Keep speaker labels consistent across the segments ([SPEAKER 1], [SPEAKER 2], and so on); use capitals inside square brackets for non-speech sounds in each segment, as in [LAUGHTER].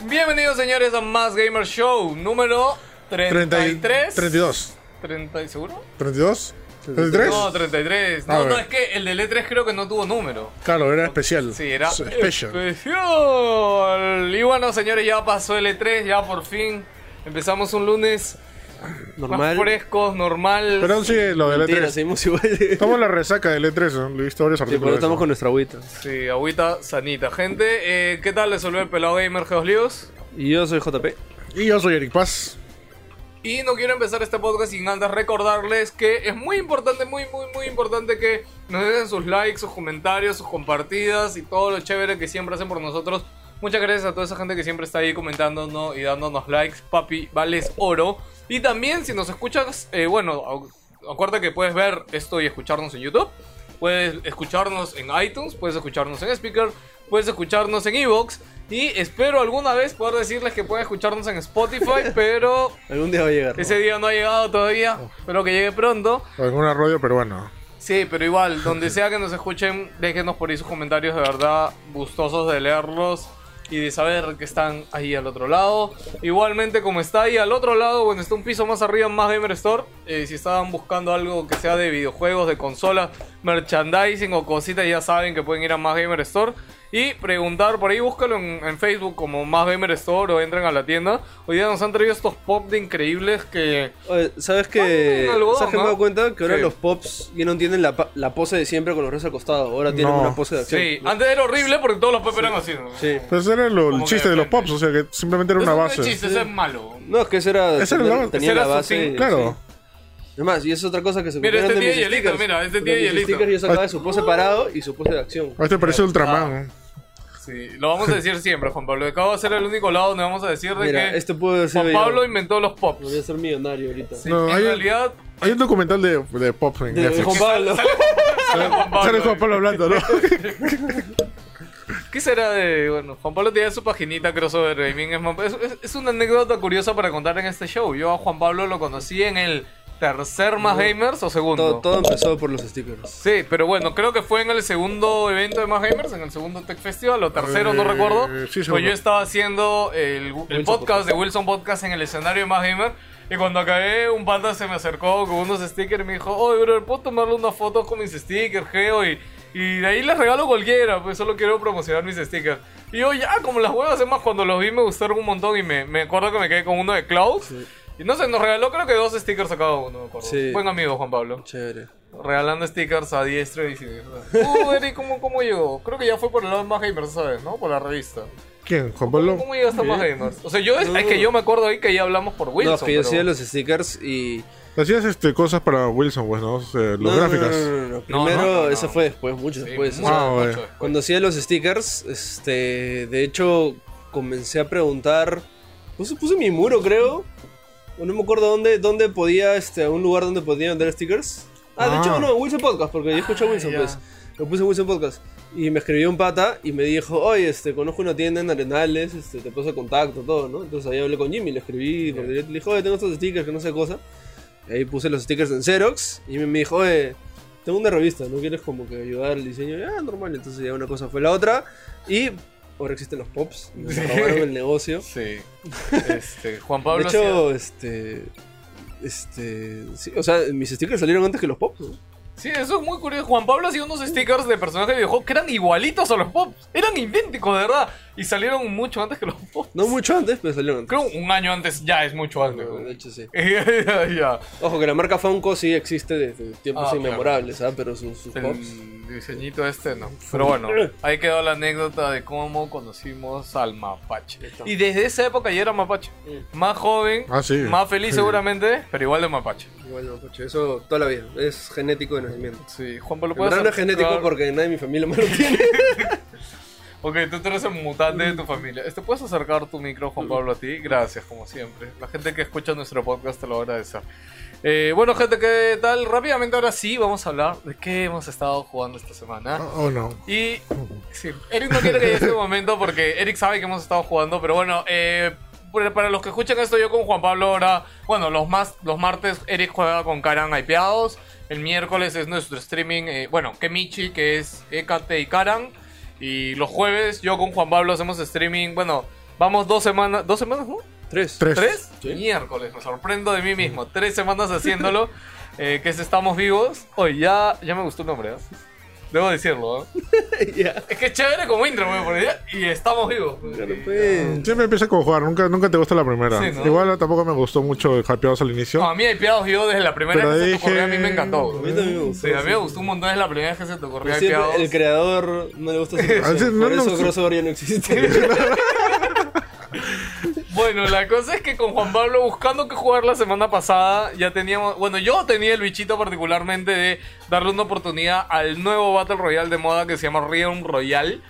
[SPEAKER 1] Bienvenidos señores a Más Gamer Show número 33.
[SPEAKER 2] 32.
[SPEAKER 1] 30, ¿Seguro?
[SPEAKER 2] 32. 33.
[SPEAKER 1] No, 33.
[SPEAKER 2] A
[SPEAKER 1] No,
[SPEAKER 2] ver.
[SPEAKER 1] no, es que el del E3 creo que no tuvo número.
[SPEAKER 2] Claro, era especial.
[SPEAKER 1] Sí, era
[SPEAKER 2] Special.
[SPEAKER 1] especial. Y bueno, señores, ya pasó el E3, ya por fin. Empezamos un lunes más
[SPEAKER 3] Normal.
[SPEAKER 1] fresco, normal.
[SPEAKER 2] Pero sí, lo del
[SPEAKER 3] Mentira,
[SPEAKER 2] E3. [LAUGHS]
[SPEAKER 3] seguimos igual. Sí,
[SPEAKER 2] Estamos en la resaca del E3, ¿no? Lo he visto varios artículos.
[SPEAKER 3] pero
[SPEAKER 2] de
[SPEAKER 3] estamos
[SPEAKER 2] eso.
[SPEAKER 3] con nuestra agüita.
[SPEAKER 1] Sí, agüita sanita. Gente, eh, ¿qué tal les volvió el pelado gamer Geos Líos?
[SPEAKER 3] Y yo soy JP.
[SPEAKER 2] Y yo soy Eric Paz.
[SPEAKER 1] Y no quiero empezar este podcast sin antes recordarles que es muy importante, muy, muy, muy importante que nos dejen sus likes, sus comentarios, sus compartidas y todo lo chévere que siempre hacen por nosotros. Muchas gracias a toda esa gente que siempre está ahí comentándonos y dándonos likes. Papi, vales oro. Y también si nos escuchas, eh, bueno, au- acuérdate que puedes ver esto y escucharnos en YouTube. Puedes escucharnos en iTunes, puedes escucharnos en Speaker, puedes escucharnos en Evox. Y espero alguna vez poder decirles que pueden escucharnos en Spotify, [LAUGHS] pero
[SPEAKER 3] Algún día va a llegar. ¿no?
[SPEAKER 1] ese día no ha llegado todavía, espero que llegue pronto.
[SPEAKER 2] O en una radio peruana.
[SPEAKER 1] Sí, pero igual, donde sea que nos escuchen, déjenos por ahí sus comentarios, de verdad, gustosos de leerlos y de saber que están ahí al otro lado. Igualmente, como está ahí al otro lado, bueno, está un piso más arriba en Más Gamer Store, eh, si estaban buscando algo que sea de videojuegos, de consolas, merchandising o cositas, ya saben que pueden ir a Más Gamer Store. Y preguntar por ahí, búscalo en, en Facebook como Más Gamer Store o entren a la tienda. Hoy día nos han traído estos pop de increíbles que...
[SPEAKER 3] Oye, ¿Sabes
[SPEAKER 1] Ponle
[SPEAKER 3] qué?
[SPEAKER 1] un algodón,
[SPEAKER 3] ¿Sabes qué me
[SPEAKER 1] ¿no?
[SPEAKER 3] he dado cuenta? Que ahora
[SPEAKER 1] Sí.
[SPEAKER 3] los pops ya no tienen la, pa- la pose de siempre con los brazos al costado. Ahora tienen
[SPEAKER 2] No.
[SPEAKER 3] una pose de acción.
[SPEAKER 1] Sí, antes era horrible porque todos los pepes eran así. ¿no?
[SPEAKER 3] Sí.
[SPEAKER 2] Pero ese Pues era lo- el
[SPEAKER 1] Como que
[SPEAKER 2] chiste de los
[SPEAKER 1] depende.
[SPEAKER 2] pops, o sea que simplemente era
[SPEAKER 1] Eso
[SPEAKER 2] una
[SPEAKER 1] no es
[SPEAKER 2] base.
[SPEAKER 1] chiste, eso es malo.
[SPEAKER 3] No, es que ese era.
[SPEAKER 2] Ese era
[SPEAKER 3] tenía-
[SPEAKER 2] lo-
[SPEAKER 3] tenía
[SPEAKER 1] ese
[SPEAKER 3] la
[SPEAKER 1] era
[SPEAKER 3] base.
[SPEAKER 1] sutil,
[SPEAKER 2] Claro.
[SPEAKER 3] Es más, y es otra cosa que se
[SPEAKER 1] Mira, este
[SPEAKER 3] copiaron
[SPEAKER 1] tiene
[SPEAKER 3] de mis
[SPEAKER 1] hielito,
[SPEAKER 3] stickers.
[SPEAKER 1] mira, este
[SPEAKER 3] De
[SPEAKER 1] tiene
[SPEAKER 3] mis
[SPEAKER 1] hielito. Ah.
[SPEAKER 3] stickers Yo sacaba su pose parado y su pose de acción.
[SPEAKER 2] A este parece Ultraman.
[SPEAKER 1] Sí, lo vamos a decir siempre, Juan Pablo. Acabo de ser el único lado donde vamos a decir de
[SPEAKER 3] Mira,
[SPEAKER 1] que
[SPEAKER 3] este puede ser.
[SPEAKER 1] Juan
[SPEAKER 3] yo.
[SPEAKER 1] Pablo inventó los
[SPEAKER 3] Voy a
[SPEAKER 1] pops.
[SPEAKER 3] ser millonario ahorita.
[SPEAKER 1] Sí,
[SPEAKER 2] No,
[SPEAKER 1] en
[SPEAKER 2] hay-
[SPEAKER 1] realidad,
[SPEAKER 2] Hay un documental de, de pops en
[SPEAKER 3] De- de
[SPEAKER 2] Netflix.
[SPEAKER 3] Juan Pablo.
[SPEAKER 1] sale Juan
[SPEAKER 2] Sale Juan
[SPEAKER 1] Pablo.
[SPEAKER 2] Pablo
[SPEAKER 1] [LAUGHS]
[SPEAKER 2] hablando, ¿no?
[SPEAKER 1] ¿Qué será de.? Bueno, Juan Pablo tiene su paginita crossover gaming. Es, más- es- es- es una anécdota curiosa para contar en este show. Yo a Juan Pablo lo conocí en el tercer más gamers o segundo.
[SPEAKER 3] Todo, todo empezó por los stickers.
[SPEAKER 1] Sí, pero bueno, creo que fue en el segundo evento de Más Gamers, en el segundo Tech Festival, o tercero, no
[SPEAKER 2] Eh,
[SPEAKER 1] recuerdo.
[SPEAKER 2] sí, seguro.
[SPEAKER 1] pues yo estaba haciendo el, el podcast, de Wilson Podcast en el escenario de Más Gamer. Y cuando acabé, un panda se me acercó con unos stickers y me dijo, oye, bro, ¿puedo tomarle una foto con mis stickers, Geo? Y, y de ahí les regalo cualquiera, pues solo quiero promocionar mis stickers. Y yo, ya, como las huevas, además, cuando los vi me gustaron un montón y me, me acuerdo que me quedé con uno de Cloud. Y no sé, nos regaló creo que dos stickers a cada uno, me acuerdo.
[SPEAKER 3] Sí.
[SPEAKER 1] Buen amigo, Juan Pablo.
[SPEAKER 3] Chévere.
[SPEAKER 1] Regalando stickers a diestro y siniestro. Uh, Eric, ¿cómo, ¿cómo llegó? Creo que ya fue por el lado de Más Gamers, ¿sabes? ¿No? Por la revista.
[SPEAKER 2] ¿Quién? ¿Juan Pablo?
[SPEAKER 1] ¿Cómo llegó hasta Más Gamers? O sea, yo es, es que yo me acuerdo ahí que ya hablamos por Wilson.
[SPEAKER 3] no, es que yo
[SPEAKER 1] pero-
[SPEAKER 3] hacía los stickers y.
[SPEAKER 2] Hacías este, cosas para Wilson, pues, ¿no? Eh, los
[SPEAKER 3] No, no,
[SPEAKER 2] gráficas.
[SPEAKER 3] No, no, no, no.
[SPEAKER 1] No, no,
[SPEAKER 3] Primero,
[SPEAKER 1] no, no.
[SPEAKER 3] eso fue después, mucho
[SPEAKER 1] Sí,
[SPEAKER 3] después. o
[SPEAKER 1] mucho,
[SPEAKER 3] sea,
[SPEAKER 2] Ah,
[SPEAKER 1] mucho
[SPEAKER 2] bueno.
[SPEAKER 1] después.
[SPEAKER 3] cuando hacía los stickers, este, de hecho, comencé a preguntar. Puse, puse mi muro, creo. O no me acuerdo dónde, dónde podía, este, un lugar donde podía vender stickers. Ah, de
[SPEAKER 2] Ah.
[SPEAKER 3] hecho, no, Wilson Podcast, porque yo escuché a Wilson,
[SPEAKER 1] ya.
[SPEAKER 3] pues. Lo puse en Wilson Podcast. Y me escribió un pata y me dijo, oye, este, conozco una tienda en Arenales, este, te paso el contacto, todo, ¿no? Entonces ahí hablé con Jimmy, le escribí, por directo, le dije, oye, tengo estos stickers, que no sé qué cosa. Y ahí puse los stickers en Xerox y me dijo, oye, tengo una revista, ¿no quieres como que ayudar al diseño? Y, ah, normal, entonces ya una cosa fue la otra. Y ahora existen
[SPEAKER 1] [LAUGHS]
[SPEAKER 3] los pops, me
[SPEAKER 1] Sí.
[SPEAKER 3] robaron el negocio.
[SPEAKER 1] Sí. Este, Juan Pablo.
[SPEAKER 3] de hecho, este... Este... Sí, o sea, mis stickers salieron antes que los pops. ¿no?
[SPEAKER 1] hacía- Sí, eso es muy curioso. Juan Pablo hacía unos stickers de personajes de videojuegos que eran igualitos a los pops. Eran idénticos, de verdad. Y salieron mucho antes que los pops.
[SPEAKER 3] No mucho antes, pero salieron antes.
[SPEAKER 1] Creo un año antes ya es mucho antes.
[SPEAKER 3] Bueno, de
[SPEAKER 1] ¿no?
[SPEAKER 3] hecho, sí.
[SPEAKER 1] [LAUGHS] ya, ya.
[SPEAKER 3] Ojo, que la marca Funko sí existe desde tiempos
[SPEAKER 1] Ah,
[SPEAKER 3] inmemorables, ¿ah? Pero sus, sus pops.
[SPEAKER 1] El diseñito este no. Pero
[SPEAKER 2] [LAUGHS]
[SPEAKER 1] bueno, ahí quedó la anécdota de cómo conocimos al mapache. Y desde esa época ya era mapache.
[SPEAKER 3] Mm.
[SPEAKER 1] Más joven,
[SPEAKER 2] Ah, sí.
[SPEAKER 1] más feliz
[SPEAKER 2] Sí.
[SPEAKER 1] seguramente, pero igual de mapache.
[SPEAKER 3] Igual no, coche, eso toda la vida. Es genético de nacimiento.
[SPEAKER 1] Sí, Juan Pablo
[SPEAKER 3] En verdad no es genético
[SPEAKER 1] certificar?
[SPEAKER 3] porque nadie de mi familia [LAUGHS] me lo tiene.
[SPEAKER 1] Ok, tú tú eres el mutante de tu familia. ¿Te puedes acercar tu micro, Juan Pablo, a ti? Gracias, como siempre. La gente que escucha nuestro podcast te lo va a agradecer. Eh, bueno, gente, ¿qué tal? Rápidamente, ahora sí, vamos a hablar de qué hemos estado jugando esta semana.
[SPEAKER 2] Oh, no.
[SPEAKER 1] Y sí, Eric no quiere que llegue este momento porque Eric sabe que hemos estado jugando, pero bueno, eh, por- para los que escuchan esto yo con Juan Pablo ahora, bueno, los más los martes Eric juega con Karan Hypeados, el miércoles es nuestro streaming, eh, bueno, Kemichi, que es Ekate y Karan, y los jueves yo con Juan Pablo hacemos streaming, bueno, Vamos dos semanas. ¿Dos semanas, no?
[SPEAKER 3] Tres.
[SPEAKER 2] Tres.
[SPEAKER 1] ¿Tres?
[SPEAKER 3] Sí.
[SPEAKER 1] Miércoles, me sorprendo de mí mismo. Tres semanas haciéndolo. [LAUGHS] eh, que es Estamos Vivos. Oye, ya, ya me gustó el nombre, ¿eh? Debo decirlo, ¿eh?
[SPEAKER 3] [LAUGHS] ya.
[SPEAKER 1] Es que es chévere como intro, güey, por idea. Y estamos vivos. güey.
[SPEAKER 3] Claro, pues.
[SPEAKER 2] Siempre empieza con jugar, nunca, nunca te gusta la primera.
[SPEAKER 1] Sí, ¿no?
[SPEAKER 2] Igual tampoco me gustó mucho el Happy House al
[SPEAKER 1] No,
[SPEAKER 2] inicio.
[SPEAKER 1] a mí hay piados yo desde la primera
[SPEAKER 2] Pero
[SPEAKER 1] vez que se
[SPEAKER 2] dije-
[SPEAKER 1] te ocurrió, a mí me encantó.
[SPEAKER 3] A
[SPEAKER 1] güey.
[SPEAKER 3] mí también me gustó.
[SPEAKER 1] Sí, a mí me gustó un montón desde la primera vez que se te ocurrió
[SPEAKER 3] Pero
[SPEAKER 1] hay
[SPEAKER 3] Pues siempre
[SPEAKER 1] piados.
[SPEAKER 3] el creador no le gusta
[SPEAKER 1] [LAUGHS] Ah,
[SPEAKER 3] su
[SPEAKER 2] A veces
[SPEAKER 3] creación.
[SPEAKER 2] no
[SPEAKER 3] Por
[SPEAKER 2] le
[SPEAKER 3] eso
[SPEAKER 2] gusta.
[SPEAKER 3] crossover ya no existe.
[SPEAKER 1] Bueno, la cosa es que con Juan Pablo buscando que jugar la semana pasada, ya teníamos. Bueno, yo tenía el bichito particularmente de darle una oportunidad al nuevo Battle Royale de moda que se llama Realm Royale.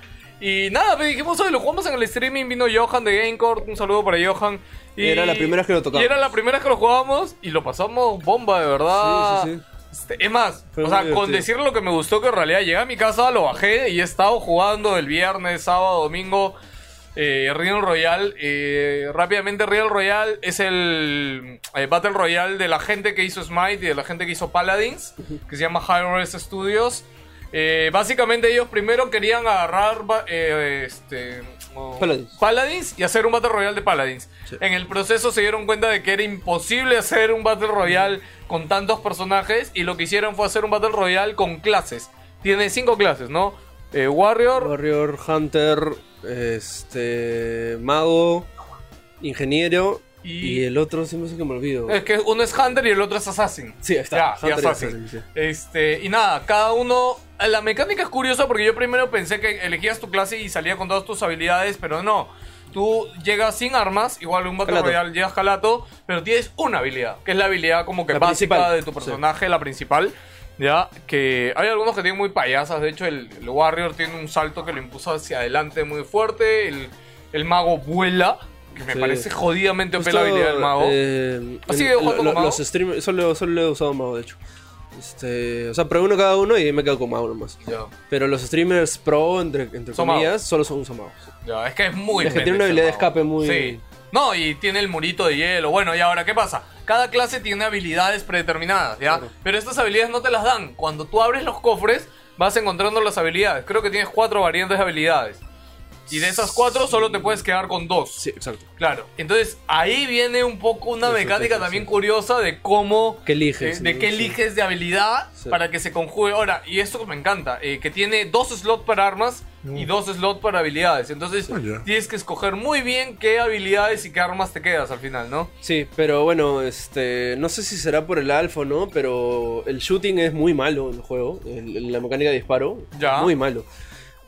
[SPEAKER 1] Y nada, pues dijimos, hoy lo jugamos en el streaming. Vino Johan de Gamecore, un saludo para Johan. Y
[SPEAKER 3] Era la primera vez que lo tocábamos.
[SPEAKER 1] Y era la primera vez que lo jugábamos y lo pasamos bomba, de verdad.
[SPEAKER 3] Sí, sí, sí.
[SPEAKER 1] Este, Es más,
[SPEAKER 3] Fue
[SPEAKER 1] o
[SPEAKER 3] muy
[SPEAKER 1] sea, con
[SPEAKER 3] divertido.
[SPEAKER 1] decir lo que me gustó, que en realidad llegué a mi casa, lo bajé y he estado jugando el viernes, sábado, domingo. Eh, Real Royale, eh, rápidamente Real Royale es el eh, Battle Royale de la gente que hizo Smite y de la gente que hizo Paladins, que se llama Hyrule Studios. Eh, básicamente ellos primero querían agarrar ba- eh, este, oh,
[SPEAKER 3] Paladins.
[SPEAKER 1] Paladins y hacer un Battle Royale de Paladins.
[SPEAKER 3] Sí.
[SPEAKER 1] En el proceso se dieron cuenta de que era imposible hacer un Battle Royale con tantos personajes y lo que hicieron fue hacer un Battle Royale con clases. Tiene cinco clases, ¿no? Eh, Warrior,
[SPEAKER 3] Warrior, Hunter, este. Mago, Ingeniero.
[SPEAKER 1] Y-
[SPEAKER 3] Y, el otro siempre se que me olvido.
[SPEAKER 1] es que uno es Hunter y el otro es Assassin.
[SPEAKER 3] Sí, ahí está.
[SPEAKER 1] Ya, y
[SPEAKER 3] Hunter y
[SPEAKER 1] Assassin.
[SPEAKER 3] Assassin, sí.
[SPEAKER 1] Este, y nada, cada uno... La mecánica es curiosa porque yo primero pensé que elegías tu clase y salía con todas tus habilidades, pero no. Tú llegas sin armas, igual un Battle
[SPEAKER 3] Calato.
[SPEAKER 1] Royale llegas calato, pero tienes una habilidad, que es la habilidad como que
[SPEAKER 3] La
[SPEAKER 1] básica
[SPEAKER 3] principal.
[SPEAKER 1] de tu personaje, la principal. Ya, que hay algunos que tienen muy payasas. De hecho, el, el Warrior tiene un salto que lo impuso hacia adelante muy fuerte. El, el mago vuela, que me
[SPEAKER 3] Sí.
[SPEAKER 1] parece jodidamente OP
[SPEAKER 3] Justo,
[SPEAKER 1] la habilidad del mago.
[SPEAKER 3] eh,
[SPEAKER 1] ¿Has
[SPEAKER 3] en-
[SPEAKER 1] seguido
[SPEAKER 3] lo-
[SPEAKER 1] jugando con
[SPEAKER 3] lo-
[SPEAKER 1] mago?
[SPEAKER 3] Los streamers, solo, solo he usado mago, de hecho. Este, o sea, probé uno cada uno y me quedo con mago nomás.
[SPEAKER 1] Ya.
[SPEAKER 3] Pero los streamers pro, entre, entre
[SPEAKER 1] Son
[SPEAKER 3] comillas, solo son usan magos.
[SPEAKER 1] Ya, es que es muy
[SPEAKER 3] Es que tiene
[SPEAKER 1] pendejo,
[SPEAKER 3] una habilidad de
[SPEAKER 1] ¿no?
[SPEAKER 3] escape muy-
[SPEAKER 1] Sí. No, y tiene el murito de hielo. Bueno, y ahora, ¿qué pasa? Cada clase tiene habilidades predeterminadas, ¿ya?
[SPEAKER 3] Claro.
[SPEAKER 1] Pero estas habilidades no te las dan. Cuando tú abres los cofres, vas encontrando las habilidades. Creo que tienes cuatro variantes de habilidades. Y de esas cuatro, solo te puedes quedar con dos.
[SPEAKER 3] Sí, exacto.
[SPEAKER 1] Claro. Entonces, ahí viene un poco una
[SPEAKER 3] Eso,
[SPEAKER 1] mecánica
[SPEAKER 3] eso,
[SPEAKER 1] también
[SPEAKER 3] sí.
[SPEAKER 1] curiosa de cómo...
[SPEAKER 3] ¿Qué eliges,
[SPEAKER 1] eh, de
[SPEAKER 3] no?
[SPEAKER 1] qué
[SPEAKER 3] Sí.
[SPEAKER 1] eliges de habilidad
[SPEAKER 3] Sí.
[SPEAKER 1] para que se conjugue. Ahora, y esto que me encanta, eh, que tiene dos slots para armas y dos slots para habilidades. Entonces,
[SPEAKER 2] Ah, ya.
[SPEAKER 1] tienes que escoger muy bien qué habilidades y qué armas te quedas al final, ¿no?
[SPEAKER 3] Sí, pero bueno, este, no sé si será por el alfa o no, pero el shooting es muy malo en el juego, el- el- la mecánica de disparo,
[SPEAKER 1] Ya.
[SPEAKER 3] muy malo.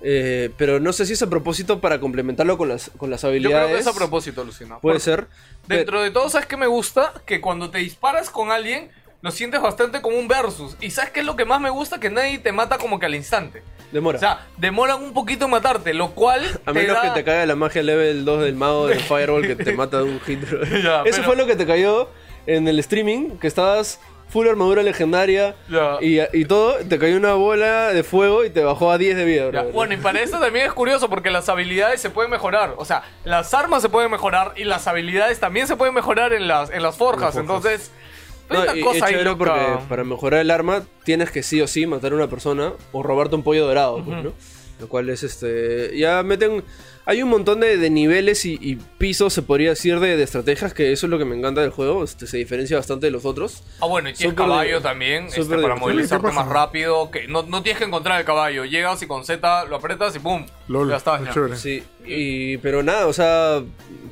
[SPEAKER 3] Eh, pero no sé si es a propósito para complementarlo con las, con las
[SPEAKER 1] Yo
[SPEAKER 3] habilidades.
[SPEAKER 1] creo que es a propósito, Lucina.
[SPEAKER 3] Puede
[SPEAKER 1] Por-
[SPEAKER 3] ser.
[SPEAKER 1] Dentro de todo, ¿sabes qué me gusta? Que cuando te disparas con alguien, lo sientes bastante como un versus. Y ¿sabes qué es lo que más me gusta? Que nadie te mata como que al instante.
[SPEAKER 3] Pe- demora.
[SPEAKER 1] O sea, demoran un poquito en matarte, lo cual...
[SPEAKER 3] [LAUGHS] a menos
[SPEAKER 1] da-
[SPEAKER 3] que te caiga la magia level 2 del mago
[SPEAKER 1] [LAUGHS]
[SPEAKER 3] del Fireball que te mata de un hit. bro.
[SPEAKER 1] Ya,
[SPEAKER 3] Eso
[SPEAKER 1] pero-
[SPEAKER 3] fue lo que te cayó en el streaming, que estabas full armadura legendaria
[SPEAKER 1] Ya.
[SPEAKER 3] y, y todo, te cayó una bola de fuego y te bajó a 10 de vida.
[SPEAKER 1] Ya,
[SPEAKER 3] bro.
[SPEAKER 1] Bueno, y para esto también es curioso porque las habilidades se pueden mejorar. O sea, las armas se pueden mejorar y las habilidades también se pueden mejorar en las, en las forjas. Entonces, hay
[SPEAKER 3] No,
[SPEAKER 1] una
[SPEAKER 3] y- es
[SPEAKER 1] cosa ahí
[SPEAKER 3] chévere
[SPEAKER 1] loca.
[SPEAKER 3] porque para mejorar el arma tienes que sí o sí matar a una persona o robarte un pollo dorado, pues, ¿no? Lo cual es este. Ya meten. Hay un montón de, de niveles y, y pisos, se podría decir, de, de estrategias, que eso es lo que me encanta del juego. Este, se diferencia bastante de los otros.
[SPEAKER 1] Ah, bueno, y tienes
[SPEAKER 3] Súper
[SPEAKER 1] caballo
[SPEAKER 3] divertido.
[SPEAKER 1] también este,
[SPEAKER 3] Súper
[SPEAKER 1] para
[SPEAKER 3] divertido.
[SPEAKER 1] movilizarte
[SPEAKER 2] ¿Qué pasa?
[SPEAKER 1] más rápido. que no, no tienes que encontrar el caballo. Llegas y con Z lo apretas y ¡pum!
[SPEAKER 2] LOL,
[SPEAKER 1] ya estás.
[SPEAKER 2] muy
[SPEAKER 1] ya.
[SPEAKER 2] chévere.
[SPEAKER 3] Sí. Y, pero nada, o sea,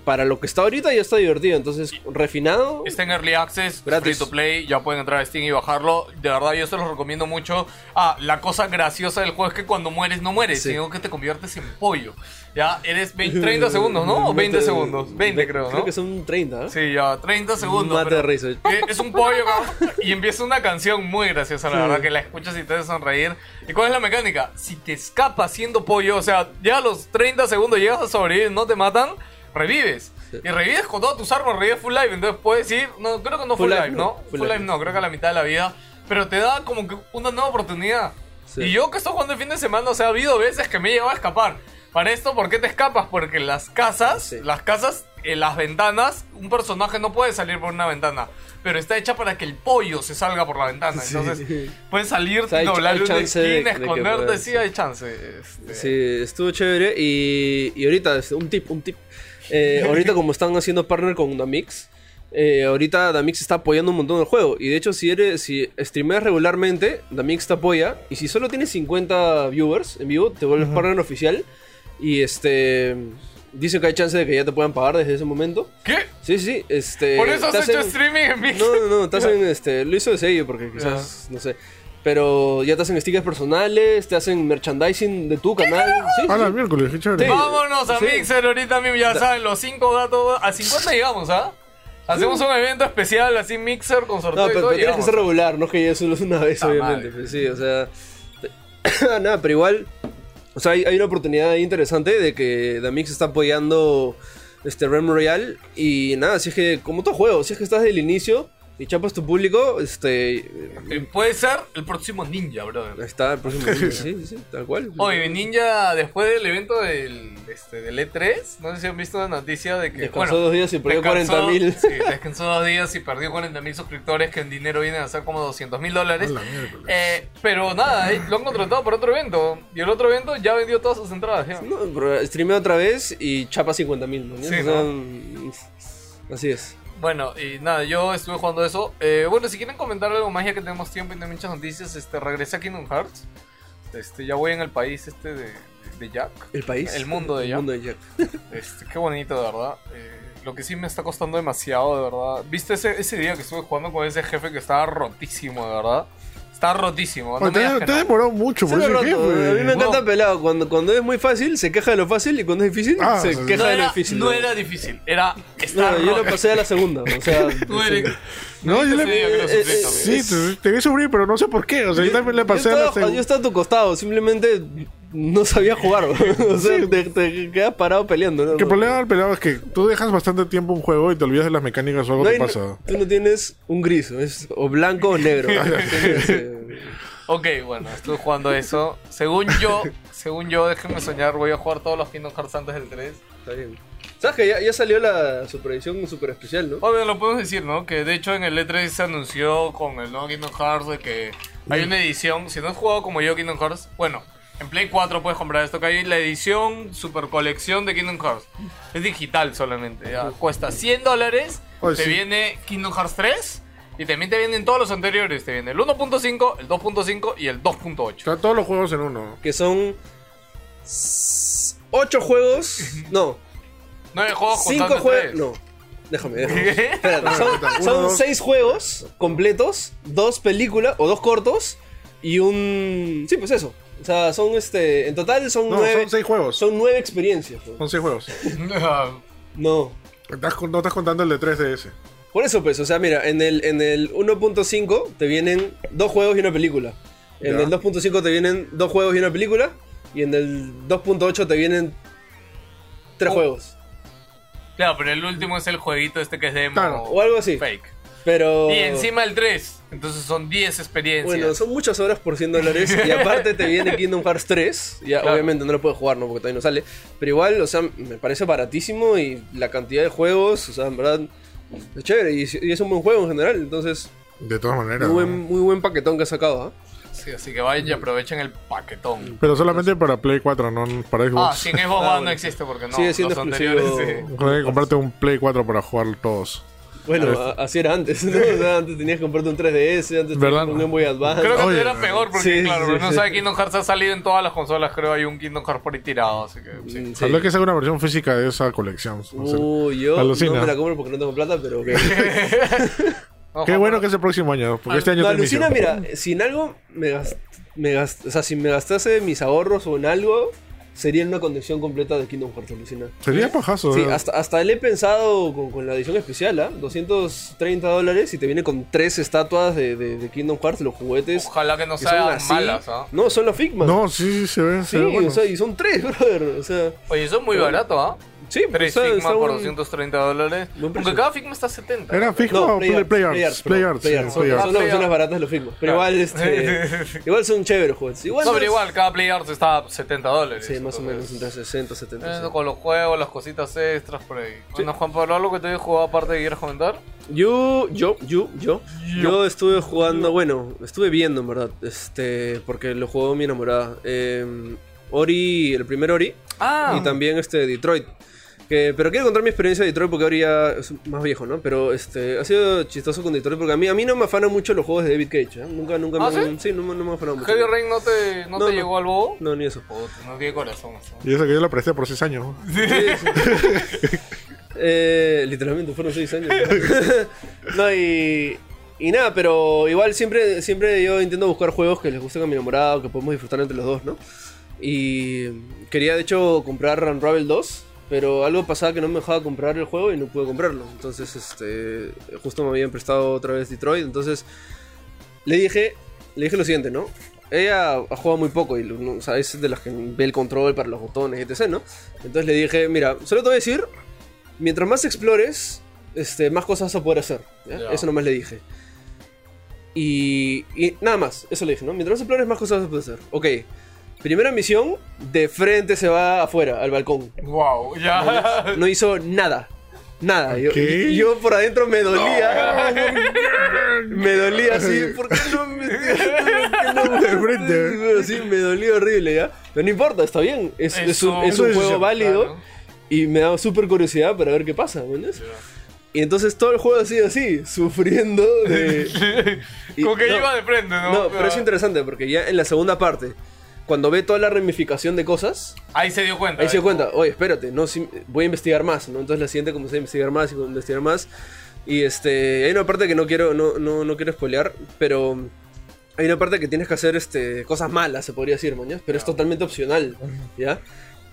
[SPEAKER 3] para lo que está ahorita ya está divertido. Entonces, refinado.
[SPEAKER 1] Está en Early Access,
[SPEAKER 3] Gratis.
[SPEAKER 1] free to play, ya pueden entrar a Steam y bajarlo. De verdad, yo se los recomiendo mucho. Ah, la cosa graciosa del juego es que cuando mueres, no mueres,
[SPEAKER 3] Sí.
[SPEAKER 1] sino que te conviertes en pollo. Ya eres 20, 30 segundos, ¿no?
[SPEAKER 3] [LAUGHS]
[SPEAKER 1] O 20 segundos. 20, creo, ¿no?
[SPEAKER 3] Mm, Creo que son 30. ¿eh?
[SPEAKER 1] Sí, ya, 30 segundos.
[SPEAKER 3] Mate de
[SPEAKER 1] pero-
[SPEAKER 3] risa.
[SPEAKER 1] Eh, Es un pollo cabrón, y empieza una canción muy graciosa, la
[SPEAKER 3] Sí.
[SPEAKER 1] verdad, que la escuchas y te hace sonreír. ¿Y cuál es la mecánica? Si te escapas siendo pollo, o sea, ya a los 30 segundos llegas a sobrevivir, no te matan, revives. Y revives con todas tus armas, revives full life, entonces puedes ir, no, creo que no full,
[SPEAKER 3] Full
[SPEAKER 1] life,
[SPEAKER 3] life,
[SPEAKER 1] ¿no? Full, life, no, creo que a la mitad de la vida, pero te da como que una nueva oportunidad.
[SPEAKER 3] Sí.
[SPEAKER 1] Y yo que estoy jugando el fin de semana, o sea, ha habido veces que me he llevado a escapar. Para esto, ¿por qué te escapas? Porque las casas,
[SPEAKER 3] Sí.
[SPEAKER 1] las casas, eh, las ventanas, un personaje no puede salir por una ventana. Pero está hecha para que el pollo se salga por la ventana. Entonces, puedes salir,
[SPEAKER 3] O sea, hay ch-
[SPEAKER 1] doblar
[SPEAKER 3] hay
[SPEAKER 1] una
[SPEAKER 3] chance de-
[SPEAKER 1] esquina,
[SPEAKER 3] de que
[SPEAKER 1] esconderte.
[SPEAKER 3] puedas,
[SPEAKER 1] sí,
[SPEAKER 3] sí.
[SPEAKER 1] hay chance. este.
[SPEAKER 3] Sí, estuvo chévere. Y, y ahorita, este, un tip, un tip.
[SPEAKER 1] [LAUGHS]
[SPEAKER 3] Eh, ahorita como están haciendo partner con Damix, eh, ahorita Damix está apoyando un montón el juego. Y de hecho, si eres, si streameas regularmente, Damix te apoya. Y si solo tienes 50 viewers en vivo, te vuelves partner oficial. Y este dice que hay chance de que ya te puedan pagar desde ese momento.
[SPEAKER 1] ¿Qué?
[SPEAKER 3] Sí, sí, este.
[SPEAKER 1] Por eso
[SPEAKER 3] te
[SPEAKER 1] has hecho
[SPEAKER 3] hacen-
[SPEAKER 1] streaming en Mixer.
[SPEAKER 3] no, no, no, te hacen este. Lo hizo de sello porque quizás, no sé. Pero ya te hacen stickers personales, te hacen merchandising de tu canal. Sí,
[SPEAKER 2] Ah, la
[SPEAKER 3] sí.
[SPEAKER 2] miércoles, qué chévere.
[SPEAKER 3] Sí.
[SPEAKER 1] Vámonos a
[SPEAKER 3] Sí.
[SPEAKER 1] Mixer ahorita mismo, ya saben, los cinco datos. A 50 llegamos, ¿ah? Hacemos un evento especial así Mixer con sorteo
[SPEAKER 3] No,
[SPEAKER 1] y
[SPEAKER 3] pero,
[SPEAKER 1] todo.
[SPEAKER 3] pero tienes que
[SPEAKER 1] llegamos.
[SPEAKER 3] ser regular, no es que ya solo es una vez,
[SPEAKER 1] Ah,
[SPEAKER 3] obviamente.
[SPEAKER 1] madre.
[SPEAKER 3] pues sí, o sea. te- [COUGHS] Nada, pero igual. O sea, hay, hay una oportunidad ahí interesante de que Damix está apoyando este Rem Royal. Y nada, si es que, como todo juego, si es que estás del inicio y chapas tu público, este.
[SPEAKER 1] Eh, Puede ser el próximo ninja, brother.
[SPEAKER 3] Está
[SPEAKER 1] [LAUGHS]
[SPEAKER 3] el próximo. sí, sí, sí, tal cual.
[SPEAKER 1] Oye, ninja, después del evento del, este, del E3, no sé si han visto la noticia de que.
[SPEAKER 3] Descansó
[SPEAKER 1] bueno,
[SPEAKER 3] dos días y perdió
[SPEAKER 1] descansó-
[SPEAKER 3] 40.000.
[SPEAKER 1] [LAUGHS] Sí, descansó dos días y perdió 40 mil suscriptores, que en dinero vienen a ser como 200 mil dólares.
[SPEAKER 2] A la miércoles.
[SPEAKER 1] Eh, pero nada, eh, lo han contratado para otro evento. Y el otro evento ya vendió todas sus entradas. ya.
[SPEAKER 3] No, pero streamea otra vez y chapa 50.000, ¿no?
[SPEAKER 1] Sí,
[SPEAKER 3] O sea,
[SPEAKER 1] ¿no?
[SPEAKER 3] mm, Así es.
[SPEAKER 1] Bueno, y nada, yo estuve jugando eso. Eh, bueno, si quieren comentar algo más, ya que tenemos tiempo y no hay muchas noticias, este, regresé a Kingdom Hearts. Este, ya voy en el país este de, de Jack.
[SPEAKER 3] El país.
[SPEAKER 1] El mundo de
[SPEAKER 3] El
[SPEAKER 1] Jack.
[SPEAKER 3] mundo de Jack.
[SPEAKER 1] Este, qué bonito, de verdad. Eh, lo que sí me está costando demasiado, de verdad. ¿Viste ese, ese día que estuve jugando con ese jefe que estaba rotísimo, de verdad? Estaba rotísimo. No
[SPEAKER 2] Oye,
[SPEAKER 1] me digas
[SPEAKER 2] te,
[SPEAKER 1] que
[SPEAKER 2] te has
[SPEAKER 1] no.
[SPEAKER 2] demorado mucho pues,
[SPEAKER 3] Sí,
[SPEAKER 2] por ese
[SPEAKER 3] lo
[SPEAKER 2] jefe.
[SPEAKER 3] noto, A mí me encanta
[SPEAKER 1] No.
[SPEAKER 3] pelado. Cuando, cuando es muy fácil, se queja de lo fácil y cuando es difícil,
[SPEAKER 2] Ah,
[SPEAKER 3] se
[SPEAKER 2] sí.
[SPEAKER 3] queja
[SPEAKER 1] No
[SPEAKER 3] de lo
[SPEAKER 1] era,
[SPEAKER 3] difícil.
[SPEAKER 1] no era difícil, era
[SPEAKER 3] No,
[SPEAKER 1] estar
[SPEAKER 3] yo lo
[SPEAKER 1] roto.
[SPEAKER 3] [LAUGHS] pasé a la segunda. O sea,
[SPEAKER 1] [LAUGHS] Tú eres-
[SPEAKER 2] No, yo
[SPEAKER 1] Ese
[SPEAKER 2] le-
[SPEAKER 1] día que lo
[SPEAKER 3] eh,
[SPEAKER 1] sufrí
[SPEAKER 3] eh,
[SPEAKER 1] también.
[SPEAKER 2] Sí, te, te vi sufrir, pero no sé por qué. O sea, yo, también le pasé
[SPEAKER 3] yo
[SPEAKER 2] a la
[SPEAKER 3] estaba,
[SPEAKER 2] segunda.
[SPEAKER 3] yo estaba a tu costado, simplemente no [LAUGHS] sabía jugar. O sea, te, te quedas parado peleando. ¿no?
[SPEAKER 2] Que el problema del pelado es que tú dejas bastante tiempo un juego y te olvidas de las mecánicas o algo
[SPEAKER 3] No
[SPEAKER 2] que
[SPEAKER 3] hay-
[SPEAKER 2] pasa.
[SPEAKER 3] tú no tienes un gris, es o blanco
[SPEAKER 2] [LAUGHS]
[SPEAKER 3] o negro. Tienes, eh,
[SPEAKER 1] Ok, bueno, estuve jugando eso. Según yo, según yo, déjenme soñar, voy a jugar todos los Kingdom Hearts antes del 3.
[SPEAKER 3] Está bien. ¿Sabes que ya, ya salió la supervisión super especial, no?
[SPEAKER 1] Obvio, lo podemos decir, ¿no? Que de hecho en el E3 se anunció con el nuevo Kingdom Hearts de que hay una edición. Si no has jugado como yo Kingdom Hearts, bueno, en Play 4 puedes comprar esto que hay la edición super colección de Kingdom Hearts. Es digital solamente, ya. Cuesta 100 dólares,
[SPEAKER 2] Oye,
[SPEAKER 1] te
[SPEAKER 2] sí.
[SPEAKER 1] viene Kingdom Hearts 3 y también te vienen todos los anteriores. Te viene el 1.5, el 2.5 y el 2.8.
[SPEAKER 2] Está todos los juegos en uno.
[SPEAKER 3] Que son s-
[SPEAKER 2] [LAUGHS]
[SPEAKER 3] ocho juegos. No,
[SPEAKER 1] Nueve juegos
[SPEAKER 3] cinco
[SPEAKER 1] contando el
[SPEAKER 3] juegos.
[SPEAKER 1] 3.
[SPEAKER 3] No, déjame,
[SPEAKER 1] [LAUGHS]
[SPEAKER 2] [LAUGHS]
[SPEAKER 3] déjame.
[SPEAKER 1] ¿Qué?
[SPEAKER 3] Espérate, son,
[SPEAKER 2] Uno,
[SPEAKER 3] son
[SPEAKER 2] dos.
[SPEAKER 3] seis juegos completos, dos películas o dos cortos y un. Sí, pues eso. O sea, son este. En total son
[SPEAKER 2] No,
[SPEAKER 3] nueve.
[SPEAKER 2] son seis juegos.
[SPEAKER 3] son nueve experiencias. pues.
[SPEAKER 2] Son seis juegos.
[SPEAKER 3] No.
[SPEAKER 2] Estás con- no estás contando el de 3DS.
[SPEAKER 3] Por eso, pues, o sea, mira, en el, en el 1.5 te vienen dos juegos y una película. En
[SPEAKER 2] Ya.
[SPEAKER 3] el 2.5 te vienen dos juegos y una película. Y en el 2.8 te vienen tres
[SPEAKER 1] Oh.
[SPEAKER 3] juegos.
[SPEAKER 1] Claro, pero el último es el jueguito este que es demo.
[SPEAKER 2] Claro,
[SPEAKER 3] O algo así.
[SPEAKER 1] Fake.
[SPEAKER 3] Pero.
[SPEAKER 1] Y encima el 3. Entonces son 10 experiencias.
[SPEAKER 3] Bueno, son muchas horas por 100 dólares.
[SPEAKER 1] [LAUGHS]
[SPEAKER 3] Y aparte te viene Kingdom Hearts 3. Ya,
[SPEAKER 1] Claro.
[SPEAKER 3] Obviamente no lo puedes jugar, ¿no? Porque todavía no sale. Pero igual, o sea, me parece baratísimo. Y la cantidad de juegos, o sea, en verdad, es chévere. Y, y es un buen juego en general. Entonces,
[SPEAKER 2] De todas maneras.
[SPEAKER 3] muy buen, muy buen paquetón que ha sacado, ¿ah?
[SPEAKER 1] Sí, así que vayan y aprovechen el paquetón.
[SPEAKER 2] Pero solamente para Play 4, no para
[SPEAKER 1] Ah,
[SPEAKER 2] Xbox.
[SPEAKER 1] sin Xbox One
[SPEAKER 3] bueno.
[SPEAKER 1] no existe porque no.
[SPEAKER 3] Sigue siendo
[SPEAKER 1] los
[SPEAKER 3] exclusivo.
[SPEAKER 1] anteriores, sí.
[SPEAKER 2] Ojalá que comprarte un Play 4 para jugar todos.
[SPEAKER 3] Bueno, a- así era antes, ¿no? O sea, antes tenías que comprarte un 3DS, antes tenías
[SPEAKER 2] ¿Verdad?
[SPEAKER 3] un Game Boy Advance.
[SPEAKER 1] Creo que
[SPEAKER 2] Oye,
[SPEAKER 1] era peor porque,
[SPEAKER 3] sí,
[SPEAKER 1] claro,
[SPEAKER 3] sí,
[SPEAKER 1] no
[SPEAKER 3] sí.
[SPEAKER 1] sabe Kingdom Hearts ha salido en todas las consolas. Creo hay un Kingdom Hearts por ahí tirado. Así que, [LAUGHS] sí.
[SPEAKER 3] Mm, sí. Uh,
[SPEAKER 2] Ojalá que salga una versión física de esa colección. O sea,
[SPEAKER 3] Uy, yo
[SPEAKER 2] Alucina.
[SPEAKER 3] no me la compro porque no tengo plata, pero ok.
[SPEAKER 1] Ojo,
[SPEAKER 2] Qué bueno
[SPEAKER 1] pero-
[SPEAKER 2] que es el próximo año, porque este [LAUGHS] año
[SPEAKER 3] No,
[SPEAKER 2] te
[SPEAKER 3] alucina,
[SPEAKER 2] inicio.
[SPEAKER 3] mira, si en algo me gas- me gas- o sea, si me gastase mis ahorros o en algo, sería en una conexión completa de Kingdom Hearts, alucina.
[SPEAKER 2] Sería pajazo.
[SPEAKER 3] Sí,
[SPEAKER 2] o sea.
[SPEAKER 3] hasta, hasta le he pensado con, con la edición especial, ¿ah? 230 dólares y te viene con tres estatuas de, de- de Kingdom Hearts, los juguetes.
[SPEAKER 1] Ojalá que no
[SPEAKER 3] que son
[SPEAKER 1] sean
[SPEAKER 3] así.
[SPEAKER 1] malas. ¿ah?
[SPEAKER 3] No, son los Figma.
[SPEAKER 2] No, sí, sí, se ve.
[SPEAKER 3] sí,
[SPEAKER 2] se ve bueno.
[SPEAKER 3] o sea, y son tres, [LAUGHS] brother. O sea,
[SPEAKER 1] Oye, eso es muy barato, ¿ah?
[SPEAKER 3] sí, pero
[SPEAKER 1] 3
[SPEAKER 3] está-
[SPEAKER 1] Figma
[SPEAKER 3] está
[SPEAKER 1] por
[SPEAKER 3] un-
[SPEAKER 1] 230 dólares.
[SPEAKER 3] Buen precio.
[SPEAKER 1] Porque cada Figma está a 70.
[SPEAKER 2] ¿Era Figma
[SPEAKER 3] No,
[SPEAKER 2] o Play, Play Arts? Play Arts.
[SPEAKER 3] Play
[SPEAKER 2] sí,
[SPEAKER 3] Arts,
[SPEAKER 2] Play
[SPEAKER 3] son-
[SPEAKER 2] Arts.
[SPEAKER 3] Son las versiones baratas de los Figma. Pero
[SPEAKER 1] Claro.
[SPEAKER 3] igual, [LAUGHS] este, igual son chéveres juegos. Igual
[SPEAKER 1] No, pero
[SPEAKER 3] son-
[SPEAKER 1] igual, cada Play Arts está a 70 dólares.
[SPEAKER 3] Sí, más o menos
[SPEAKER 1] entonces-
[SPEAKER 3] entre 60 70.
[SPEAKER 1] Eso,
[SPEAKER 3] sí.
[SPEAKER 1] con los juegos, las cositas extras por ahí. Bueno, Juan Pablo, algo que te he jugado aparte que quieras comentar.
[SPEAKER 3] Yo, yo, yo, yo, yo estuve jugando, bueno, estuve viendo en verdad, este, porque lo jugó mi enamorada. Eh, Ori, el primer Ori,
[SPEAKER 1] Ah,
[SPEAKER 3] y también este Detroit. Que, pero quiero contar mi experiencia de Detroit porque ahora ya es más viejo, ¿no? Pero este, ha sido chistoso con Detroit porque a mí, a mí no me afanan mucho los juegos de David Cage. ¿eh? Nunca, nunca
[SPEAKER 1] ¿Ah,
[SPEAKER 3] me. Sí, no, me- no me afanan mucho.
[SPEAKER 1] Heavy Rain no te, no
[SPEAKER 3] No,
[SPEAKER 1] te
[SPEAKER 3] no.
[SPEAKER 1] llegó al bobo.
[SPEAKER 3] No, ni eso.
[SPEAKER 1] Puta, no tiene corazón. eso.
[SPEAKER 2] Y eso que yo la presté por 6 años.
[SPEAKER 3] Eh, literalmente fueron seis años. [LAUGHS] no, y, y nada, pero igual siempre, siempre yo intento buscar juegos que les gusten a mi enamorado, que podemos disfrutar entre los dos, ¿no? Y quería de hecho comprar Unravel 2, pero algo pasaba que no me dejaba comprar el juego y no pude comprarlo. Entonces, este, justo me habían prestado otra vez Detroit, entonces le dije, le dije lo siguiente, ¿no? Ella ha jugado muy poco y no- o sea, es de las que ve el control para los botones, etc., ¿no? Entonces le dije, mira, solo te voy a decir, mientras más explores, este, más cosas vas a poder hacer. ¿ya?
[SPEAKER 1] Ya.
[SPEAKER 3] Eso nomás le dije. Y, y nada más, eso le dije, ¿no? Mientras más explores, más cosas vas a poder hacer. Ok, primera misión, de frente se va afuera, al balcón.
[SPEAKER 1] Wow, ya.
[SPEAKER 3] No hizo nada. Nada. Yo,
[SPEAKER 2] ¿Qué?
[SPEAKER 3] yo por adentro me dolía. me dolía así. ¿Por qué no me
[SPEAKER 2] De frente.
[SPEAKER 3] Pero sí, me dolió horrible, ¿ya? Pero no importa, está bien. Es, es un, es un
[SPEAKER 2] Eso-
[SPEAKER 3] juego
[SPEAKER 2] eso-
[SPEAKER 1] [LAUGHS]
[SPEAKER 3] válido.
[SPEAKER 1] claro.
[SPEAKER 3] Y me da súper curiosidad para ver qué pasa, ¿me entiendes? Y entonces todo el juego ha sido así, sufriendo de... Y-
[SPEAKER 1] Como que
[SPEAKER 3] no.
[SPEAKER 1] iba de frente, ¿no? Ah,
[SPEAKER 3] No, pero es interesante porque ya en la segunda parte, cuando ve toda la ramificación de cosas,
[SPEAKER 1] Ahí se dio cuenta.
[SPEAKER 3] Ahí se
[SPEAKER 1] ¿eh?
[SPEAKER 3] dio cuenta, oye, espérate, no, sí, voy a investigar más, ¿no? Entonces la siguiente comencé a investigar más y a investigar más. Y este, hay una parte que no quiero, no, no, no quiero spoilear, pero hay una parte que tienes que hacer este, cosas malas, se podría decir, mañana, pero es totalmente opcional, ¿ya?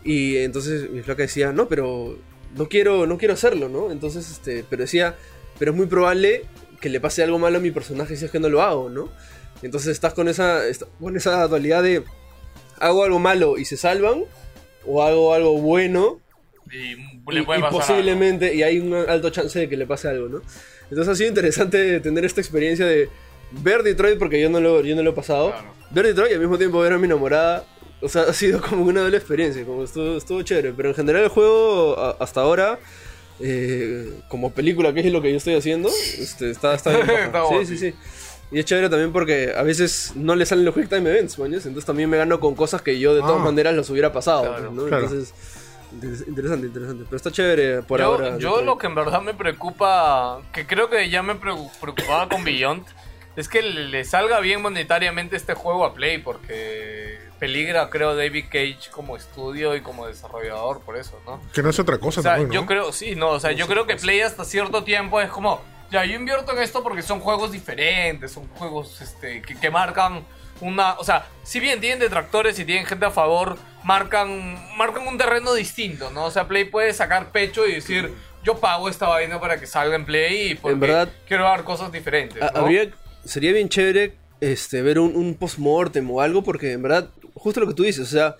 [SPEAKER 3] Y entonces mi flaca decía, no, pero no quiero, no quiero hacerlo, ¿no? Entonces, este, pero decía, pero es muy probable que le pase algo malo a mi personaje si es que no lo hago, ¿no? Entonces estás con esa, est- con esa dualidad de hago algo malo y se salvan, o hago algo bueno
[SPEAKER 1] Y
[SPEAKER 3] y,
[SPEAKER 1] le puede
[SPEAKER 3] y
[SPEAKER 1] pasar.
[SPEAKER 3] posiblemente, y hay un alto chance de que le pase algo, ¿no? Entonces ha sido interesante tener esta experiencia de ver Detroit, porque yo no lo, yo no lo he pasado,
[SPEAKER 1] Claro.
[SPEAKER 3] ver Detroit y al mismo tiempo ver a mi enamorada. O sea, [LAUGHS] ha sido como una doble experiencia, como estuvo, estuvo chévere. Pero en general el juego a- hasta ahora, eh, como película, que es lo que yo estoy haciendo, este, está, está
[SPEAKER 1] [LAUGHS]
[SPEAKER 3] bien. paja.
[SPEAKER 1] Está guapi.
[SPEAKER 3] sí, sí, sí. Y es chévere también porque a veces no le salen los quick time events, mañas. Entonces también me gano con cosas que yo de todas
[SPEAKER 2] Ah.
[SPEAKER 3] maneras los hubiera pasado.
[SPEAKER 1] Claro.
[SPEAKER 3] ¿no?
[SPEAKER 2] Claro.
[SPEAKER 3] Entonces, interes- interesante, interesante. Pero está chévere por
[SPEAKER 1] yo,
[SPEAKER 3] ahora.
[SPEAKER 1] yo lo que en verdad me preocupa, que creo que ya me preu- preocupaba con Beyond, es que le, le salga bien monetariamente este juego a Play, porque peligra, creo, David Cage como estudio y como desarrollador, por eso, ¿no?
[SPEAKER 2] Que no es otra cosa
[SPEAKER 1] O sea,
[SPEAKER 2] tampoco, ¿no?
[SPEAKER 1] yo creo, sí, no, o sea, yo creo que Play hasta cierto tiempo es como, ya, yo invierto en esto porque son juegos diferentes, son juegos este, que, que marcan una, o sea, si bien tienen detractores y tienen gente a favor, marcan, marcan un terreno distinto, ¿no? O sea, Play puede sacar pecho y decir, yo pago esta vaina para que salga en Play y porque
[SPEAKER 3] verdad-
[SPEAKER 1] quiero dar cosas diferentes.
[SPEAKER 3] Ha-
[SPEAKER 1] ¿no?
[SPEAKER 3] Ah, habría- sería bien chévere este, ver un, un post-mortem o algo, porque en verdad, justo lo que tú dices, o sea,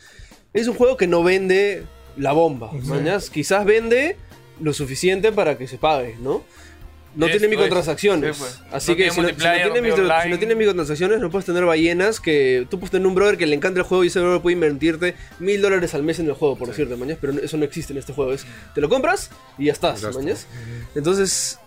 [SPEAKER 3] es un juego que no vende la bomba. mañas. Quizás vende lo suficiente para que se pague, ¿no? No
[SPEAKER 1] Eso
[SPEAKER 3] tiene
[SPEAKER 1] es.
[SPEAKER 3] microtransacciones.
[SPEAKER 1] Sí, pues.
[SPEAKER 3] Así
[SPEAKER 1] No tiene
[SPEAKER 3] que si no, si no
[SPEAKER 1] multiplayer, no
[SPEAKER 3] tiene
[SPEAKER 1] tiene
[SPEAKER 3] micro- si no
[SPEAKER 1] online.
[SPEAKER 3] tiene microtransacciones, no puedes tener ballenas que tú puedes tener un brother que le encanta el juego y ese brother puede invertirte mil dólares al mes en el juego, por decirte, mañas. Pero no- eso no existe en este juego. Es, te lo compras y ya estás,
[SPEAKER 2] Ya está.
[SPEAKER 3] mañas. Entonces,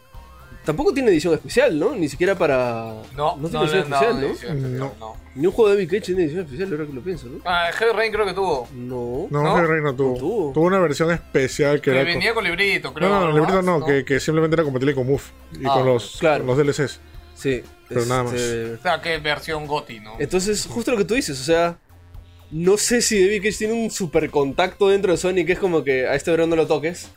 [SPEAKER 3] tampoco tiene edición especial, ¿no? Ni siquiera para.
[SPEAKER 1] No, no,
[SPEAKER 3] tiene
[SPEAKER 1] le
[SPEAKER 3] edición
[SPEAKER 1] han dado
[SPEAKER 3] especial,
[SPEAKER 1] una
[SPEAKER 3] ¿no?
[SPEAKER 1] edición especial,
[SPEAKER 2] No.
[SPEAKER 1] no.
[SPEAKER 3] Ni un juego de David Cage tiene edición especial, ahora que lo pienso, ¿no?
[SPEAKER 1] Ah, Heavy Rain creo que tuvo.
[SPEAKER 3] No.
[SPEAKER 2] No,
[SPEAKER 1] ¿No?
[SPEAKER 2] Heavy Rain no tuvo.
[SPEAKER 3] No tuvo.
[SPEAKER 2] Una versión especial que
[SPEAKER 1] Que
[SPEAKER 2] era.
[SPEAKER 1] venía con librito,
[SPEAKER 2] No,
[SPEAKER 1] creo.
[SPEAKER 2] no, no, el librito no,
[SPEAKER 1] ¿No?
[SPEAKER 2] Que, que simplemente era compatible con Move y
[SPEAKER 1] Ah,
[SPEAKER 2] con, los,
[SPEAKER 3] claro.
[SPEAKER 2] con los DLCs.
[SPEAKER 3] Sí.
[SPEAKER 2] Pero nada más.
[SPEAKER 3] este,
[SPEAKER 1] O sea, que versión GOTI, ¿no?
[SPEAKER 3] Entonces, justo lo que tú dices, o sea. No sé si David Cage tiene un super contacto dentro de Sony que es como que a este verón no lo toques.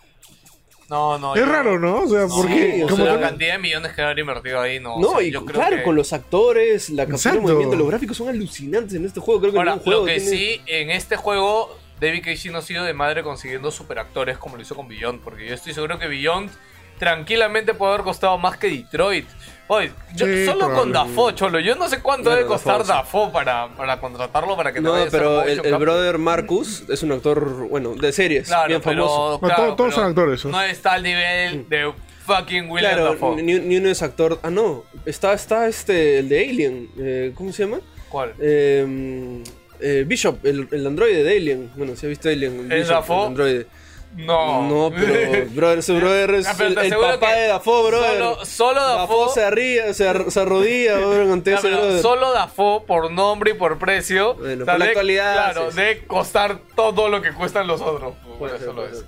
[SPEAKER 1] No, no.
[SPEAKER 2] es
[SPEAKER 1] yo-
[SPEAKER 2] raro, ¿no? O sea, porque.
[SPEAKER 3] Sí, o
[SPEAKER 1] o
[SPEAKER 2] como
[SPEAKER 1] sea,
[SPEAKER 3] tal-
[SPEAKER 1] la cantidad de millones que haber invertido ahí, no. o
[SPEAKER 3] no,
[SPEAKER 1] sea,
[SPEAKER 3] y
[SPEAKER 1] yo creo
[SPEAKER 3] claro,
[SPEAKER 1] que-
[SPEAKER 3] con los actores, la captura de
[SPEAKER 2] Exacto.
[SPEAKER 3] movimiento, los gráficos son alucinantes en este juego. Creo que
[SPEAKER 1] Ahora,
[SPEAKER 3] ningún juego
[SPEAKER 1] lo que
[SPEAKER 3] tiene-
[SPEAKER 1] sí, en este juego, David Cage no ha sido de madre consiguiendo superactores como lo hizo con Beyond, porque yo estoy seguro que Beyond tranquilamente puede haber costado más que Detroit. Oye, yo-
[SPEAKER 2] Sí,
[SPEAKER 1] solo con
[SPEAKER 2] probablemente.
[SPEAKER 1] Dafoe, cholo, yo no sé cuánto
[SPEAKER 3] Bueno,
[SPEAKER 1] debe costar
[SPEAKER 3] Dafoe, sí.
[SPEAKER 1] Dafoe para, para contratarlo para que te
[SPEAKER 3] No,
[SPEAKER 1] vaya a hacer
[SPEAKER 3] pero
[SPEAKER 1] motion
[SPEAKER 3] el, el
[SPEAKER 1] capture.
[SPEAKER 3] brother Marcus es un actor, bueno, de series,
[SPEAKER 1] Claro,
[SPEAKER 3] bien
[SPEAKER 1] pero,
[SPEAKER 3] famoso. Mm.
[SPEAKER 2] No,
[SPEAKER 1] claro,
[SPEAKER 2] todos- todos
[SPEAKER 1] pero
[SPEAKER 2] son actores, ¿no?
[SPEAKER 1] No está al nivel de fucking William
[SPEAKER 3] Claro,
[SPEAKER 1] Dafoe.
[SPEAKER 3] ni, ni uno es actor. Ah, no. Está, está este, el de Alien. eh, ¿Cómo se llama?
[SPEAKER 1] ¿Cuál?
[SPEAKER 3] Eh, eh, Bishop, el, el androide de Alien. Bueno, si ha visto Alien.
[SPEAKER 1] ¿Es
[SPEAKER 3] Bishop,
[SPEAKER 1] Dafoe?
[SPEAKER 3] el androide.
[SPEAKER 1] No. [LAUGHS]
[SPEAKER 3] No, pero, brother, ese brother es
[SPEAKER 1] Ah, pero
[SPEAKER 3] el,
[SPEAKER 1] te
[SPEAKER 3] el
[SPEAKER 1] aseguro
[SPEAKER 3] papá
[SPEAKER 1] que
[SPEAKER 3] de Dafoe, brother.
[SPEAKER 1] Solo, solo
[SPEAKER 3] Dafoe,
[SPEAKER 1] Dafoe
[SPEAKER 3] se arría, se, ar-
[SPEAKER 1] [LAUGHS]
[SPEAKER 3] se arrodilla, brother, ante
[SPEAKER 1] Ya,
[SPEAKER 3] ese
[SPEAKER 1] pero
[SPEAKER 3] brother.
[SPEAKER 1] solo Dafoe por nombre y por precio.
[SPEAKER 3] Bueno,
[SPEAKER 1] o sea,
[SPEAKER 3] por la
[SPEAKER 1] de-
[SPEAKER 3] actualidad,
[SPEAKER 1] Claro,
[SPEAKER 3] sí, sí.
[SPEAKER 1] de costar todo lo que cuestan los otros. Bueno,
[SPEAKER 3] Puede ser,
[SPEAKER 1] eso lo
[SPEAKER 3] puede
[SPEAKER 1] es.
[SPEAKER 3] ser.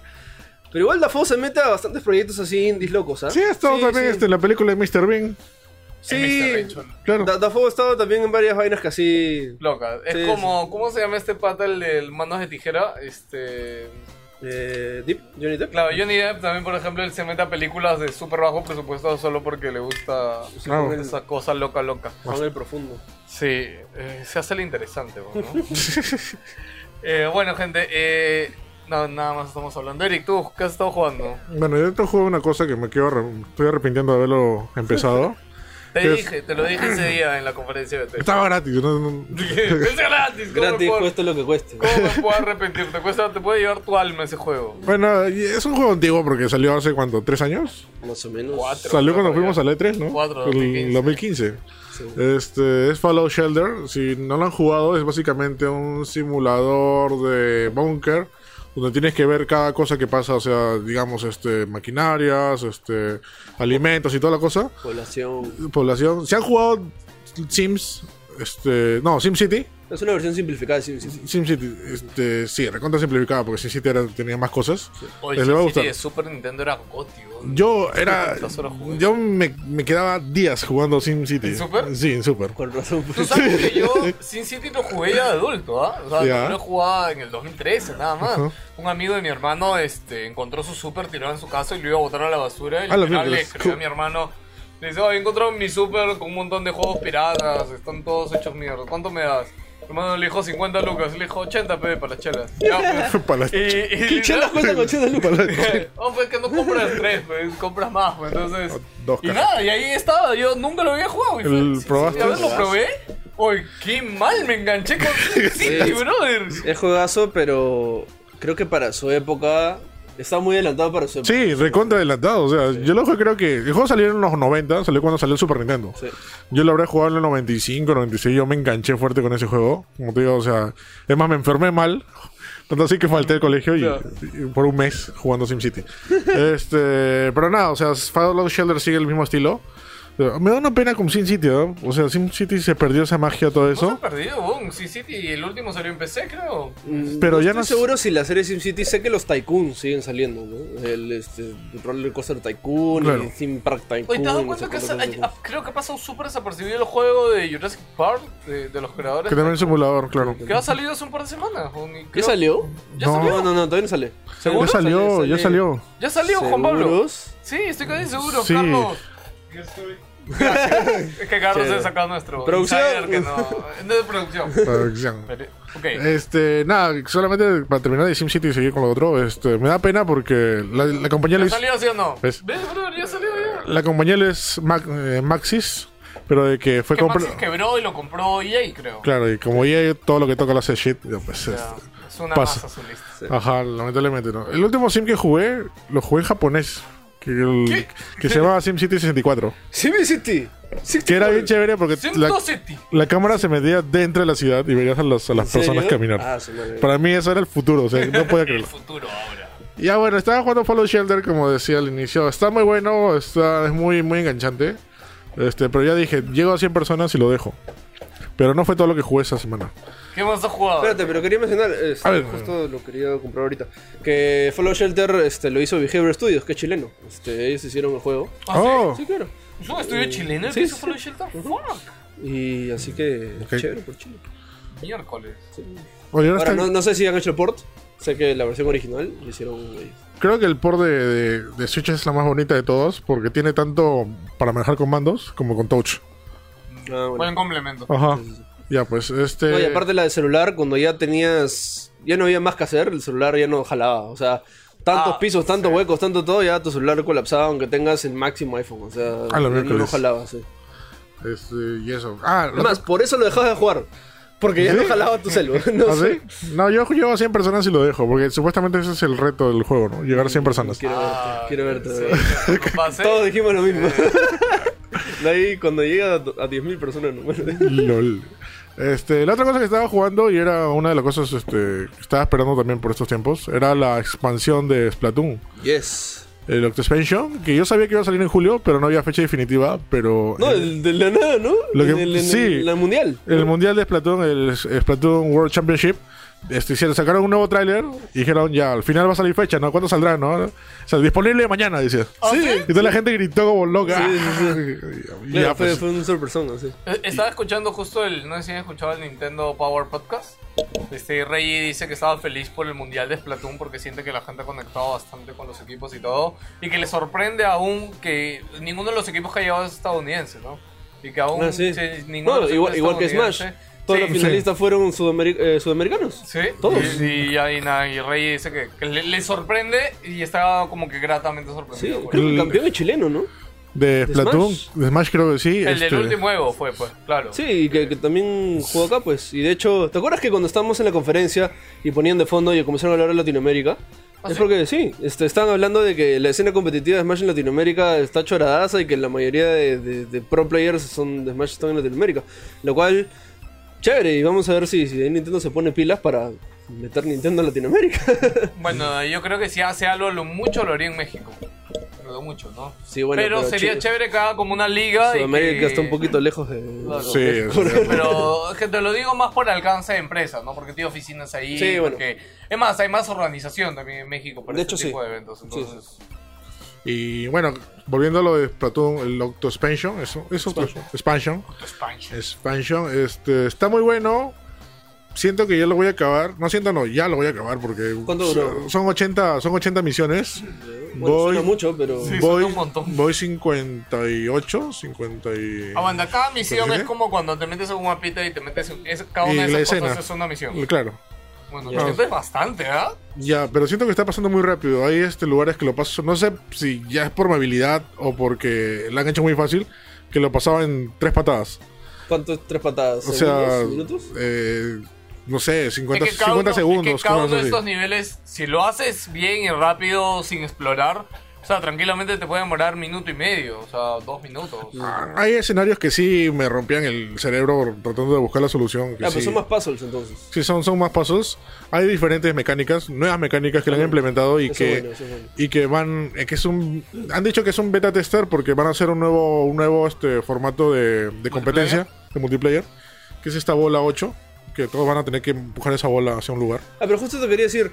[SPEAKER 3] Pero igual Dafoe se mete a bastantes proyectos así indies locos, ¿ah?
[SPEAKER 2] Sí, ha estado también
[SPEAKER 3] sí.
[SPEAKER 2] este, en la película de Mr. Bean.
[SPEAKER 1] Mr.
[SPEAKER 3] Sí,
[SPEAKER 1] Rachel.
[SPEAKER 2] Claro.
[SPEAKER 3] Da- Dafoe ha estado también en varias vainas que así.
[SPEAKER 1] Loca. Es
[SPEAKER 3] Sí,
[SPEAKER 1] como. ¿Cómo se llama este pata, el, del manos de tijera? Este.
[SPEAKER 3] Eh, Deep, Johnny Depp.
[SPEAKER 1] Claro, Johnny Depp también, por ejemplo, él se mete a películas de súper bajo presupuesto solo porque le gusta
[SPEAKER 3] Sí,
[SPEAKER 2] Claro.
[SPEAKER 3] con el-
[SPEAKER 1] esa cosa loca, loca.
[SPEAKER 3] Con el profundo.
[SPEAKER 1] Sí, eh, se hace lo interesante, ¿no?
[SPEAKER 3] [LAUGHS]
[SPEAKER 1] Eh, bueno, gente, eh, no, nada más estamos hablando. Eric, ¿tú qué has estado jugando?
[SPEAKER 2] Bueno, yo te juego una cosa que me quedo arre- estoy arrepintiendo de haberlo
[SPEAKER 1] [LAUGHS]
[SPEAKER 2] empezado.
[SPEAKER 1] Te
[SPEAKER 2] ¿Qué es?
[SPEAKER 1] dije, te lo dije ese día en la conferencia de
[SPEAKER 2] [LAUGHS]
[SPEAKER 1] Tesla.
[SPEAKER 2] Estaba gratis. no- no-
[SPEAKER 1] es gratis, ¿cómo me
[SPEAKER 3] Gratis,
[SPEAKER 1] puedo-
[SPEAKER 3] cuesta lo que cueste.
[SPEAKER 1] ¿Cómo me puedo arrepentir? Te, cuesta, te puede llevar tu alma ese juego.
[SPEAKER 2] Bueno, y es un juego antiguo porque salió hace cuánto, tres años.
[SPEAKER 3] Más o menos.
[SPEAKER 1] Cuatro.
[SPEAKER 2] salió cuando
[SPEAKER 1] creo,
[SPEAKER 2] fuimos
[SPEAKER 1] ya.
[SPEAKER 2] al E3, ¿no?
[SPEAKER 1] Cuatro, 2015.
[SPEAKER 2] El 2015.
[SPEAKER 3] Sí.
[SPEAKER 2] Este es Fallout Shelter. Si no lo han jugado, es básicamente un simulador de bunker donde tienes que ver cada cosa que pasa, o sea, digamos, este, maquinarias, este, alimentos y toda la cosa.
[SPEAKER 3] Población.
[SPEAKER 2] Población. ¿Se han jugado Sims? Este, no, SimCity.
[SPEAKER 3] Es una versión simplificada, sí, sí, sí.
[SPEAKER 2] SimCity, este, sí, recontra simplificada porque SimCity era- tenía más cosas.
[SPEAKER 1] Oye,
[SPEAKER 2] Les va a
[SPEAKER 1] sí, sí,
[SPEAKER 2] gustar.
[SPEAKER 1] de Super Nintendo era gótico.
[SPEAKER 2] Yo era.
[SPEAKER 1] ¿Cuántas horas jugué?
[SPEAKER 2] Yo me, me quedaba días jugando SimCity.
[SPEAKER 1] ¿En Super?
[SPEAKER 2] Sí, en Super. [LAUGHS]
[SPEAKER 3] Con razón. pues.
[SPEAKER 1] Tú sabes que yo Sin City lo jugué ya de adulto, ¿ah? O sea,
[SPEAKER 2] Ya.
[SPEAKER 1] yo lo jugaba en el 2013, nada más.
[SPEAKER 2] Ujú.
[SPEAKER 1] Un amigo de mi hermano este, encontró su super tirado en su casa y lo iba a botar a la basura. Y
[SPEAKER 2] A la
[SPEAKER 1] literal
[SPEAKER 2] mierda.
[SPEAKER 1] le escribió a mi hermano. Le dice, oh, he encontrado mi super con un montón de juegos piratas, están todos hechos mierda. ¿Cuánto me das? Mi hermano le dijo 50 lucas, le dijo 80 p para las
[SPEAKER 2] [LAUGHS]
[SPEAKER 1] chelas. Ya, pues.
[SPEAKER 2] Para la-
[SPEAKER 1] Y, y-
[SPEAKER 3] [LAUGHS] ¿Qué chelas cuesta con chelas, Lucas? [LAUGHS]
[SPEAKER 2] para la-
[SPEAKER 1] Oh, pues que no compras tres, pues, compras más, pues, entonces.
[SPEAKER 2] Dos
[SPEAKER 1] Y
[SPEAKER 2] cajas.
[SPEAKER 1] nada, y ahí estaba, yo nunca lo había jugado. y fue-
[SPEAKER 2] El-
[SPEAKER 1] sí, sí,
[SPEAKER 2] ¿probaste?
[SPEAKER 1] a ver, lo probé. Uy, qué mal me enganché
[SPEAKER 2] [LAUGHS]
[SPEAKER 1] con City, brother.
[SPEAKER 3] Es juegazo, pero creo que para su época está muy adelantado para su época.
[SPEAKER 2] Sí, recontra adelantado. O sea, yo lo jugué, creo que. El juego salió en los 90, salió cuando salió el Super Nintendo.
[SPEAKER 3] Sí.
[SPEAKER 2] Yo lo habré jugado en el 95, 96. Yo me enganché fuerte con ese juego. Como te digo, o sea. Es más, me enfermé mal. Tanto así que falté al colegio y,
[SPEAKER 1] Claro.
[SPEAKER 2] y por un mes jugando SimCity. este, pero nada, o sea, Fallout Shelter sigue el mismo estilo. Me da una pena con SimCity, ¿no? O sea, SimCity se perdió esa magia, todo
[SPEAKER 1] No se ha
[SPEAKER 2] eso.
[SPEAKER 1] perdido, boom. Sin City, el último salió en PC, creo.
[SPEAKER 3] Mm,
[SPEAKER 2] Pero ya
[SPEAKER 3] estoy
[SPEAKER 2] no-
[SPEAKER 3] seguro si la serie SimCity sé que los Tycoon siguen saliendo, ¿no? El este, Roller Coaster Tycoon,
[SPEAKER 2] Claro.
[SPEAKER 3] el Theme Park Tycoon.
[SPEAKER 1] Oye, ¿te has dado
[SPEAKER 3] no sé
[SPEAKER 1] cuenta que
[SPEAKER 3] cuántas
[SPEAKER 1] ha-
[SPEAKER 3] cosas.
[SPEAKER 1] ha- creo que ha pasado súper desapercibido el juego de Jurassic Park, de, de los creadores?
[SPEAKER 2] Que también es simulador, claro.
[SPEAKER 1] Que ha salido hace un par de semanas. o ni-
[SPEAKER 3] ¿Ya
[SPEAKER 1] creo-
[SPEAKER 3] salió?
[SPEAKER 1] ¿Ya
[SPEAKER 2] No.
[SPEAKER 1] salió?
[SPEAKER 3] No, no, no, todavía no sale.
[SPEAKER 1] ¿Seguro?
[SPEAKER 2] Ya salió, ya salió.
[SPEAKER 1] ¿Ya salió, Juan Pablo?
[SPEAKER 3] ¿Seguros?
[SPEAKER 1] Sí, estoy casi seguro,
[SPEAKER 2] Sí.
[SPEAKER 1] Carlos. Gracias. Es que Carlos
[SPEAKER 3] Chévere.
[SPEAKER 1] se sacó nuestro.
[SPEAKER 3] Producción.
[SPEAKER 1] insider Que no, no es de producción.
[SPEAKER 2] Producción.
[SPEAKER 1] Pero, ok.
[SPEAKER 2] Este, nada, solamente para terminar de SimCity y seguir con lo otro, este, me da pena porque la, la compañía
[SPEAKER 1] ¿Ya
[SPEAKER 2] les,
[SPEAKER 1] salió, sí o no?
[SPEAKER 2] ¿Ves?
[SPEAKER 1] ¿Ves, brother? Ya salió, ya.
[SPEAKER 2] la compañía les Mac- eh, Maxis, pero de que fue
[SPEAKER 1] Que
[SPEAKER 2] compra-
[SPEAKER 1] Maxis quebró y lo compró EA, creo.
[SPEAKER 2] Claro, y como ya todo lo que toca lo hace shit, ya, pues,
[SPEAKER 1] O sea,
[SPEAKER 2] este,
[SPEAKER 1] es una
[SPEAKER 2] Pasa.
[SPEAKER 1] masa su lista.
[SPEAKER 2] ajá, lamentablemente no. El último sim que jugué, lo jugué en japonés, que, el-
[SPEAKER 1] ¿Qué?
[SPEAKER 2] que se llamaba SimCity 64,
[SPEAKER 3] SimCity.
[SPEAKER 2] que era bien chévere porque la,
[SPEAKER 1] Simto City.
[SPEAKER 2] la cámara se metía dentro de la ciudad y veías a, los- a las personas caminar.
[SPEAKER 3] Ah, sí, madre.
[SPEAKER 2] Para mí eso era el futuro, o sea, no podía
[SPEAKER 1] El
[SPEAKER 2] creerlo.
[SPEAKER 3] [LAUGHS]
[SPEAKER 1] futuro ahora.
[SPEAKER 2] Ya bueno, estaba jugando Fallout Shelter, como decía al inicio. Está muy bueno, está, es muy, muy enganchante. Este, pero ya dije, llego a 100 personas y lo dejo. Pero no fue todo lo que jugué esa semana.
[SPEAKER 1] ¿Qué más has jugado?
[SPEAKER 3] Espérate, pero quería mencionar, este,
[SPEAKER 2] A ver.
[SPEAKER 3] justo lo quería comprar ahorita, que Fallout Shelter este, lo hizo Behavior Studios, que es chileno. Este, ellos hicieron el juego.
[SPEAKER 1] ¿Ah,
[SPEAKER 2] oh,
[SPEAKER 3] Sí, claro.
[SPEAKER 1] ¿Es un estudio chileno el
[SPEAKER 3] sí,
[SPEAKER 1] que hizo
[SPEAKER 3] sí.
[SPEAKER 1] Follow Shelter? Fuck.
[SPEAKER 3] Y así que
[SPEAKER 2] Ok.
[SPEAKER 3] chévere por Chile.
[SPEAKER 1] Miércoles.
[SPEAKER 2] oye, ahora
[SPEAKER 3] Ahora
[SPEAKER 2] está-
[SPEAKER 3] no, no sé si han hecho el port, sé que la versión original lo hicieron ellos.
[SPEAKER 2] creo que el port de, de- de Switch es la más bonita de todos porque tiene tanto para manejar comandos como con touch.
[SPEAKER 3] Ah, bueno.
[SPEAKER 1] Buen complemento.
[SPEAKER 2] Ajá. Ya, pues este.
[SPEAKER 3] No, y aparte la de celular, cuando ya tenías, ya no había más que hacer, el celular ya no jalaba, o sea... Tantos
[SPEAKER 1] Ah,
[SPEAKER 3] pisos, tantos huecos, tanto todo, ya tu celular colapsaba aunque tengas el máximo iPhone. O sea,
[SPEAKER 2] A la
[SPEAKER 3] no, no
[SPEAKER 2] miércoles.
[SPEAKER 3] jalaba, sí.
[SPEAKER 2] este, y eso. Ah, lo-
[SPEAKER 3] Además, por eso lo dejabas de jugar. Porque ya no
[SPEAKER 2] ¿Sí?
[SPEAKER 3] jalaba tu celu. [LAUGHS] No
[SPEAKER 2] ¿Ah,
[SPEAKER 3] sé.
[SPEAKER 2] sí? No, yo llevo a 100 personas y lo dejo porque supuestamente ese es el reto del juego, ¿no? Llegar a 100 personas.
[SPEAKER 3] Quiero
[SPEAKER 1] Ah,
[SPEAKER 3] verte, quiero verte.
[SPEAKER 1] sí,
[SPEAKER 3] bro.
[SPEAKER 1] claro, no pase.
[SPEAKER 3] Todos dijimos lo mismo. [LAUGHS] De ahí, cuando llega a 10.000 personas, no [LAUGHS] muerde.
[SPEAKER 2] LOL. Este, la otra cosa que estaba jugando y era una de las cosas este, que estaba esperando también por estos tiempos era la expansión de Splatoon,
[SPEAKER 3] Yes.
[SPEAKER 2] el Octo Expansion, que yo sabía que iba a salir en julio, pero no había fecha definitiva, pero
[SPEAKER 3] No,
[SPEAKER 2] el,
[SPEAKER 3] el de la nada, ¿no?
[SPEAKER 2] Lo que-
[SPEAKER 3] El- el- el-
[SPEAKER 2] sí.
[SPEAKER 3] La mundial.
[SPEAKER 2] el mundial de Splatoon, el S- Splatoon World Championship, Este, hicieron- sacaron un nuevo tráiler y dijeron, ya, al final va a salir fecha, ¿no? ¿Cuándo saldrá, no? O sea, disponible mañana, dice.
[SPEAKER 1] ¿Ah, sí?
[SPEAKER 2] Y toda la gente gritó como loca.
[SPEAKER 3] Sí,
[SPEAKER 2] Y
[SPEAKER 3] Claro,
[SPEAKER 2] [LAUGHS] ya,
[SPEAKER 3] fue,
[SPEAKER 2] pues,
[SPEAKER 3] fue un sorpresón, así.
[SPEAKER 1] Eh, Estaba escuchando justo el. No sé si han escuchado el Nintendo Power Podcast. Este Reggie dice que estaba feliz por el mundial de Splatoon porque siente que la gente ha conectado bastante con los equipos y todo. Y que le sorprende aún que ninguno de los equipos que ha llegado es estadounidense, ¿no? Y que aún.
[SPEAKER 3] Ah, sí.
[SPEAKER 1] sí, ninguno de
[SPEAKER 3] No,
[SPEAKER 1] los
[SPEAKER 3] igual,
[SPEAKER 1] equipos
[SPEAKER 3] igual que Smash.
[SPEAKER 1] estadounidense-
[SPEAKER 3] Todos
[SPEAKER 1] Sí,
[SPEAKER 3] los finalistas fueron sudameri- eh, sudamericanos.
[SPEAKER 1] Sí,
[SPEAKER 3] Todos.
[SPEAKER 1] Y, y, ahí nada, y Rey dice que, que le, le sorprende y está como que gratamente
[SPEAKER 3] Sí,
[SPEAKER 1] sorprendido.
[SPEAKER 3] creo
[SPEAKER 1] güey.
[SPEAKER 3] que el
[SPEAKER 2] El-
[SPEAKER 3] campeón es chileno, ¿no?
[SPEAKER 2] de Splatoon,
[SPEAKER 3] Smash?
[SPEAKER 2] de Smash creo que sí.
[SPEAKER 1] El
[SPEAKER 2] este,
[SPEAKER 1] del último juego fue, pues, claro.
[SPEAKER 3] Sí, y que, que también jugó acá, pues. Y de hecho, ¿te acuerdas que cuando estábamos en la conferencia y ponían de fondo y comenzaron a hablar de Latinoamérica?
[SPEAKER 1] ¿Ah,
[SPEAKER 3] es porque sí, este, estaban hablando de que la escena competitiva de Smash en Latinoamérica está choradaza y que la mayoría de, de- de pro players son de Smash están en Latinoamérica. Lo cual, chévere, y vamos a ver si, si ahí Nintendo se pone pilas para meter Nintendo
[SPEAKER 1] [LAUGHS]
[SPEAKER 3] a Latinoamérica.
[SPEAKER 1] Bueno, yo creo que si hace algo, lo mucho lo haría en México. Lo mucho, ¿no?
[SPEAKER 3] Sí, bueno,
[SPEAKER 1] pero,
[SPEAKER 3] pero
[SPEAKER 1] sería
[SPEAKER 3] chi-
[SPEAKER 1] chévere que haga como una liga. y
[SPEAKER 3] Sudamérica
[SPEAKER 1] que-
[SPEAKER 3] está un poquito lejos de...
[SPEAKER 1] Claro.
[SPEAKER 2] Sí,
[SPEAKER 3] [LAUGHS]
[SPEAKER 2] es cierto.
[SPEAKER 1] Pero es que te lo digo más por alcance de empresas, ¿no? Porque tiene oficinas ahí.
[SPEAKER 3] Sí, bueno.
[SPEAKER 1] porque- Es más, hay más organización también en México para
[SPEAKER 3] De
[SPEAKER 1] este
[SPEAKER 3] hecho,
[SPEAKER 1] tipo
[SPEAKER 3] sí.
[SPEAKER 1] de eventos.
[SPEAKER 3] Sí, sí.
[SPEAKER 1] Entonces,
[SPEAKER 2] Y bueno, volviendo a lo de Splatoon, el Octo Expansion, eso, eso expansion. expansion.
[SPEAKER 1] expansion.
[SPEAKER 2] Expansion, este, está muy bueno. Siento que ya lo voy a acabar. No siento, no, ya lo voy a acabar porque
[SPEAKER 3] ¿Cuánto duró?
[SPEAKER 2] so- son 80, son 80 misiones.
[SPEAKER 3] Bueno,
[SPEAKER 2] Voy-
[SPEAKER 3] suena mucho, pero...
[SPEAKER 1] Sí.
[SPEAKER 2] voy,
[SPEAKER 1] son un montón.
[SPEAKER 2] voy 58, 50 y...
[SPEAKER 1] Ah, bueno, cada misión
[SPEAKER 2] ¿Pero
[SPEAKER 1] es
[SPEAKER 2] qué?
[SPEAKER 1] como cuando te metes en un mapita y te metes en... es- cada
[SPEAKER 2] Y
[SPEAKER 1] una de
[SPEAKER 2] la
[SPEAKER 1] esas
[SPEAKER 2] escena.
[SPEAKER 1] cosas es una misión.
[SPEAKER 2] Claro.
[SPEAKER 1] Bueno,
[SPEAKER 3] Ya.
[SPEAKER 1] esto es bastante, ¿ah?
[SPEAKER 2] Ya, pero siento que está pasando muy rápido. Hay este lugares que lo paso, no sé si ya es por mi habilidad o porque la han hecho muy fácil, que lo pasaba en tres patadas.
[SPEAKER 3] ¿Cuánto? ¿Tres patadas?
[SPEAKER 2] O sea,
[SPEAKER 3] ¿Segundos? ¿Minutos?
[SPEAKER 2] eh, no sé, 50,
[SPEAKER 1] Es que cada
[SPEAKER 2] 50
[SPEAKER 1] uno-
[SPEAKER 2] segundos.
[SPEAKER 1] es que cada
[SPEAKER 2] cosas
[SPEAKER 1] uno de
[SPEAKER 2] así.
[SPEAKER 1] estos niveles, si lo haces bien y rápido, sin explorar, o sea, tranquilamente te puede demorar minuto y medio, o sea, dos minutos.
[SPEAKER 2] Ah, Hay escenarios que sí me rompían el cerebro tratando de buscar la solución. que
[SPEAKER 3] Ah,
[SPEAKER 2] sí.
[SPEAKER 3] pues son más puzzles entonces.
[SPEAKER 2] Sí, son, son más pasos. Hay diferentes mecánicas, nuevas mecánicas que le han implementado y
[SPEAKER 3] Eso
[SPEAKER 2] que,
[SPEAKER 3] es bueno, eso es bueno.
[SPEAKER 2] y que van, eh, que es un, han dicho que es un beta tester porque van a hacer un nuevo, un nuevo este formato de, de competencia de multiplayer, que es esta bola 8, que todos van a tener que empujar esa bola hacia un lugar.
[SPEAKER 3] Ah, pero justo te quería decir.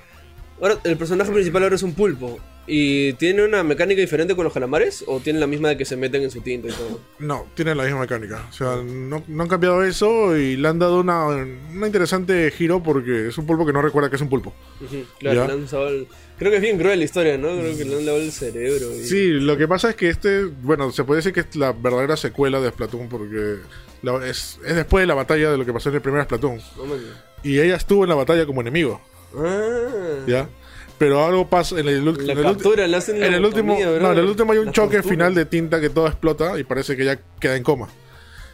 [SPEAKER 3] Ahora, el personaje principal ahora es un pulpo. ¿Y tiene una mecánica diferente con los calamares? ¿O tiene la misma de que se meten en su tinta y todo?
[SPEAKER 2] No, tienen la misma mecánica. O sea, no, no han cambiado eso y le han dado una, una interesante giro porque es un pulpo que no recuerda que es un pulpo.
[SPEAKER 3] [LAUGHS] Ujú, claro,
[SPEAKER 2] Ya.
[SPEAKER 3] le han usado el- Creo que es bien cruel la historia, ¿no? Creo que le han lavado el cerebro. y-
[SPEAKER 2] Sí, lo que pasa es que este, bueno, se puede decir que es la verdadera secuela de Splatoon porque la- es, es después de la batalla de lo que pasó en el primer Splatoon.
[SPEAKER 3] No man.
[SPEAKER 2] Y ella estuvo en la batalla como enemigo,
[SPEAKER 3] Ah.
[SPEAKER 2] ¿ya? Pero algo pasa en el, ult-
[SPEAKER 3] La
[SPEAKER 2] en el ult-
[SPEAKER 3] captura, le hacen la
[SPEAKER 2] en el último,
[SPEAKER 3] lobotomía,
[SPEAKER 2] no, en el
[SPEAKER 3] brother.
[SPEAKER 2] último hay un
[SPEAKER 3] La
[SPEAKER 2] choque
[SPEAKER 3] tortura.
[SPEAKER 2] final de tinta que todo explota y parece que ella queda en coma.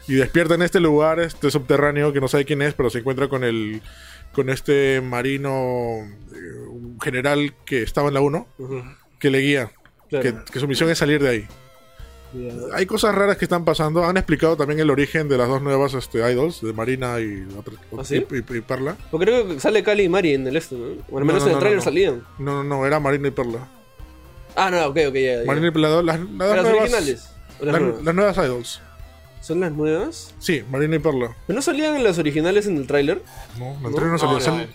[SPEAKER 2] Y despierta en este lugar, este subterráneo que no sabe quién es, pero se encuentra con el con este marino eh, un general que estaba en la 1,
[SPEAKER 3] Ujú,
[SPEAKER 2] que le guía,
[SPEAKER 3] Claro.
[SPEAKER 2] que- que su misión es salir de ahí.
[SPEAKER 3] ya.
[SPEAKER 2] Hay cosas raras que están pasando. Han explicado también el origen de las dos nuevas este, idols, de Marina y, la otra-
[SPEAKER 3] ¿Ah, sí?
[SPEAKER 2] y- y- y Perla.
[SPEAKER 3] Porque creo que sale Cali y Mari en el este, ¿no? O al menos
[SPEAKER 2] No, no,
[SPEAKER 3] en el
[SPEAKER 2] no,
[SPEAKER 3] trailer
[SPEAKER 2] no.
[SPEAKER 3] salían.
[SPEAKER 2] No, no, no, era Marina y Perla.
[SPEAKER 3] Ah, no, ok, ok, ya. ya.
[SPEAKER 2] Marina y Perla, las, las dos
[SPEAKER 3] ¿Las
[SPEAKER 2] nuevas,
[SPEAKER 3] originales? ¿O las
[SPEAKER 2] las-
[SPEAKER 3] nuevas?
[SPEAKER 2] las nuevas idols.
[SPEAKER 3] ¿Son las nuevas?
[SPEAKER 2] Sí, Marina y Perla.
[SPEAKER 3] ¿Pero no salían en las originales en el tráiler?
[SPEAKER 2] No, la anterior no,
[SPEAKER 3] No, eh.
[SPEAKER 2] salió.
[SPEAKER 1] no,
[SPEAKER 2] Sal-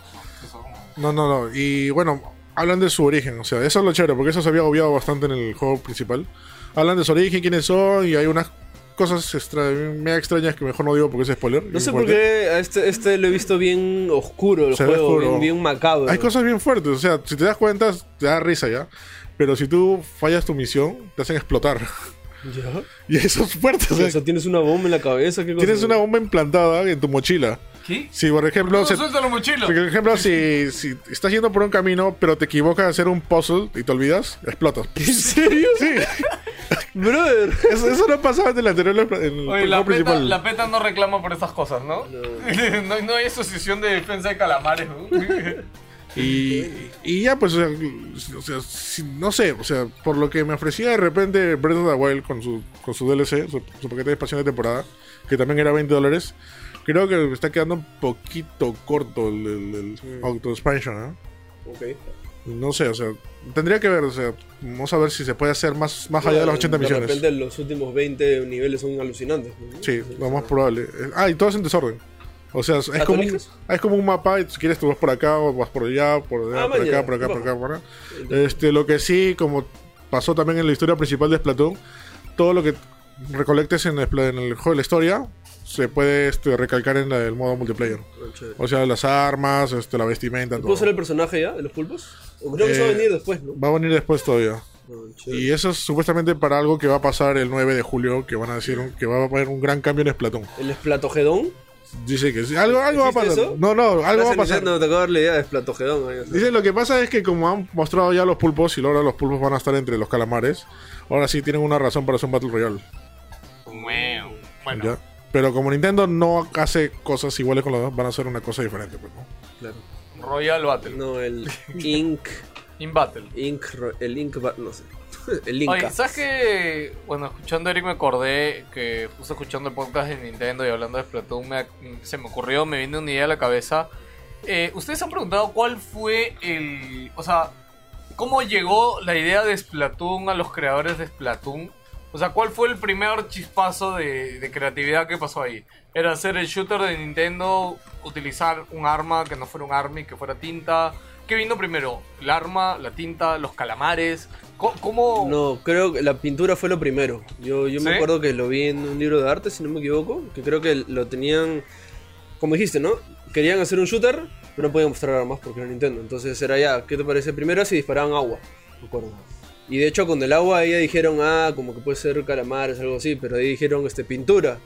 [SPEAKER 1] no, no.
[SPEAKER 2] No, no, no. Y bueno, hablan de su origen. O sea, eso es lo chévere, porque eso se había obviado bastante en el juego principal. Hablan de su origen, quiénes son, y hay unas cosas extra, media extrañas que mejor no digo porque es spoiler.
[SPEAKER 3] No
[SPEAKER 2] y
[SPEAKER 3] sé por
[SPEAKER 2] fuerte.
[SPEAKER 3] qué a este, este lo he visto bien oscuro el
[SPEAKER 2] Se ve
[SPEAKER 3] juego,
[SPEAKER 2] oscuro.
[SPEAKER 3] Bien, bien macabro.
[SPEAKER 2] Hay cosas bien fuertes, o sea, si te das cuenta, te da risa ya. Pero si tú fallas tu misión, te hacen explotar. [LAUGHS]
[SPEAKER 3] ¿Ya?
[SPEAKER 2] Y eso es fuerte. o sea,
[SPEAKER 3] O sea, tienes una bomba en la cabeza. ¿qué cosa?
[SPEAKER 2] tienes una bomba implantada en tu mochila.
[SPEAKER 1] ¿Qué?
[SPEAKER 2] Si, por ejemplo,
[SPEAKER 1] No,
[SPEAKER 2] se-
[SPEAKER 1] suelta la mochila.
[SPEAKER 2] por ejemplo si, si estás yendo por un camino, pero te equivocas a hacer un puzzle y te olvidas, explotas.
[SPEAKER 3] ¿En serio?
[SPEAKER 2] Sí,
[SPEAKER 3] Brother.
[SPEAKER 2] eso, eso no pasaba en el anterior, en el
[SPEAKER 1] Oye, la PETA,
[SPEAKER 2] juego principal.
[SPEAKER 1] la PETA no reclama por esas cosas, ¿no? No, [LAUGHS] no hay asociación de defensa de calamares.
[SPEAKER 2] [LAUGHS]
[SPEAKER 1] ¿no?
[SPEAKER 2] Y, y ya, pues, o sea, o sea, si- no sé, o sea, por lo que me ofrecía de repente Breath of the Wild con su, con su DLC, su, su paquete de expansión de temporada, que también era 20 dólares, creo que está quedando un poquito corto el, el- el Auto Expansion, ¿no?
[SPEAKER 3] Ok.
[SPEAKER 2] No sé, o sea, tendría que ver, o sea, vamos a ver si se puede hacer más, más allá de las 80
[SPEAKER 3] De
[SPEAKER 2] millones.
[SPEAKER 3] repente los últimos 20 niveles son alucinantes. ¿no?
[SPEAKER 2] Sí, lo más probable. Eh, Ah, y todo es en desorden. O sea, es como, un,
[SPEAKER 3] eliges?
[SPEAKER 2] es como un mapa y si quieres tú vas por acá, o vas por allá, por allá,
[SPEAKER 3] Ah,
[SPEAKER 2] por,
[SPEAKER 3] mañana.
[SPEAKER 2] acá, por acá, por acá,
[SPEAKER 3] Vamos.
[SPEAKER 2] por acá. Este, lo que sí, como pasó también en la historia principal de Splatoon, todo lo que recolectes en el, pla- en el juego de la historia se puede este, recalcar en la- el modo multiplayer.
[SPEAKER 3] Chévere.
[SPEAKER 2] O sea, las armas, este, la vestimenta, todo.
[SPEAKER 3] ¿Puedo ser el personaje ya de los pulpos? O creo que eso va a
[SPEAKER 2] Eh,
[SPEAKER 3] venir después, ¿no?
[SPEAKER 2] Va a venir después todavía.
[SPEAKER 3] Ah, chévere.
[SPEAKER 2] Y eso es supuestamente para algo que va a pasar el 9 de julio, que van a decir un- que va a haber un gran cambio en Splatoon.
[SPEAKER 3] ¿El Esplatogedón?
[SPEAKER 2] Dice que sí. algo, algo va a
[SPEAKER 3] ¿Existe
[SPEAKER 2] pasar.
[SPEAKER 3] eso?
[SPEAKER 2] No, no, algo va a
[SPEAKER 3] Gracias,
[SPEAKER 2] pasar.
[SPEAKER 3] Nintendo, te acabo de dar la idea de Esplatogedón. ahí, o sea.
[SPEAKER 2] Dice, lo que pasa es que como han mostrado ya los pulpos y ahora los pulpos van a estar entre los calamares, ahora sí tienen una razón para hacer un Battle Royale.
[SPEAKER 1] Bueno,
[SPEAKER 2] ¿ya? Pero como Nintendo no hace cosas iguales con los dos, van a hacer una cosa diferente. pues, ¿no?
[SPEAKER 3] Claro.
[SPEAKER 1] Royal Battle.
[SPEAKER 3] No,
[SPEAKER 2] [LAUGHS]
[SPEAKER 3] el Ink.
[SPEAKER 1] In Battle.
[SPEAKER 3] Ink. Ro- El Ink. Ba- No sé. El
[SPEAKER 1] Oye,
[SPEAKER 3] Inca.
[SPEAKER 1] ¿sabes qué? Bueno, escuchando a Eric me acordé que justo escuchando el podcast de Nintendo y hablando de Splatoon me ac- se me ocurrió, me vino una idea a la cabeza. Eh, Ustedes se han preguntado cuál fue el... O sea, ¿cómo llegó la idea de Splatoon a los creadores de Splatoon? O sea, ¿cuál fue el primer chispazo de, de creatividad que pasó ahí? Era hacer el shooter de Nintendo, utilizar un arma que no fuera un army, que fuera tinta. ¿Qué vino primero? ¿El arma, la tinta, los calamares? Co- ¿Cómo,
[SPEAKER 3] No, creo que la pintura fue lo primero. Yo, yo me
[SPEAKER 1] Oh. ¿Sí?
[SPEAKER 3] acuerdo que lo vi en un libro de arte, si no me equivoco, que creo que lo tenían, como dijiste, ¿no? Querían hacer un shooter, pero no podían mostrar armas porque era Nintendo. Entonces era ya, ¿qué te parece? Primero si disparaban agua, me acuerdo. Y de hecho con el agua ahí ya dijeron, ah, como que puede ser calamares, algo así, pero ahí dijeron, este, pintura.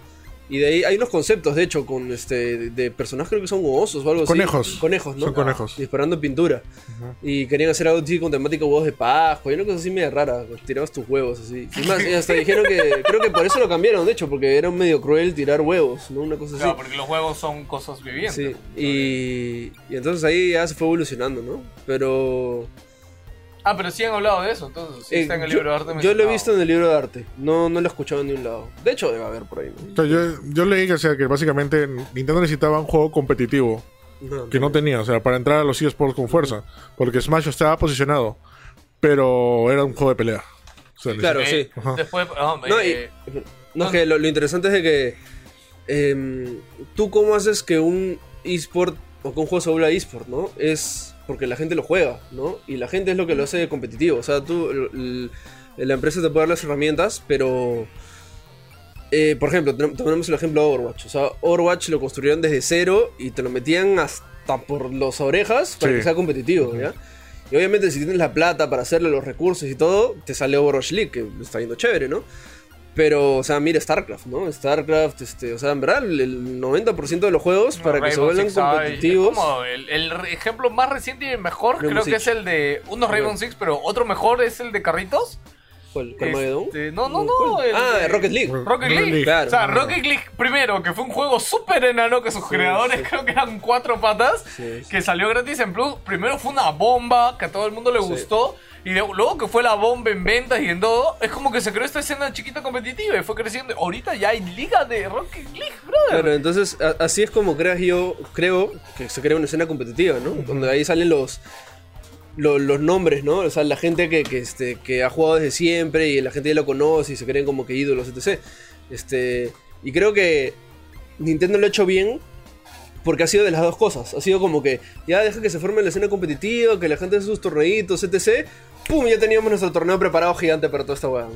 [SPEAKER 3] Y de ahí hay unos conceptos, de hecho, con este de, de personajes creo que son osos o algo
[SPEAKER 2] Conejos.
[SPEAKER 3] así. Conejos, ¿no?
[SPEAKER 2] Son conejos.
[SPEAKER 3] Disparando pintura. Y querían hacer algo así con temática huevos de Pascua. Y una cosa así media rara. Tirabas tus huevos así. Y más, y hasta dijeron que. Creo que por eso lo cambiaron, de hecho, porque era medio cruel tirar huevos, ¿no? Una cosa así.
[SPEAKER 1] Claro, porque los huevos son cosas vivientes.
[SPEAKER 3] Sí, y, y entonces ahí ya se fue evolucionando, ¿no? Pero.
[SPEAKER 1] Ah, pero sí han hablado de eso, entonces. Sí
[SPEAKER 3] eh,
[SPEAKER 1] está en el
[SPEAKER 3] yo,
[SPEAKER 1] libro de arte.
[SPEAKER 3] yo lo he
[SPEAKER 1] mencionado.
[SPEAKER 3] visto en el libro de arte. No, no lo he escuchado en ningún lado. De hecho, debe haber por ahí, ¿no?
[SPEAKER 2] Entonces, yo, yo leí que, o sea, que básicamente Nintendo necesitaba un juego competitivo
[SPEAKER 3] No,
[SPEAKER 2] que no tenía, o sea, para entrar a los eSports con fuerza, porque Smash estaba posicionado, pero era un juego de pelea. O sea,
[SPEAKER 3] Claro,
[SPEAKER 1] Eh,
[SPEAKER 3] sí.
[SPEAKER 2] Ajá.
[SPEAKER 1] Después, perdón,
[SPEAKER 3] No, y-
[SPEAKER 1] eh,
[SPEAKER 3] no, es que lo, lo interesante es de que em, tú cómo haces que un eSport o que un juego se vuelva eSport, ¿no? Es porque la gente lo juega, ¿no? Y la gente es lo que lo hace competitivo. O sea, tú, l- l- la empresa te puede dar las herramientas, pero... eh, por ejemplo, tenem- tenemos el ejemplo de Overwatch. O sea, Overwatch lo construyeron desde cero y te lo metían hasta por las orejas para
[SPEAKER 2] Sí.
[SPEAKER 3] que sea competitivo, ¿ya? Y obviamente si tienes la plata para hacerle los recursos y todo, te sale Overwatch League, que está yendo chévere, ¿no? Pero, o sea, mira StarCraft, ¿no? StarCraft, este, o sea, en verdad, el- el 90% de los juegos para que se
[SPEAKER 1] Rainbow
[SPEAKER 3] vuelvan
[SPEAKER 1] Six Siege,
[SPEAKER 3] competitivos.
[SPEAKER 1] es como el, el re- ejemplo más reciente y el mejor
[SPEAKER 3] Rainbow
[SPEAKER 1] creo que
[SPEAKER 3] Six.
[SPEAKER 1] es el de unos Rainbow
[SPEAKER 3] Bueno.
[SPEAKER 1] Six, pero otro mejor es el de carritos.
[SPEAKER 3] ¿Cuál? ¿Carmageddon?
[SPEAKER 1] Este, no, no, no,
[SPEAKER 3] ¿Cuál?
[SPEAKER 1] el
[SPEAKER 3] ah,
[SPEAKER 1] de-
[SPEAKER 3] Rocket League.
[SPEAKER 2] Rocket
[SPEAKER 1] Rocket League.
[SPEAKER 2] League.
[SPEAKER 3] Claro.
[SPEAKER 1] o sea,
[SPEAKER 2] no.
[SPEAKER 1] Rocket League primero, que fue un juego súper enano que sus
[SPEAKER 3] Sí,
[SPEAKER 1] creadores
[SPEAKER 3] sí.
[SPEAKER 1] creo que eran cuatro patas,
[SPEAKER 3] Sí, sí.
[SPEAKER 1] que salió gratis en Plus. Primero fue una bomba que a todo el mundo le
[SPEAKER 3] Sí.
[SPEAKER 1] gustó. Y de- luego que fue la bomba en ventas y en todo, es como que se creó esta escena chiquita competitiva y fue creciendo. Ahorita ya hay liga de Rocket League, brother.
[SPEAKER 3] Claro, entonces a- así es como creas yo, creo que se crea una escena competitiva, ¿no? Donde ahí salen los, lo- los, nombres, ¿no? O sea, la gente que, que, este, que ha jugado desde siempre y la gente ya lo conoce y se creen como que ídolos, etc. Este, y creo que Nintendo lo ha hecho bien porque ha sido de las dos cosas. Ha sido como que ya deja que se forme la escena competitiva, que la gente hace sus torneitos, etc. ¡Pum! Ya teníamos nuestro torneo preparado gigante para toda esta hueá. ¿no?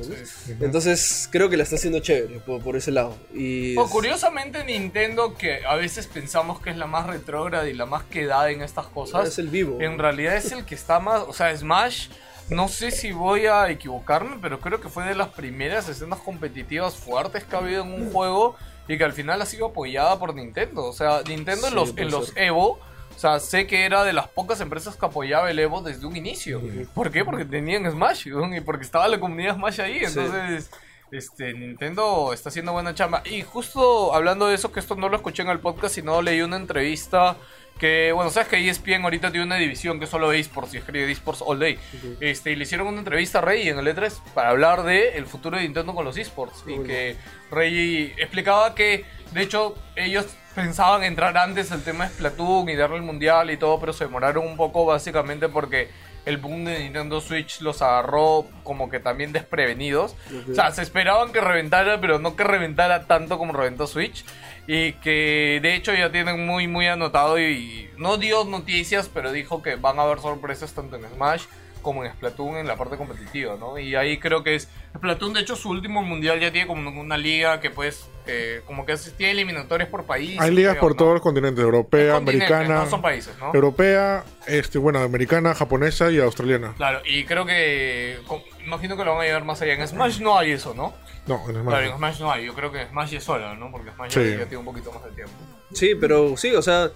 [SPEAKER 3] Entonces creo que la está haciendo chévere por, por ese lado. Y
[SPEAKER 1] Bueno,
[SPEAKER 3] es-
[SPEAKER 1] curiosamente Nintendo, que a veces pensamos que es la más retrógrada y la más quedada en estas cosas,
[SPEAKER 3] es el vivo.
[SPEAKER 1] en realidad es el que está más, o sea, Smash, no sé si voy a equivocarme, pero creo que fue de las primeras escenas competitivas fuertes que ha habido en un juego y que al final ha sido apoyada por Nintendo. O sea, Nintendo en
[SPEAKER 3] Sí,
[SPEAKER 1] los, en
[SPEAKER 3] puede
[SPEAKER 1] los
[SPEAKER 3] ser.
[SPEAKER 1] Evo, o sea, sé que era de las pocas empresas que apoyaba el Evo desde un inicio. ¿Por qué? Porque tenían Smash ¿no? y porque estaba la comunidad Smash ahí,
[SPEAKER 3] Sí.
[SPEAKER 1] entonces... Este, Nintendo está haciendo buena chamba. Y justo hablando de eso, que esto no lo escuché en el podcast, sino leí una entrevista que, bueno, sabes que E ESPN ahorita tiene una división que es solo ve esports y escribe esports all day. Este, y le hicieron una entrevista a Reggie en el E3 para hablar de el futuro de Nintendo con los esports. Y
[SPEAKER 3] Uy.
[SPEAKER 1] que Reggie explicaba que, de hecho, ellos pensaban entrar antes al tema de Splatoon y darle el mundial y todo, pero se demoraron un poco básicamente porque el boom de Nintendo Switch los agarró como que también desprevenidos. O sea, se esperaban que reventara, pero no que reventara tanto como reventó Switch. Y que de hecho ya tienen muy, muy anotado y no dio noticias, pero dijo que van a haber sorpresas tanto en Smash como en Splatoon en la parte competitiva, ¿no? Y ahí creo que es... Splatoon, de hecho, su último mundial ya tiene como una liga que pues... eh, como que tiene eliminatorias por país.
[SPEAKER 2] Hay ligas
[SPEAKER 1] creo,
[SPEAKER 2] por
[SPEAKER 1] ¿no?
[SPEAKER 2] todos los continentes,
[SPEAKER 1] Es
[SPEAKER 2] europea,
[SPEAKER 1] continente,
[SPEAKER 2] americana,
[SPEAKER 1] No son países, ¿no?
[SPEAKER 2] europea, este, bueno, americana, japonesa y australiana.
[SPEAKER 1] Claro, y creo que. com- Imagino que lo van a llevar más allá. En Smash no hay eso, ¿no?
[SPEAKER 2] No, en Smash.
[SPEAKER 1] Claro, en Smash no hay. Yo creo que en Smash es solo, ¿no? Porque Smash
[SPEAKER 2] Sí.
[SPEAKER 1] ya, ya tiene un poquito más de tiempo.
[SPEAKER 3] Sí, pero sí, o sea,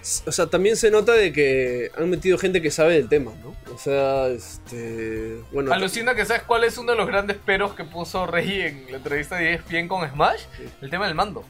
[SPEAKER 3] s- o sea, también se nota de que han metido gente que sabe del tema, ¿no? O sea, este, bueno,
[SPEAKER 1] Alucina que sabes cuál es uno de los grandes peros que puso Rey en la entrevista de E ESPN con Smash. El tema del mando.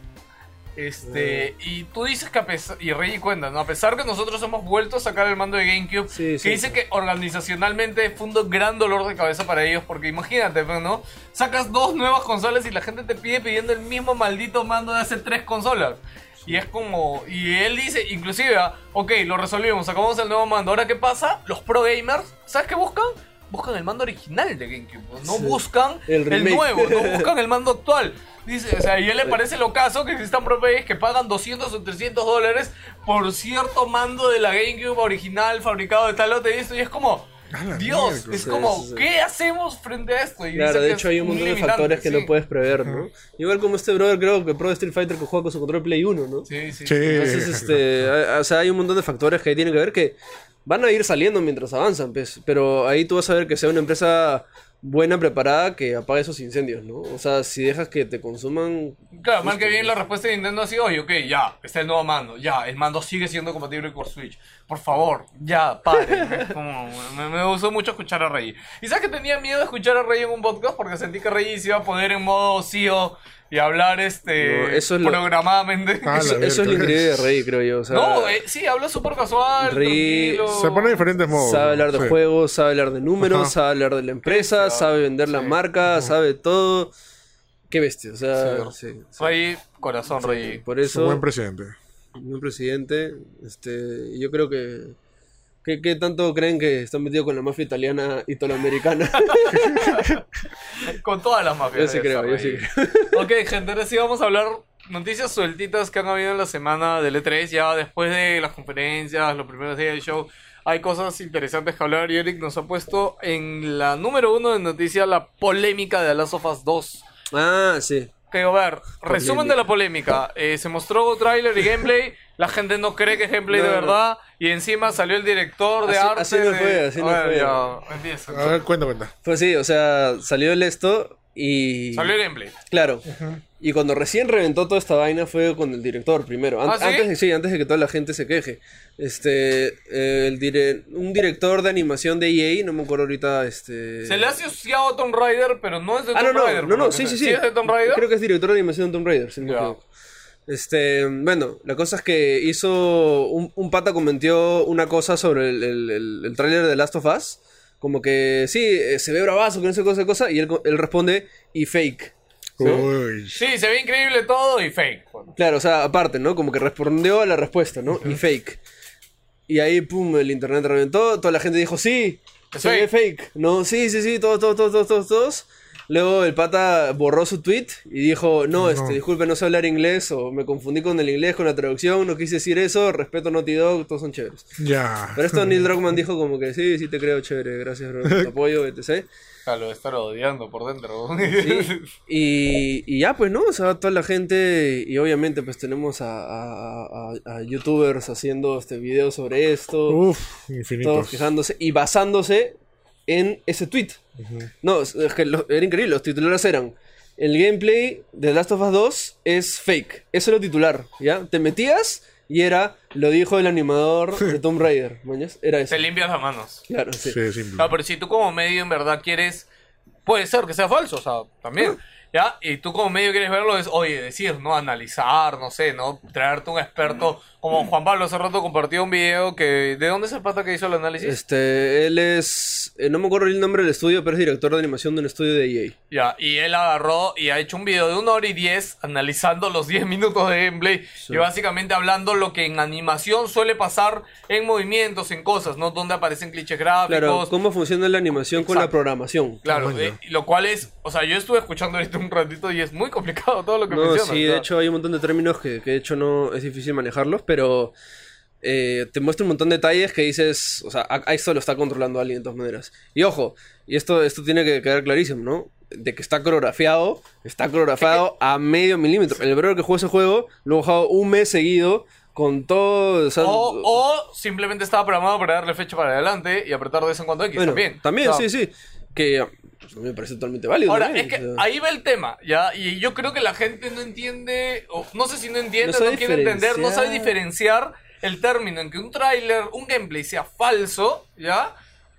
[SPEAKER 1] Este, y tú dices que a pesar, y Rey cuenta, ¿no? A pesar que nosotros hemos vuelto a sacar el mando de GameCube,
[SPEAKER 3] Sí,
[SPEAKER 1] que
[SPEAKER 3] sí,
[SPEAKER 1] dice
[SPEAKER 3] sí.
[SPEAKER 1] que organizacionalmente fue un do- gran dolor de cabeza para ellos, porque imagínate, pues, ¿no? Sacas dos nuevas consolas y la gente te pide pidiendo el mismo maldito mando de hace tres consolas. Y es como, y él dice, inclusive, ah, ok, lo resolvimos, sacamos el nuevo mando, ahora qué pasa? Los pro gamers, ¿sabes qué buscan? Buscan el mando original de GameCube, pues, no
[SPEAKER 3] Sí.
[SPEAKER 1] buscan
[SPEAKER 3] El
[SPEAKER 1] el,
[SPEAKER 3] remake.
[SPEAKER 1] nuevo, no buscan el mando actual. Dice, o sea, y a él le parece lo caso que existan propiedades que pagan 200 o 300 dólares por cierto mando de la GameCube original fabricado de tal lote de esto. Y es como,
[SPEAKER 2] A la
[SPEAKER 1] Dios,
[SPEAKER 2] mierda.
[SPEAKER 1] es
[SPEAKER 3] Sí,
[SPEAKER 1] como,
[SPEAKER 3] sí, sí.
[SPEAKER 1] ¿qué hacemos frente a esto? Y
[SPEAKER 3] Claro,
[SPEAKER 1] dice
[SPEAKER 3] de
[SPEAKER 1] que
[SPEAKER 3] hecho
[SPEAKER 1] es
[SPEAKER 3] hay un montón de
[SPEAKER 1] limitante,
[SPEAKER 3] factores que
[SPEAKER 1] sí.
[SPEAKER 3] no puedes prever, ¿no? Igual como este brother creo que Pro Street Fighter que juega con su control Play 1, ¿no?
[SPEAKER 1] Sí, sí.
[SPEAKER 2] Sí.
[SPEAKER 3] Entonces, este, a- a- o sea, hay un montón de factores que tienen que ver que van a ir saliendo mientras avanzan, pues, pero ahí tú vas a ver que sea una empresa buena, preparada, que apague esos incendios, ¿no? O sea, si dejas que te consuman...
[SPEAKER 1] Claro, mal que bien la respuesta de Nintendo ha sido, oye, ok, ya, está el nuevo mando, ya, el mando sigue siendo compatible con Switch. Por favor, ya, pare. Es como, me, me gustó mucho escuchar a Rey. Y sabes que tenía miedo de escuchar a Rey en un podcast porque sentí que Rey se iba a poner en modo CEO y hablar este
[SPEAKER 3] No, eso es lo-
[SPEAKER 1] programadamente.
[SPEAKER 2] Ah,
[SPEAKER 3] Eso,
[SPEAKER 2] la
[SPEAKER 3] eso es lo
[SPEAKER 2] verga.
[SPEAKER 3] increíble de Rey, creo yo. O sea,
[SPEAKER 1] [LAUGHS] no, eh, sí, habla súper casual,
[SPEAKER 3] Rey-
[SPEAKER 1] tranquilo.
[SPEAKER 2] Se pone de diferentes modos.
[SPEAKER 3] Sabe hablar de
[SPEAKER 2] sí.
[SPEAKER 3] juegos, sabe hablar de números,
[SPEAKER 2] Ajá.
[SPEAKER 3] sabe hablar de la empresa, sabe vender la marca, sabe todo. Qué bestia, o sea, sí, sí.
[SPEAKER 1] Rey, corazón, Rey.
[SPEAKER 3] Por
[SPEAKER 2] Es un
[SPEAKER 3] eso,
[SPEAKER 2] buen presidente.
[SPEAKER 3] un presidente, este, yo creo que, que, que tanto creen que están metidos con la mafia italiana italoamericana.
[SPEAKER 1] Con todas las mafias.
[SPEAKER 3] Yo sí
[SPEAKER 1] debe
[SPEAKER 3] creo,
[SPEAKER 1] ser,
[SPEAKER 3] yo
[SPEAKER 1] ahí.
[SPEAKER 3] sí
[SPEAKER 1] Ok, gente, ahora sí vamos a hablar noticias sueltitas que han habido en la semana del E3. Ya después de las conferencias, los primeros días del show, hay cosas interesantes que hablar. Y Eric nos ha puesto en la número uno de noticias la polémica de The Last of Us 2.
[SPEAKER 3] ah, sí.
[SPEAKER 1] Que, a ver, resumen de la polémica. Eh, se mostró tráiler y gameplay. La gente no cree que es gameplay de
[SPEAKER 3] No, no.
[SPEAKER 1] verdad. Y encima salió el director de
[SPEAKER 3] Así-
[SPEAKER 1] arte.
[SPEAKER 3] así no
[SPEAKER 1] de-
[SPEAKER 3] fue, así no
[SPEAKER 1] A ver,
[SPEAKER 3] fue.
[SPEAKER 1] ya, empieza.
[SPEAKER 2] A ver, cuenta, cuenta.
[SPEAKER 3] Pues sí, o sea, salió el esto y...
[SPEAKER 1] Salió el gameplay.
[SPEAKER 3] Claro. Y cuando recién reventó toda esta vaina fue con el director primero. An-
[SPEAKER 1] ¿Ah, sí?
[SPEAKER 3] Antes de sí, antes de que toda la gente se queje. Este eh, el dire- un director de animación de EA, no me acuerdo ahorita este
[SPEAKER 1] Se le ha asociado a Tomb Raider, pero no es de
[SPEAKER 3] Ah,
[SPEAKER 1] Tomb
[SPEAKER 3] no, no,
[SPEAKER 1] Raider.
[SPEAKER 3] no,
[SPEAKER 1] por lo
[SPEAKER 3] no,
[SPEAKER 1] que
[SPEAKER 3] sí,
[SPEAKER 1] sé.
[SPEAKER 3] sí, sí.
[SPEAKER 1] es de Tomb Raider?
[SPEAKER 3] Creo que es director de animación de Tomb Raider, si no me
[SPEAKER 1] Ya.
[SPEAKER 3] equivoco. Este, bueno, la cosa es que hizo un, un pata cometió una cosa sobre el, el, el- el tráiler de Last of Us, como que sí, eh, se ve bravazo, que no sé cosa, esa cosa, y él, co- él responde y fake.
[SPEAKER 2] Uy.
[SPEAKER 1] Sí, se ve increíble todo y fake. Bueno,
[SPEAKER 3] Claro, o sea, aparte, ¿no? Como que respondió a la respuesta, ¿no? Y fake. Y ahí, pum, el internet reventó, toda la gente dijo, sí,
[SPEAKER 1] Es
[SPEAKER 3] se ve
[SPEAKER 1] fake.
[SPEAKER 3] fake, ¿no? Sí, sí, sí, todos, todos, todos, todos, todos, todos. Luego el pata borró su tweet y dijo, no, este, disculpe, no sé hablar inglés o me confundí con el inglés, con la traducción, no quise decir eso, respeto a Naughty Dog, todos son chéveres.
[SPEAKER 2] Ya.
[SPEAKER 3] Pero [LAUGHS] esto Neil Druckmann dijo como que, sí, sí te creo, chévere, gracias, bro, [LAUGHS] por tu apoyo, etc.
[SPEAKER 1] claro, lo de estar odiando por dentro.
[SPEAKER 3] Y, y ya, pues, ¿no? O sea, toda la gente, y obviamente, pues tenemos a, a- a- a youtubers haciendo este video sobre esto,
[SPEAKER 2] Uf,
[SPEAKER 3] todos
[SPEAKER 2] infinitos.
[SPEAKER 3] quejándose y basándose en ese tweet. No, es es que lo- era increíble, los titulares eran, el gameplay de Last of Us 2 es fake, eso era titular, ¿ya? Te metías y era, lo dijo el animador de Tomb Raider, ¿mañas? Era eso.
[SPEAKER 1] [LAUGHS] Se limpias las manos.
[SPEAKER 3] Claro, sí.
[SPEAKER 2] Sí, simple.
[SPEAKER 1] No, pero si tú como medio en verdad quieres, puede ser que sea falso, o sea, también. ¿Ya? Y tú como medio quieres verlo es, oye, decir, ¿no? Analizar, no sé, ¿no? Traerte un experto. Como Juan Pablo hace rato compartió un video que... ¿De dónde es el pata que hizo el análisis?
[SPEAKER 3] Este, él es. eh, no me acuerdo el nombre del estudio, pero es director de animación de un estudio de E EA.
[SPEAKER 1] Ya, y él agarró y ha hecho un video de 1 hora y 10 analizando los 10 minutos de gameplay y básicamente hablando lo que en animación suele pasar en movimientos, en cosas, ¿no? Donde aparecen clichés gráficos.
[SPEAKER 3] Claro, cómo funciona la animación con la
[SPEAKER 1] Exacto.
[SPEAKER 3] programación.
[SPEAKER 1] Claro,
[SPEAKER 2] Bueno.
[SPEAKER 1] eh, y lo cual es, o sea, yo estuve escuchando ahorita un ratito y es muy complicado todo lo que
[SPEAKER 3] No,
[SPEAKER 1] mencionas.
[SPEAKER 3] sí,
[SPEAKER 1] o sea.
[SPEAKER 3] de hecho hay un montón de términos que, que de hecho no es difícil manejarlos, pero eh, te muestra un montón de detalles que dices, o sea, a, a esto lo está controlando alguien de todas maneras. Y ojo, y esto, esto tiene que quedar clarísimo, ¿no? De que está coreografiado, está coreografiado a medio milímetro. El brother que jugó ese juego lo ha jugado un mes seguido con todo... o sea,
[SPEAKER 1] O, o simplemente estaba programado para darle fecha para adelante y apretar de vez en cuando X
[SPEAKER 3] bueno,
[SPEAKER 1] también.
[SPEAKER 3] También,
[SPEAKER 1] O sea,
[SPEAKER 3] sí, sí. Que pues, a mí me parece totalmente válido.
[SPEAKER 1] Ahora,
[SPEAKER 3] también,
[SPEAKER 1] es que
[SPEAKER 3] o sea.
[SPEAKER 1] ahí va el tema, ¿ya? Y yo creo que la gente no entiende, o no sé si no entiende,
[SPEAKER 3] No
[SPEAKER 1] no,
[SPEAKER 3] sabe
[SPEAKER 1] quiere entender, no sabe
[SPEAKER 3] diferenciar.
[SPEAKER 1] diferenciar el término en que un tráiler, un gameplay sea falso, ¿ya?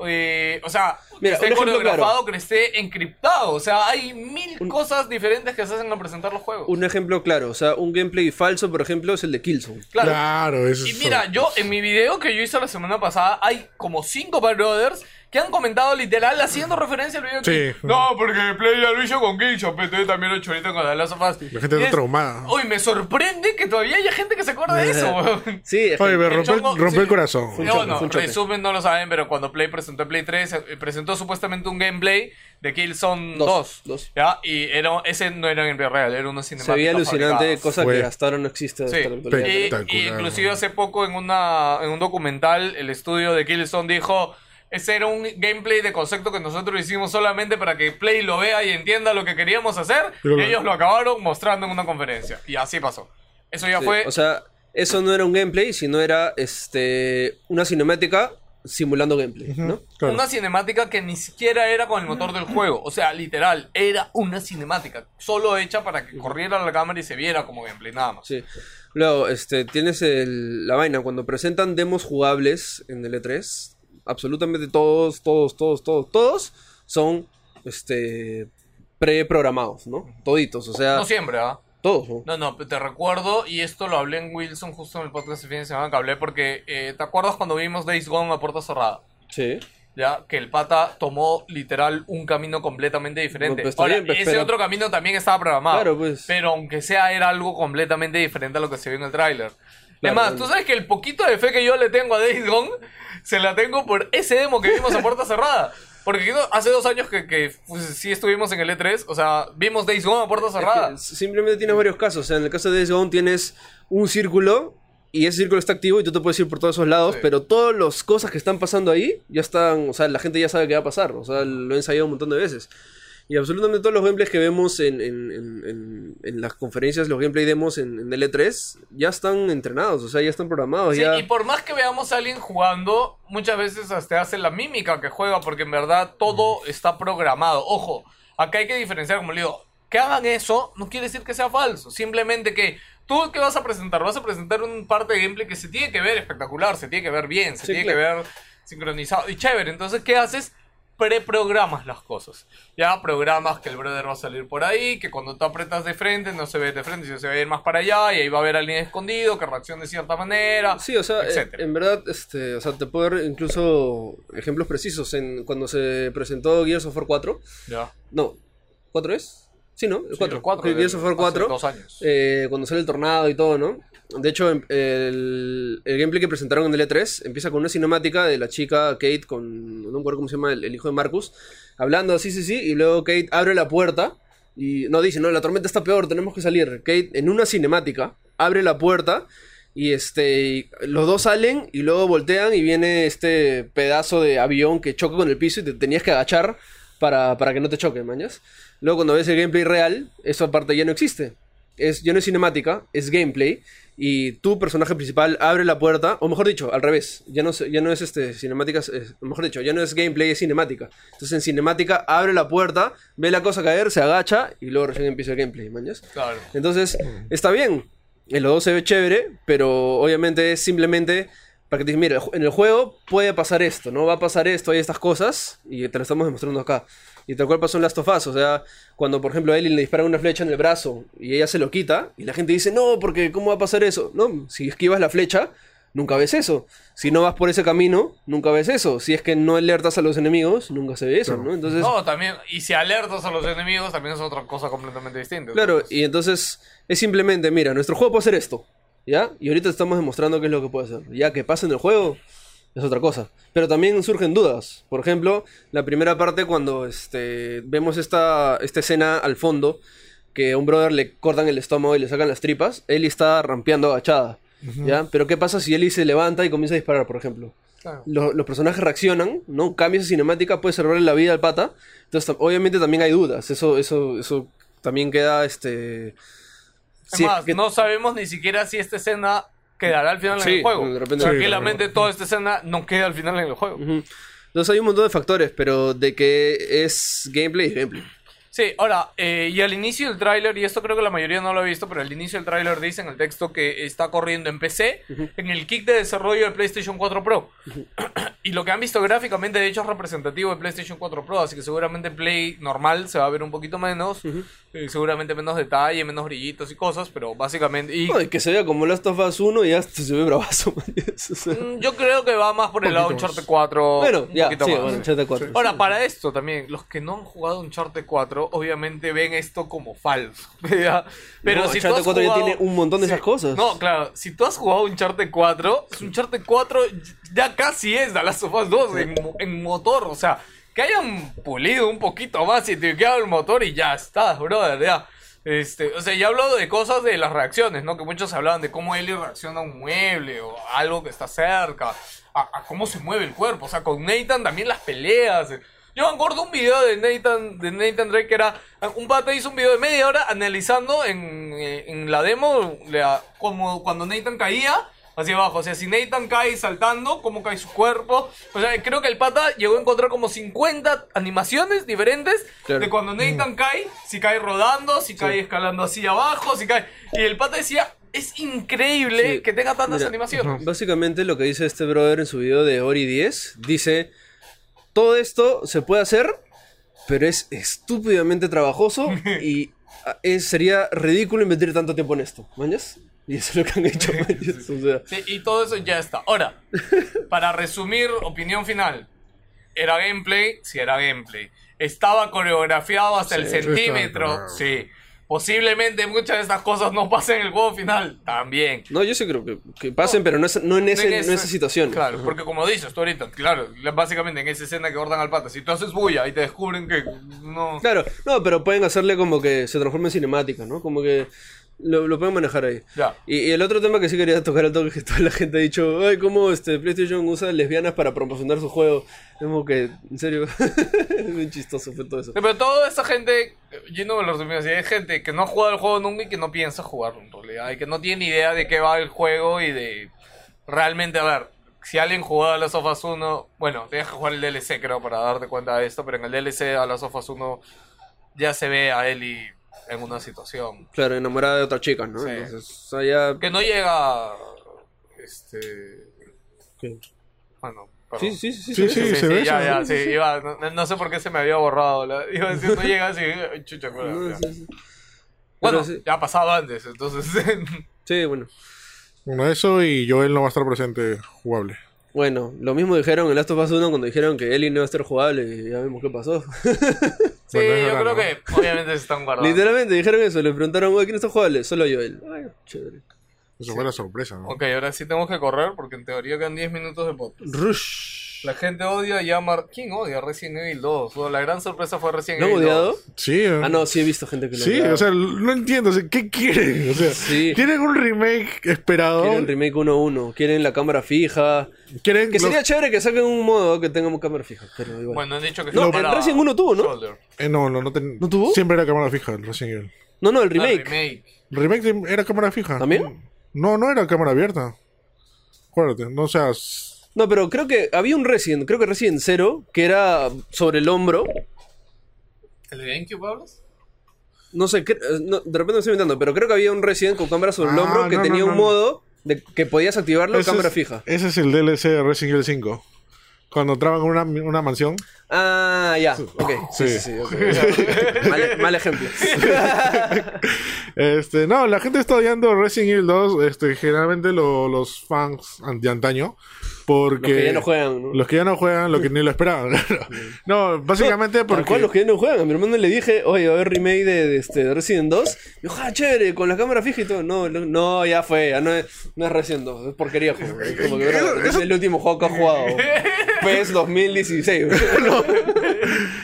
[SPEAKER 1] Eh, o sea,
[SPEAKER 3] Mira,
[SPEAKER 1] que
[SPEAKER 3] un
[SPEAKER 1] esté
[SPEAKER 3] ejemplo
[SPEAKER 1] coreografado,
[SPEAKER 3] claro.
[SPEAKER 1] que esté encriptado. O sea, hay mil cosas diferentes que se hacen al presentar los juegos.
[SPEAKER 3] Un ejemplo claro, o sea, un gameplay falso, por ejemplo, es el de Killzone.
[SPEAKER 1] claro.
[SPEAKER 2] Claro, eso
[SPEAKER 1] Y
[SPEAKER 2] es-
[SPEAKER 1] mira, yo en mi video que yo hice la semana pasada, hay como cinco brothers que han comentado literal haciendo referencia al video. que-
[SPEAKER 2] Sí.
[SPEAKER 1] No, porque Play ya lo hizo con Killshot, pero yo también lo he hecho ahorita con The Last of Us".
[SPEAKER 2] La gente
[SPEAKER 1] Y
[SPEAKER 2] está
[SPEAKER 1] es-
[SPEAKER 2] traumada.
[SPEAKER 1] Uy, me sorprende que todavía haya gente que se acuerda
[SPEAKER 2] [LAUGHS]
[SPEAKER 1] de eso, weón.
[SPEAKER 3] Sí, es que-
[SPEAKER 2] Oye, pero rompe, el-
[SPEAKER 1] chongo-
[SPEAKER 2] rompe
[SPEAKER 1] sí.
[SPEAKER 2] el corazón.
[SPEAKER 3] Fue un
[SPEAKER 1] No,
[SPEAKER 3] choque,
[SPEAKER 1] no,
[SPEAKER 3] fue un choque.
[SPEAKER 1] resumen no lo saben, pero cuando Play presentó el Play 3, eh, presentó supuestamente un gameplay de Killzone 2.
[SPEAKER 3] Dos, dos.
[SPEAKER 1] ¿ya? Y era, ese no era gameplay real, era una cinemática.
[SPEAKER 3] se veía alucinante,
[SPEAKER 1] fabricada.
[SPEAKER 3] cosa
[SPEAKER 2] Fue-
[SPEAKER 3] que hasta ahora no existe hasta
[SPEAKER 1] Sí.
[SPEAKER 3] la actualidad.
[SPEAKER 1] Y- Y,
[SPEAKER 2] Espectacular,
[SPEAKER 1] inclusive
[SPEAKER 2] ¿no?
[SPEAKER 1] hace poco en una en un documental el estudio de Killzone dijo ese era un gameplay de concepto que nosotros hicimos solamente para que Play lo vea y entienda lo que queríamos hacer
[SPEAKER 2] Pero
[SPEAKER 1] y
[SPEAKER 2] lo-
[SPEAKER 1] ellos lo acabaron mostrando en una conferencia y así pasó. Eso ya
[SPEAKER 3] Sí,
[SPEAKER 1] fue
[SPEAKER 3] O sea, eso no era un gameplay, sino era este una cinemática simulando gameplay, ¿no?
[SPEAKER 2] Claro.
[SPEAKER 1] una cinemática que ni siquiera era con el motor del juego, o sea, literal era una cinemática solo hecha para que corriera la cámara y se viera como gameplay nada más.
[SPEAKER 3] Sí. Luego, este, tienes el- la vaina, cuando presentan demos jugables en el E3, absolutamente todos, todos, todos, todos, todos son este preprogramados, ¿no? Toditos, o sea,
[SPEAKER 1] No siempre, ¿ah?
[SPEAKER 3] todos, ¿no?
[SPEAKER 1] No, no, te recuerdo, y esto lo hablé en Wilson justo en el podcast de fin de semana que hablé, porque eh, ¿te acuerdas cuando vimos Days Gone a puerta cerrada?
[SPEAKER 3] Sí.
[SPEAKER 1] Ya, que el pata tomó literal un camino completamente diferente.
[SPEAKER 3] No, pues, está
[SPEAKER 1] Ahora,
[SPEAKER 3] bien, pues,
[SPEAKER 1] ese
[SPEAKER 3] pero-
[SPEAKER 1] otro camino también estaba programado.
[SPEAKER 3] Claro, pues.
[SPEAKER 1] Pero aunque sea, era algo completamente diferente a lo que se vio en el tráiler.
[SPEAKER 3] Claro, pues.
[SPEAKER 1] Además,
[SPEAKER 3] claro.
[SPEAKER 1] tú sabes que el poquito de fe que yo le tengo a Days Gone, se la tengo por ese demo que vimos a puerta cerrada. Porque ¿no? hace dos años que, que pues, sí estuvimos en el E3, o sea, vimos Days Gone a puerta
[SPEAKER 3] Es
[SPEAKER 1] cerrada.
[SPEAKER 3] que simplemente tienes varios casos. O sea, en el caso de Days Gone tienes un círculo y ese círculo está activo y tú te puedes ir por todos esos lados,
[SPEAKER 1] Sí.
[SPEAKER 3] pero todas las cosas que están pasando ahí ya están, o sea, la gente ya sabe qué va a pasar. O sea, lo he ensayado un montón de veces. Y absolutamente todos los gameplays que vemos en, en- en- en- en las conferencias, los gameplay demos en, en L3, ya están entrenados, o sea, ya están programados.
[SPEAKER 1] Sí,
[SPEAKER 3] ya...
[SPEAKER 1] y por más que veamos a alguien jugando, muchas veces hasta hace la mímica que juega, porque en verdad todo está programado. Ojo, acá hay que diferenciar, como le digo, que hagan eso no quiere decir que sea falso, simplemente que tú que vas a presentar, vas a presentar un parte de gameplay que se tiene que ver espectacular, se tiene que ver bien, se
[SPEAKER 3] Sí,
[SPEAKER 1] tiene que
[SPEAKER 3] claro.
[SPEAKER 1] ver sincronizado y chévere. Entonces, ¿qué haces? Preprogramas las cosas. Ya programas que el brother va a salir por ahí, que cuando tú apretas de frente no se ve de frente, sino se va a ir más para allá y ahí va a haber alguien escondido que reaccione de cierta manera.
[SPEAKER 3] Sí, o sea, eh,
[SPEAKER 1] etcétera.
[SPEAKER 3] en verdad, este, o sea, te puedo dar incluso ejemplos precisos. En, cuando se presentó Gears of War 4,
[SPEAKER 1] Ya.
[SPEAKER 3] No, ¿cuatro es? Sí, ¿no? El 4.
[SPEAKER 1] el cuatro,
[SPEAKER 3] Gears
[SPEAKER 1] el-
[SPEAKER 3] of War
[SPEAKER 1] hace
[SPEAKER 3] 4.
[SPEAKER 1] dos años.
[SPEAKER 3] eh, cuando sale el tornado y todo, ¿no? De hecho, em- el, el gameplay que presentaron en el E3 empieza con una cinemática de la chica Kate con. No me acuerdo cómo se llama el, el hijo de Marcus. Hablando así, sí, sí. Y luego Kate abre la puerta. Y no dice, no, la tormenta está peor, tenemos que salir. Kate, en una cinemática, abre la puerta. Y este. y los dos salen y luego voltean. Y viene este pedazo de avión que choca con el piso y te tenías que agachar para, para que no te choque, mañas. Luego cuando ves el gameplay real, esa parte ya no existe. Es, ya no es cinemática, es gameplay. Y tu personaje principal abre la puerta, o mejor dicho, al revés. Ya no, se- ya no es este, cinemática, es- es- mejor dicho, ya no es gameplay, es cinemática. Entonces en cinemática abre la puerta, ve la cosa caer, se agacha y luego recién empieza el gameplay, mañas.
[SPEAKER 1] Claro.
[SPEAKER 3] Entonces, está bien. El los dos se ve chévere, pero obviamente es simplemente para que te digas, mira, en el juego puede pasar esto, ¿no? Va a pasar esto, hay estas cosas, y te lo estamos demostrando acá. Y tal cual pasó en Last of Us. O sea, cuando por ejemplo a Ellie le disparan una flecha en el brazo y ella se lo quita, y la gente dice, no, porque ¿cómo va a pasar eso? No, si esquivas la flecha, nunca ves eso. Si no vas por ese camino, nunca ves eso. Si es que no alertas a los enemigos, nunca se ve eso,
[SPEAKER 2] Claro.
[SPEAKER 3] ¿no? Entonces.
[SPEAKER 1] No, también. Y si alertas a los enemigos, también es otra cosa completamente distinta.
[SPEAKER 3] Claro, y entonces es simplemente, mira, nuestro juego puede hacer esto, ¿ya? Y ahorita te estamos demostrando qué es lo que puede hacer. Ya que pasa en el juego, es otra cosa. Pero también surgen dudas. Por ejemplo, la primera parte cuando este, vemos esta, esta escena al fondo, que a un brother le cortan el estómago y le sacan las tripas, Ellie está rampeando agachada, ¿ya? Pero ¿qué pasa si Ellie se levanta y comienza a disparar, por ejemplo?
[SPEAKER 1] Claro.
[SPEAKER 3] lo- los personajes reaccionan, ¿no? Cambia esa cinemática, puede salvarle la vida al pata. Entonces, tam- obviamente también hay dudas. Eso, eso, eso también queda este.
[SPEAKER 1] Es
[SPEAKER 3] si es
[SPEAKER 1] más,
[SPEAKER 3] que-
[SPEAKER 1] no sabemos ni siquiera si esta escena quedará al final en
[SPEAKER 3] Sí,
[SPEAKER 1] el juego.
[SPEAKER 3] de repente-
[SPEAKER 1] Tranquilamente toda esta escena no queda al final en el juego.
[SPEAKER 3] Ujú. Entonces hay un montón de factores, pero de que es gameplay, es gameplay.
[SPEAKER 1] Sí, ahora, eh, y al inicio del tráiler, y esto creo que la mayoría no lo ha visto, pero al inicio del tráiler dice en el texto que está corriendo en PC, en el kit de desarrollo de PlayStation 4 Pro. [CLEARS THROAT] y lo que han visto gráficamente, de hecho, es representativo de PlayStation 4 Pro, así que seguramente en Play normal se va a ver un poquito menos, eh, seguramente menos detalle, menos brillitos y cosas, pero básicamente... Y,
[SPEAKER 3] No, y que se vea como Last of Us 1 y ya hasta se ve bravazo. [LAUGHS] man. O sea,
[SPEAKER 1] mm, yo creo que va más por el lado
[SPEAKER 2] Poquito más.
[SPEAKER 1] Uncharted 4.
[SPEAKER 3] bueno,
[SPEAKER 1] un
[SPEAKER 3] ya, sí,
[SPEAKER 1] poquito más.
[SPEAKER 3] bueno, Uncharted 4. [LAUGHS]
[SPEAKER 1] Ahora, para esto también, los que no han jugado Uncharted 4, obviamente ven esto como falso. [LAUGHS] ¿ya? Pero
[SPEAKER 3] No,
[SPEAKER 1] si tú
[SPEAKER 3] Uncharted
[SPEAKER 1] has
[SPEAKER 3] 4 ya
[SPEAKER 1] jugado-
[SPEAKER 3] tiene un montón de esas cosas.
[SPEAKER 1] No, claro, si tú has jugado Uncharted 4, es Uncharted 4 ya casi es The Last of Us 2 en, mo- en motor, o sea, que hayan pulido un poquito más y te queda el motor y ya está, brother, ya. Este, o sea, ya hablo de cosas de las reacciones, ¿no? Que muchos hablaban de cómo Ellie reacciona a un mueble o a algo que está cerca, a, a cómo se mueve el cuerpo. O sea, con Nathan también las peleas. Yo me acuerdo un video de Nathan, de Nathan Drake que era. Un pata hizo un video de media hora analizando en, eh, en la demo la- como cuando Nathan caía hacia abajo. O sea, si Nathan cae saltando, cómo cae su cuerpo. O sea, creo que el pata llegó a encontrar como 50 animaciones diferentes
[SPEAKER 3] Claro. Mm.
[SPEAKER 1] de cuando Nathan cae, si cae rodando, si cae escalando hacia abajo, si cae. Y el pata decía. Es increíble
[SPEAKER 3] Sí.
[SPEAKER 1] que tenga tantas
[SPEAKER 3] Mira,
[SPEAKER 1] animaciones.
[SPEAKER 3] Básicamente lo que dice este brother en su video de Ori 10, dice, todo esto se puede hacer, pero es estúpidamente [LAUGHS] trabajoso y ah, es- sería ridículo invertir tanto tiempo en esto, ¿mañas? Y eso es lo que han [LAUGHS] hecho, mañas, o sea.
[SPEAKER 1] Sí, y todo eso ya está. Ahora, para resumir, opinión final. Era gameplay, sí era gameplay. Estaba coreografiado hasta el
[SPEAKER 2] Sí, sí
[SPEAKER 1] centímetro,
[SPEAKER 2] estaba.
[SPEAKER 1] sí. Posiblemente muchas de estas cosas no pasen en el juego final, también.
[SPEAKER 3] No, yo sí creo que, que pasen, pero no, es- no en, ese,
[SPEAKER 1] En
[SPEAKER 3] no en esa situación.
[SPEAKER 1] Claro, porque como dices tú ahorita, claro, la- básicamente en esa escena que ordan al pata, si tú haces bulla y te descubren que no...
[SPEAKER 3] Claro, no, pero pueden hacerle como que se transforme en cinemática, ¿no? Como que lo, lo pueden manejar ahí.
[SPEAKER 1] Ya.
[SPEAKER 3] Y, y el otro tema que sí quería tocar al toque es que toda la gente ha dicho, ay, cómo este PlayStation usa lesbianas para promocionar su juego. Es como que, en serio, [LAUGHS] es bien chistoso fue todo eso.
[SPEAKER 1] Sí, Pero toda esa gente, yo no me lo resumí así, hay gente que no ha jugado el juego nunca y que no piensa jugarlo en realidad, y que no tiene idea de qué va el juego y de realmente, a ver, si alguien jugó a Last of Us 1, bueno, te deja jugar el DLC creo para darte cuenta de esto, pero en el DLC a Last of Us 1 ya se ve a Ellie en una situación
[SPEAKER 3] Claro, enamorada de otra chica, ¿no?
[SPEAKER 1] Sí.
[SPEAKER 3] Entonces, o sea, ya...
[SPEAKER 1] que no llega, este,
[SPEAKER 3] ¿Qué?
[SPEAKER 1] bueno, perdón.
[SPEAKER 3] Sí, sí, sí, sí.
[SPEAKER 2] Sí,
[SPEAKER 3] sí.
[SPEAKER 2] sí. se ve,
[SPEAKER 1] ya,
[SPEAKER 2] se
[SPEAKER 1] ya,
[SPEAKER 2] ve,
[SPEAKER 1] sí, iba, no, no sé por qué se me había borrado, la- iba a decir, no llega así, chucha, bueno,
[SPEAKER 3] No,
[SPEAKER 1] ya.
[SPEAKER 3] sí, sí.
[SPEAKER 1] Bueno,
[SPEAKER 3] Pero sí.
[SPEAKER 1] ya ha pasado antes, entonces. [LAUGHS]
[SPEAKER 3] Sí, bueno.
[SPEAKER 2] Bueno, eso y Joel no va a estar presente jugable.
[SPEAKER 3] Bueno, lo mismo dijeron en Last of Us 1 cuando dijeron que Ellie no iba a ser jugable y ya vimos qué pasó.
[SPEAKER 1] sí,
[SPEAKER 2] Bueno, es
[SPEAKER 1] yo creo
[SPEAKER 2] verdad,
[SPEAKER 1] que obviamente se están guardando.
[SPEAKER 3] Literalmente dijeron eso, le preguntaron, "Oye, ¿quién está jugable? Solo yo, él. Ay, chévere.
[SPEAKER 2] Eso fue la sorpresa, ¿no?
[SPEAKER 1] Ok, ahora sí tenemos que correr porque en teoría quedan 10 minutos de podcast.
[SPEAKER 3] Rush.
[SPEAKER 1] La gente odia ya Mar... ¿Quién odia Resident Evil 2? O la gran sorpresa fue Resident
[SPEAKER 3] ¿Lo han
[SPEAKER 1] Evil 2.
[SPEAKER 3] odiado?
[SPEAKER 2] Sí, eh.
[SPEAKER 3] Ah, no, sí he visto gente que lo
[SPEAKER 2] sí,
[SPEAKER 3] odiaba.
[SPEAKER 2] o sea, no entiendo. o sea, ¿Qué quieren? O sea,
[SPEAKER 3] Sí.
[SPEAKER 2] ¿quieren un remake esperado?
[SPEAKER 3] Quieren remake 1-1, quieren la cámara fija.
[SPEAKER 2] ¿Quieren
[SPEAKER 3] Que
[SPEAKER 2] lo-
[SPEAKER 3] sería chévere que saquen un modo que tengamos cámara fija, pero igual.
[SPEAKER 1] Bueno, han dicho que
[SPEAKER 3] No,
[SPEAKER 1] está
[SPEAKER 3] el
[SPEAKER 1] para
[SPEAKER 3] Resident 1 tuvo, ¿no?
[SPEAKER 1] Shoulder.
[SPEAKER 2] eh, no, no, no, ten-
[SPEAKER 3] ¿No tuvo?
[SPEAKER 2] Siempre era cámara fija el Resident Evil.
[SPEAKER 3] no, no, el
[SPEAKER 1] Ah,
[SPEAKER 3] remake.
[SPEAKER 1] remake.
[SPEAKER 2] El remake de- era cámara fija.
[SPEAKER 3] ¿También?
[SPEAKER 2] No, no era cámara abierta. Acuérdate, no seas.
[SPEAKER 3] No, pero creo que había un Resident, creo que Resident 0, que era sobre el hombro.
[SPEAKER 1] ¿El de GameCube hablas?
[SPEAKER 3] No sé, cre- eh, no, de repente me estoy inventando, pero creo que había un Resident con cámara sobre el
[SPEAKER 2] Ah,
[SPEAKER 3] hombro
[SPEAKER 2] no,
[SPEAKER 3] que
[SPEAKER 2] no,
[SPEAKER 3] tenía
[SPEAKER 2] no,
[SPEAKER 3] un
[SPEAKER 2] no.
[SPEAKER 3] modo de que podías activarlo
[SPEAKER 2] Ese
[SPEAKER 3] cámara
[SPEAKER 2] es-
[SPEAKER 3] fija.
[SPEAKER 2] Ese es el DLC de Resident Evil 5. Cuando entraban en una, una mansión.
[SPEAKER 3] Ah, ya. Ok. Sí, sí,
[SPEAKER 2] Sí.
[SPEAKER 3] sí. ok. [LAUGHS] Ya. mal, mal ejemplo.
[SPEAKER 2] Este, no, la gente está odiando Resident Evil 2, este, generalmente lo- los fans an- de antaño, porque...
[SPEAKER 3] Los que ya no juegan, ¿no?
[SPEAKER 2] Los que ya no juegan, los que ni lo esperaban. [LAUGHS] no, básicamente
[SPEAKER 3] Tal
[SPEAKER 2] porque...
[SPEAKER 3] cual, los que ya no juegan. A mi hermano le dije, oye, va a haber remake de, de este, Resident 2. Me dijo, ah, chévere, con la cámara fija y todo. No, no, no, ya fue, ya no es, no es Resident 2, es porquería, juego. Es como que, bro, es el último juego que ha jugado. E PES [LAUGHS] 2016, bro.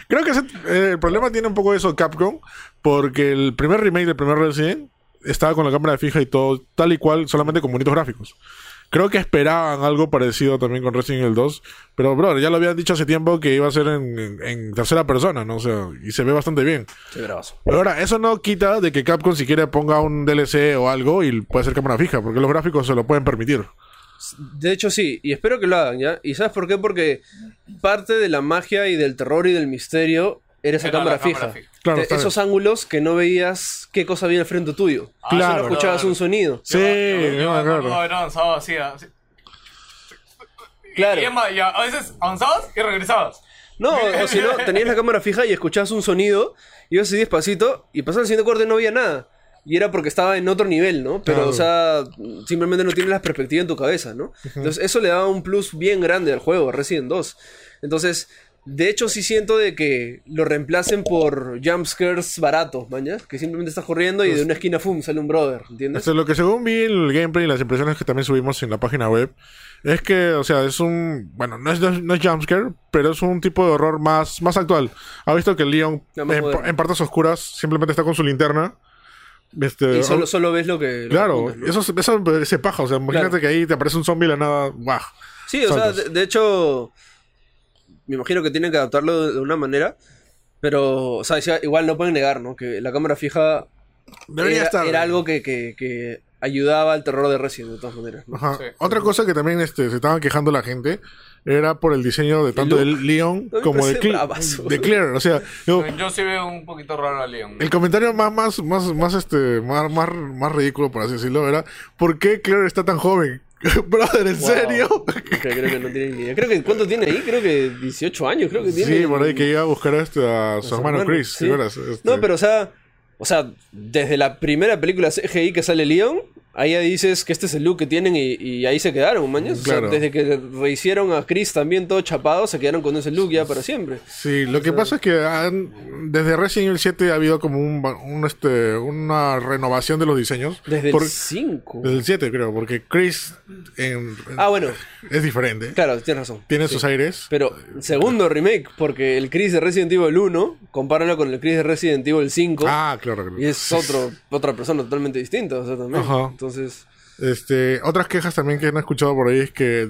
[SPEAKER 2] Creo que ese- eh, el problema tiene un poco eso Capcom, porque el primer remake del primer Resident estaba con la cámara fija y todo, tal y cual, solamente con bonitos gráficos. Creo que esperaban algo parecido también con Resident Evil 2, pero bro, ya lo habían dicho hace tiempo que iba a ser en, en- en tercera persona, ¿no? O sea, y se ve bastante bien.
[SPEAKER 3] bravazo.
[SPEAKER 2] Pero ahora, eso no quita de que Capcom siquiera ponga un DLC o algo y puede ser cámara fija, porque los gráficos se lo pueden permitir.
[SPEAKER 3] De hecho, sí, y espero que lo hagan, ¿ya? ¿Y sabes por qué? Porque parte de la magia y del terror y del misterio era esa
[SPEAKER 1] Era la
[SPEAKER 3] cámara,
[SPEAKER 1] cámara
[SPEAKER 3] fija.
[SPEAKER 1] fija.
[SPEAKER 2] Claro,
[SPEAKER 3] Te-
[SPEAKER 2] está bien.
[SPEAKER 3] esos ángulos que no veías qué cosa había al frente tuyo.
[SPEAKER 1] Ah,
[SPEAKER 2] Claro.
[SPEAKER 1] solo
[SPEAKER 2] Claro.
[SPEAKER 3] Escuchabas un sonido.
[SPEAKER 2] Sí,
[SPEAKER 1] Yo no,
[SPEAKER 2] no, claro.
[SPEAKER 1] haber avanzado así, así.
[SPEAKER 3] Claro.
[SPEAKER 1] Y es más, ya, a veces avanzabas y regresabas.
[SPEAKER 3] No, o si no, tenías la cámara fija y escuchabas un sonido, ibas así despacito, y pasaba el siguiente corte y no había nada. Y era porque estaba en otro nivel, ¿no? Pero, o sea, simplemente no tienes la perspectiva en tu cabeza, ¿no? Entonces, eso le daba un plus bien grande al juego, Resident 2. Entonces, de hecho, sí siento de que lo reemplacen por jumpscares baratos, mañas, que simplemente estás corriendo y de una esquina, ¡fum!, sale un brother, ¿entiendes?
[SPEAKER 2] Este, lo que según vi el gameplay y las impresiones que también subimos en la página web, es que, o sea, es un. Bueno, no es, no es- no es jumpscare, pero es un tipo de horror más, más actual. Ha visto que Leon,
[SPEAKER 3] Ya más
[SPEAKER 2] en,
[SPEAKER 3] moderno.
[SPEAKER 2] en partes oscuras, simplemente está con su linterna. Este,
[SPEAKER 3] Y solo,
[SPEAKER 2] oh,
[SPEAKER 3] solo ves lo que... lo que
[SPEAKER 2] claro,
[SPEAKER 3] apuntas, ¿no?
[SPEAKER 2] eso, se- eso se paja. O sea, imagínate
[SPEAKER 3] Claro.
[SPEAKER 2] que ahí te aparece un zombie de la nada. ¡Bah!
[SPEAKER 3] Sí, o
[SPEAKER 2] Saltas.
[SPEAKER 3] sea, de, de hecho, me imagino que tienen que adaptarlo de, de una manera, pero, o sea, sí, igual no pueden negar, ¿no? Que la cámara fija
[SPEAKER 2] Debería
[SPEAKER 3] era,
[SPEAKER 2] estar.
[SPEAKER 3] era algo que, que- que ayudaba al terror de Resident, de todas maneras. ¿no?
[SPEAKER 2] Ajá.
[SPEAKER 1] Sí.
[SPEAKER 2] Otra cosa que también este, se estaban quejando la gente era por el diseño de tanto de Leon
[SPEAKER 3] A mí me
[SPEAKER 2] como de,
[SPEAKER 3] parece
[SPEAKER 2] Cle-
[SPEAKER 3] bravazo.
[SPEAKER 2] de Claire. O sea, digo,
[SPEAKER 1] Yo sí veo un poquito raro a Leon.
[SPEAKER 2] el comentario más, más, más, más, este, más, más, más ridículo, por así decirlo, era ¿por qué Claire está tan joven? [LAUGHS] Brother, ¿en serio?
[SPEAKER 3] Que creo que no tienen ni idea. Creo que, ¿cuánto tiene ahí? Creo que 18 años, creo que tiene.
[SPEAKER 2] Sí, por ahí que iba a buscar a, este, a su hermano Chris.
[SPEAKER 3] Pues sí.
[SPEAKER 2] de veras, este.
[SPEAKER 3] No, pero o sea, o sea, desde la primera película CGI que sale Leon, ahí ya dices que este es el look que tienen y, y ahí se quedaron, mañas. O sea,
[SPEAKER 2] Claro.
[SPEAKER 3] desde que rehicieron a Chris también todo chapado, se quedaron con ese look ya para siempre.
[SPEAKER 2] Sí, lo que pasa es que han- desde Resident Evil 7 ha habido como un, ba- un, este, una renovación de los diseños.
[SPEAKER 3] Desde
[SPEAKER 2] Por-
[SPEAKER 3] el 5.
[SPEAKER 2] desde el 7, creo, porque Chris en-
[SPEAKER 3] Ah, bueno,
[SPEAKER 2] es diferente.
[SPEAKER 3] claro, tienes razón.
[SPEAKER 2] Tiene sus aires.
[SPEAKER 3] Pero segundo remake, porque el Chris de Resident Evil 1, compáralo con el Chris de Resident Evil 5.
[SPEAKER 2] Ah, claro, claro.
[SPEAKER 3] Y es otro, otra persona totalmente distinta, o sea, también.
[SPEAKER 2] Ajá.
[SPEAKER 3] Entonces,
[SPEAKER 2] Este, otras quejas también que han escuchado por ahí es que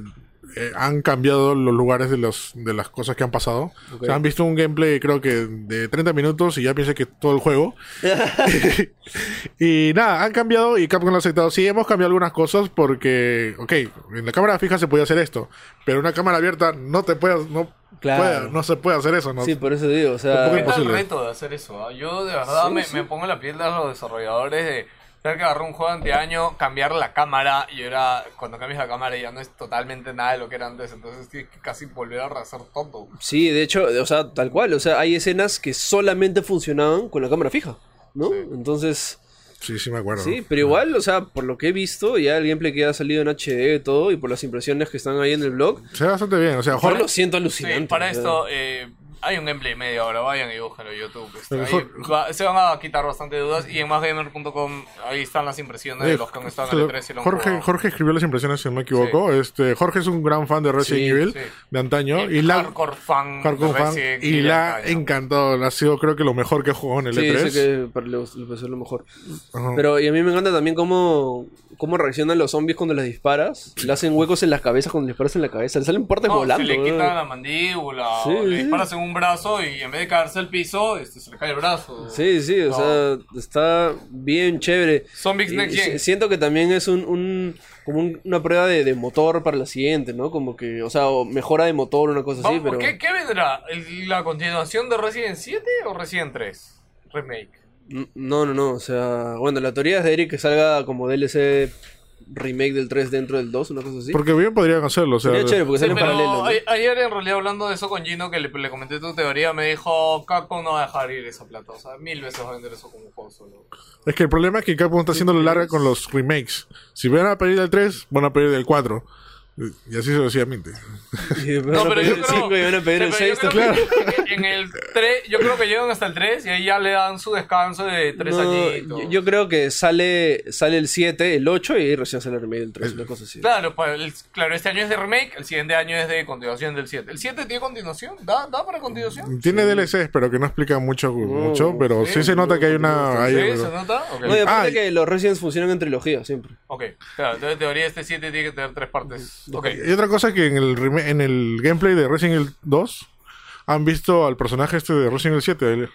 [SPEAKER 2] eh, han cambiado los lugares de, los, de las cosas que han pasado. O sea, han visto un gameplay, creo que de 30 minutos y ya piensan que es todo el
[SPEAKER 3] [LAUGHS]
[SPEAKER 2] juego. [LAUGHS] y nada, han cambiado y Capcom lo ha aceptado. Sí, hemos cambiado algunas cosas porque, ok, en la cámara fija se podía hacer esto, pero en una cámara abierta no te puedes, no,
[SPEAKER 3] Claro.
[SPEAKER 2] puede- no se puede hacer eso. ¿no?
[SPEAKER 3] sí, por eso digo, o sea,
[SPEAKER 2] Tampoco
[SPEAKER 1] ¿Qué tal el
[SPEAKER 2] imposible.
[SPEAKER 1] reto de hacer eso? ah? Yo de verdad me, me pongo en la piel de los desarrolladores de tener que agarrar un juego de año, cambiar la cámara y ahora cuando cambias la cámara ya no es totalmente nada de lo que era antes, entonces tienes que casi volver a rehacer todo.
[SPEAKER 3] Sí, de hecho, o sea, tal cual. O sea, hay escenas que solamente funcionaban con la cámara fija, ¿no? Entonces,
[SPEAKER 2] Sí, sí, me acuerdo.
[SPEAKER 3] sí, pero igual, o sea, por lo que he visto, ya el gameplay que ha salido en HD y todo, y por las impresiones que están ahí en el blog,
[SPEAKER 2] Se ve bastante bien. O sea,
[SPEAKER 3] yo
[SPEAKER 2] Jorge-
[SPEAKER 3] lo siento
[SPEAKER 1] e- Sí,
[SPEAKER 3] alucinante.
[SPEAKER 1] para
[SPEAKER 3] o sea.
[SPEAKER 1] esto eh, hay un gameplay medio ahora, vayan y búsquenlo en YouTube. este,
[SPEAKER 2] Pero
[SPEAKER 1] ahí
[SPEAKER 2] mejor-
[SPEAKER 1] va- se van a quitar bastante dudas y en másgamer.com ahí están las impresiones de
[SPEAKER 2] Eh,
[SPEAKER 1] los que han estado en
[SPEAKER 2] claro,
[SPEAKER 1] el 3 y lo han
[SPEAKER 2] Jorge,
[SPEAKER 1] jugado.
[SPEAKER 2] Jorge escribió las impresiones, si no me equivoco. Este, Jorge es un gran fan de Resident
[SPEAKER 3] Sí,
[SPEAKER 2] Evil
[SPEAKER 1] sí.
[SPEAKER 2] de antaño.
[SPEAKER 1] Y
[SPEAKER 2] Y la,
[SPEAKER 1] hardcore fan,
[SPEAKER 2] hardcore
[SPEAKER 1] de
[SPEAKER 2] fan,
[SPEAKER 1] Resident
[SPEAKER 2] y
[SPEAKER 1] Evil
[SPEAKER 2] la ha
[SPEAKER 1] Arcade, ¿no?
[SPEAKER 2] encantado. Ha sido, creo que, lo mejor que jugó en el
[SPEAKER 3] Sí,
[SPEAKER 2] E3.
[SPEAKER 3] sé que para los- le pareció lo mejor.
[SPEAKER 2] Ajá.
[SPEAKER 3] Pero y a mí me encanta también cómo, cómo reaccionan los zombies cuando les disparas. Le hacen huecos en las cabezas cuando les disparas en la cabeza. Le salen partes
[SPEAKER 1] No,
[SPEAKER 3] volando.
[SPEAKER 1] se le
[SPEAKER 3] ¿no?
[SPEAKER 1] quita la mandíbula, o
[SPEAKER 3] Sí,
[SPEAKER 1] le
[SPEAKER 3] sí.
[SPEAKER 1] disparas en un brazo y en vez de caerse al piso, este, se le cae el brazo.
[SPEAKER 3] Sí, sí, o
[SPEAKER 1] No.
[SPEAKER 3] sea, está bien chévere.
[SPEAKER 1] Zombies
[SPEAKER 3] Y
[SPEAKER 1] Next
[SPEAKER 3] si-
[SPEAKER 1] Gen.
[SPEAKER 3] Siento que también es un, un- como un- una prueba de, de motor para la siguiente, ¿no? Como que, o sea, o mejora de motor, una cosa así,
[SPEAKER 1] Vamos,
[SPEAKER 3] pero
[SPEAKER 1] ¿qué, qué vendrá? ¿El- ¿La continuación de Resident 7 o Resident 3? Remake.
[SPEAKER 3] N- no, no, no, o sea, bueno, la teoría es de Eric que salga como DLC remake del 3 dentro del 2, una cosa así.
[SPEAKER 2] Porque bien podrían hacerlo, o sea,
[SPEAKER 3] Sería chévere porque
[SPEAKER 1] Sí,
[SPEAKER 3] sale en
[SPEAKER 1] pero
[SPEAKER 3] Pues paralelo. ¿no?
[SPEAKER 1] a- ayer en realidad hablando de eso con Gino, que le, le comenté tu teoría, me dijo, Capcom no va a dejar ir esa plata. O sea, mil veces va a vender eso como un juego solo.
[SPEAKER 3] pues.
[SPEAKER 2] es que el problema es que Capcom está haciendo la larga con los remakes. Si van a pedir del 3, van a pedir del 4. Y así sucesivamente.
[SPEAKER 3] [LAUGHS] Y van
[SPEAKER 1] No,
[SPEAKER 3] a
[SPEAKER 1] pero
[SPEAKER 3] pedir
[SPEAKER 1] yo
[SPEAKER 3] el
[SPEAKER 1] creo,
[SPEAKER 3] 5 y van a pedir
[SPEAKER 1] sí, pero
[SPEAKER 3] el
[SPEAKER 1] yo
[SPEAKER 3] 6
[SPEAKER 1] creo
[SPEAKER 3] también.
[SPEAKER 1] que [LAUGHS] en el 3, yo creo que llegan hasta el 3 y ahí ya le dan su descanso de 3
[SPEAKER 3] No,
[SPEAKER 1] añitos.
[SPEAKER 3] yo, yo creo que sale, sale el 7, el 8 y ahí recién sale el remake del 3, una cosa así.
[SPEAKER 1] Claro, pa- el- claro, este año es de remake, el siguiente año es de continuación del 7. ¿El 7 tiene continuación? ¿Da, da para continuación?
[SPEAKER 2] Tiene DLCs, pero que no explica
[SPEAKER 3] Oh,
[SPEAKER 2] mucho, mucho pero sí,
[SPEAKER 1] sí,
[SPEAKER 2] se nota que hay una... hay-
[SPEAKER 1] ¿Sí?
[SPEAKER 2] pero-
[SPEAKER 1] ¿Se nota? Ok,
[SPEAKER 3] No, y aparte
[SPEAKER 2] Ah,
[SPEAKER 3] que los Resident funcionan en trilogía siempre.
[SPEAKER 1] Ok, claro, entonces en teoría este 7 tiene que tener tres partes. Ok.
[SPEAKER 2] Y otra cosa que en el, reme- en el gameplay de Resident Evil 2 han visto al personaje este de Resident Evil 7. el-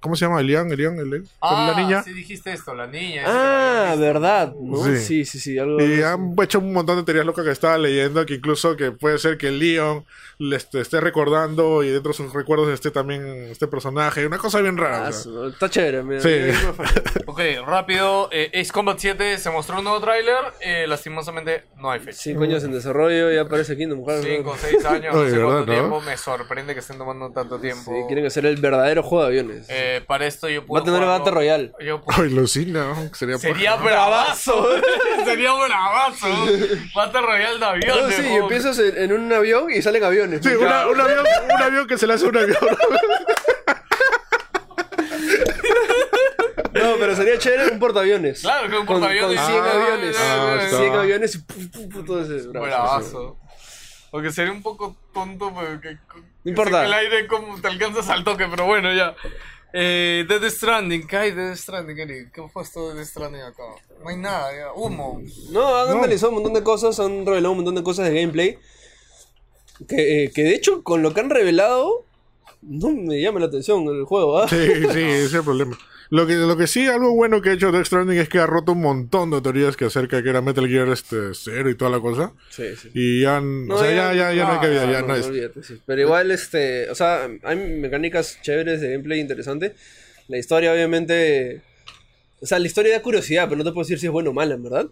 [SPEAKER 2] ¿Cómo se llama? ¿Elian? ¿Elian? ¿Elian?
[SPEAKER 1] Ah,
[SPEAKER 2] la niña.
[SPEAKER 1] sí dijiste esto, la niña.
[SPEAKER 3] Ah, ¿verdad? ¿no?
[SPEAKER 2] Este, Sí.
[SPEAKER 3] Sí. sí, sí, algo.
[SPEAKER 2] Y han hecho un montón de teorías locas que estaba leyendo, que incluso que puede ser que Leon le est- esté recordando y dentro de sus recuerdos esté también este personaje. Una cosa bien rara.
[SPEAKER 3] Ah,
[SPEAKER 2] o sea.
[SPEAKER 3] su- Está chévere, mira.
[SPEAKER 2] Sí.
[SPEAKER 1] Ok, rápido. eh, Ace Combat 7 se mostró un nuevo tráiler. eh, lastimosamente no hay fecha.
[SPEAKER 3] 5 años en desarrollo, ya aparece Kingdom Hearts. ¿no?
[SPEAKER 1] 5, 6 años, no
[SPEAKER 2] Oye,
[SPEAKER 1] sé
[SPEAKER 2] ¿verdad,
[SPEAKER 1] cuánto
[SPEAKER 2] no?
[SPEAKER 1] tiempo. Me sorprende que estén tomando tanto tiempo.
[SPEAKER 3] Sí, quieren hacer el verdadero juego de aviones.
[SPEAKER 1] Eh, para esto yo puedo.
[SPEAKER 3] Va a tener
[SPEAKER 1] jugarlo-
[SPEAKER 3] Battle Royale.
[SPEAKER 1] Yo puedo-
[SPEAKER 2] Ay, Lucina. Sería,
[SPEAKER 1] Sería
[SPEAKER 3] [LAUGHS]
[SPEAKER 1] bravazo. [LAUGHS] Sería bravazo. Battle Royale de avión.
[SPEAKER 3] No, sí, empiezas en, en un avión y salen aviones.
[SPEAKER 2] Sí, una- un, avión, un avión que se le hace un avión.
[SPEAKER 3] No, pero sería chévere un portaaviones.
[SPEAKER 1] Claro, que un
[SPEAKER 3] Con-
[SPEAKER 1] portaaviones.
[SPEAKER 3] Con 100
[SPEAKER 1] Ah,
[SPEAKER 3] aviones.
[SPEAKER 1] ah,
[SPEAKER 2] está.
[SPEAKER 3] 100 aviones y pu- pu- pu- todo ese. bravo, sí,
[SPEAKER 1] Bravazo. Aunque sería un poco tonto, pero que. que
[SPEAKER 3] importa.
[SPEAKER 1] sé que El aire como te alcanzas al toque, pero bueno, ya. Eh, Death Stranding, ¿qué hay de Death Stranding, Eric? ¿Qué fue esto de Death Stranding acá? No hay nada, ya. Humo.
[SPEAKER 3] sí. No, han analizado un montón de cosas, han revelado un montón de cosas de gameplay. Que, eh, que de hecho, con lo que han revelado, no me llama la atención el juego, ¿ah?
[SPEAKER 2] Sí, sí, ese es el problema. Lo que, lo que sí, algo bueno que ha hecho Death Stranding es que ha roto un montón de teorías que acerca que era Metal Gear este, Zero y toda la cosa.
[SPEAKER 3] Sí, sí.
[SPEAKER 2] Y ya, n-
[SPEAKER 3] No,
[SPEAKER 2] o sea, ya,
[SPEAKER 3] ya-
[SPEAKER 2] ya, ya no hay
[SPEAKER 1] no,
[SPEAKER 2] cabida, ya
[SPEAKER 3] Ah, no,
[SPEAKER 2] no
[SPEAKER 3] no,
[SPEAKER 2] es.
[SPEAKER 3] olvídate, sí. Pero igual, este, o sea, hay mecánicas chéveres de gameplay interesante. La historia, obviamente. O sea, la historia da curiosidad, pero no te puedo decir si es bueno o mala, en verdad.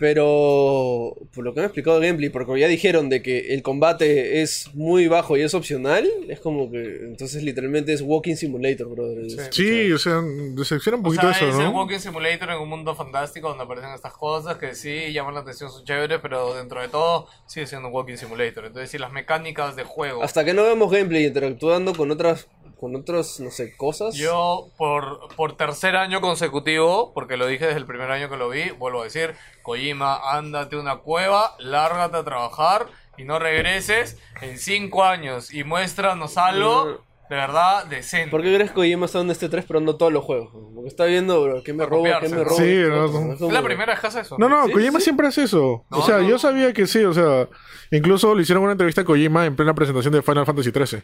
[SPEAKER 3] Pero por lo que me ha explicado el gameplay, porque ya dijeron de que el combate es muy bajo y es opcional, es como que entonces literalmente es walking simulator, brother. Es-
[SPEAKER 2] Sí, o sea, decepciona un
[SPEAKER 1] O
[SPEAKER 2] poquito
[SPEAKER 1] sea, es
[SPEAKER 2] eso,
[SPEAKER 1] el
[SPEAKER 2] ¿no?
[SPEAKER 1] Walking Simulator en un mundo fantástico donde aparecen estas cosas que sí llaman la atención, son chéveres, pero dentro de todo sigue siendo un Walking Simulator. Entonces, si las mecánicas de juego.
[SPEAKER 3] Hasta que no vemos gameplay interactuando con otras, con otras, no sé, cosas.
[SPEAKER 1] Yo, por, por tercer año consecutivo, porque lo dije desde el primer año que lo vi, vuelvo a decir, Kojima, ándate a una cueva, lárgate a trabajar y no regreses en cinco años y muéstranos algo de verdad decente.
[SPEAKER 3] Eh, ¿Por qué crees que Kojima está en este 3 pero no todos los juegos? Porque está viendo, bro, que me
[SPEAKER 1] Para
[SPEAKER 3] robo, que
[SPEAKER 1] copiarse,
[SPEAKER 3] me
[SPEAKER 1] ¿no?
[SPEAKER 3] robo.
[SPEAKER 2] Sí, no,
[SPEAKER 3] No, no,
[SPEAKER 2] no.
[SPEAKER 3] es
[SPEAKER 1] Es
[SPEAKER 3] como-
[SPEAKER 1] la primera que hace eso.
[SPEAKER 2] No, no,
[SPEAKER 3] Sí,
[SPEAKER 2] Kojima
[SPEAKER 3] sí.
[SPEAKER 2] siempre hace eso. o
[SPEAKER 1] No,
[SPEAKER 2] sea,
[SPEAKER 1] no.
[SPEAKER 2] yo sabía que sí, o sea, incluso le hicieron una entrevista a Kojima en plena presentación de Final Fantasy XIII.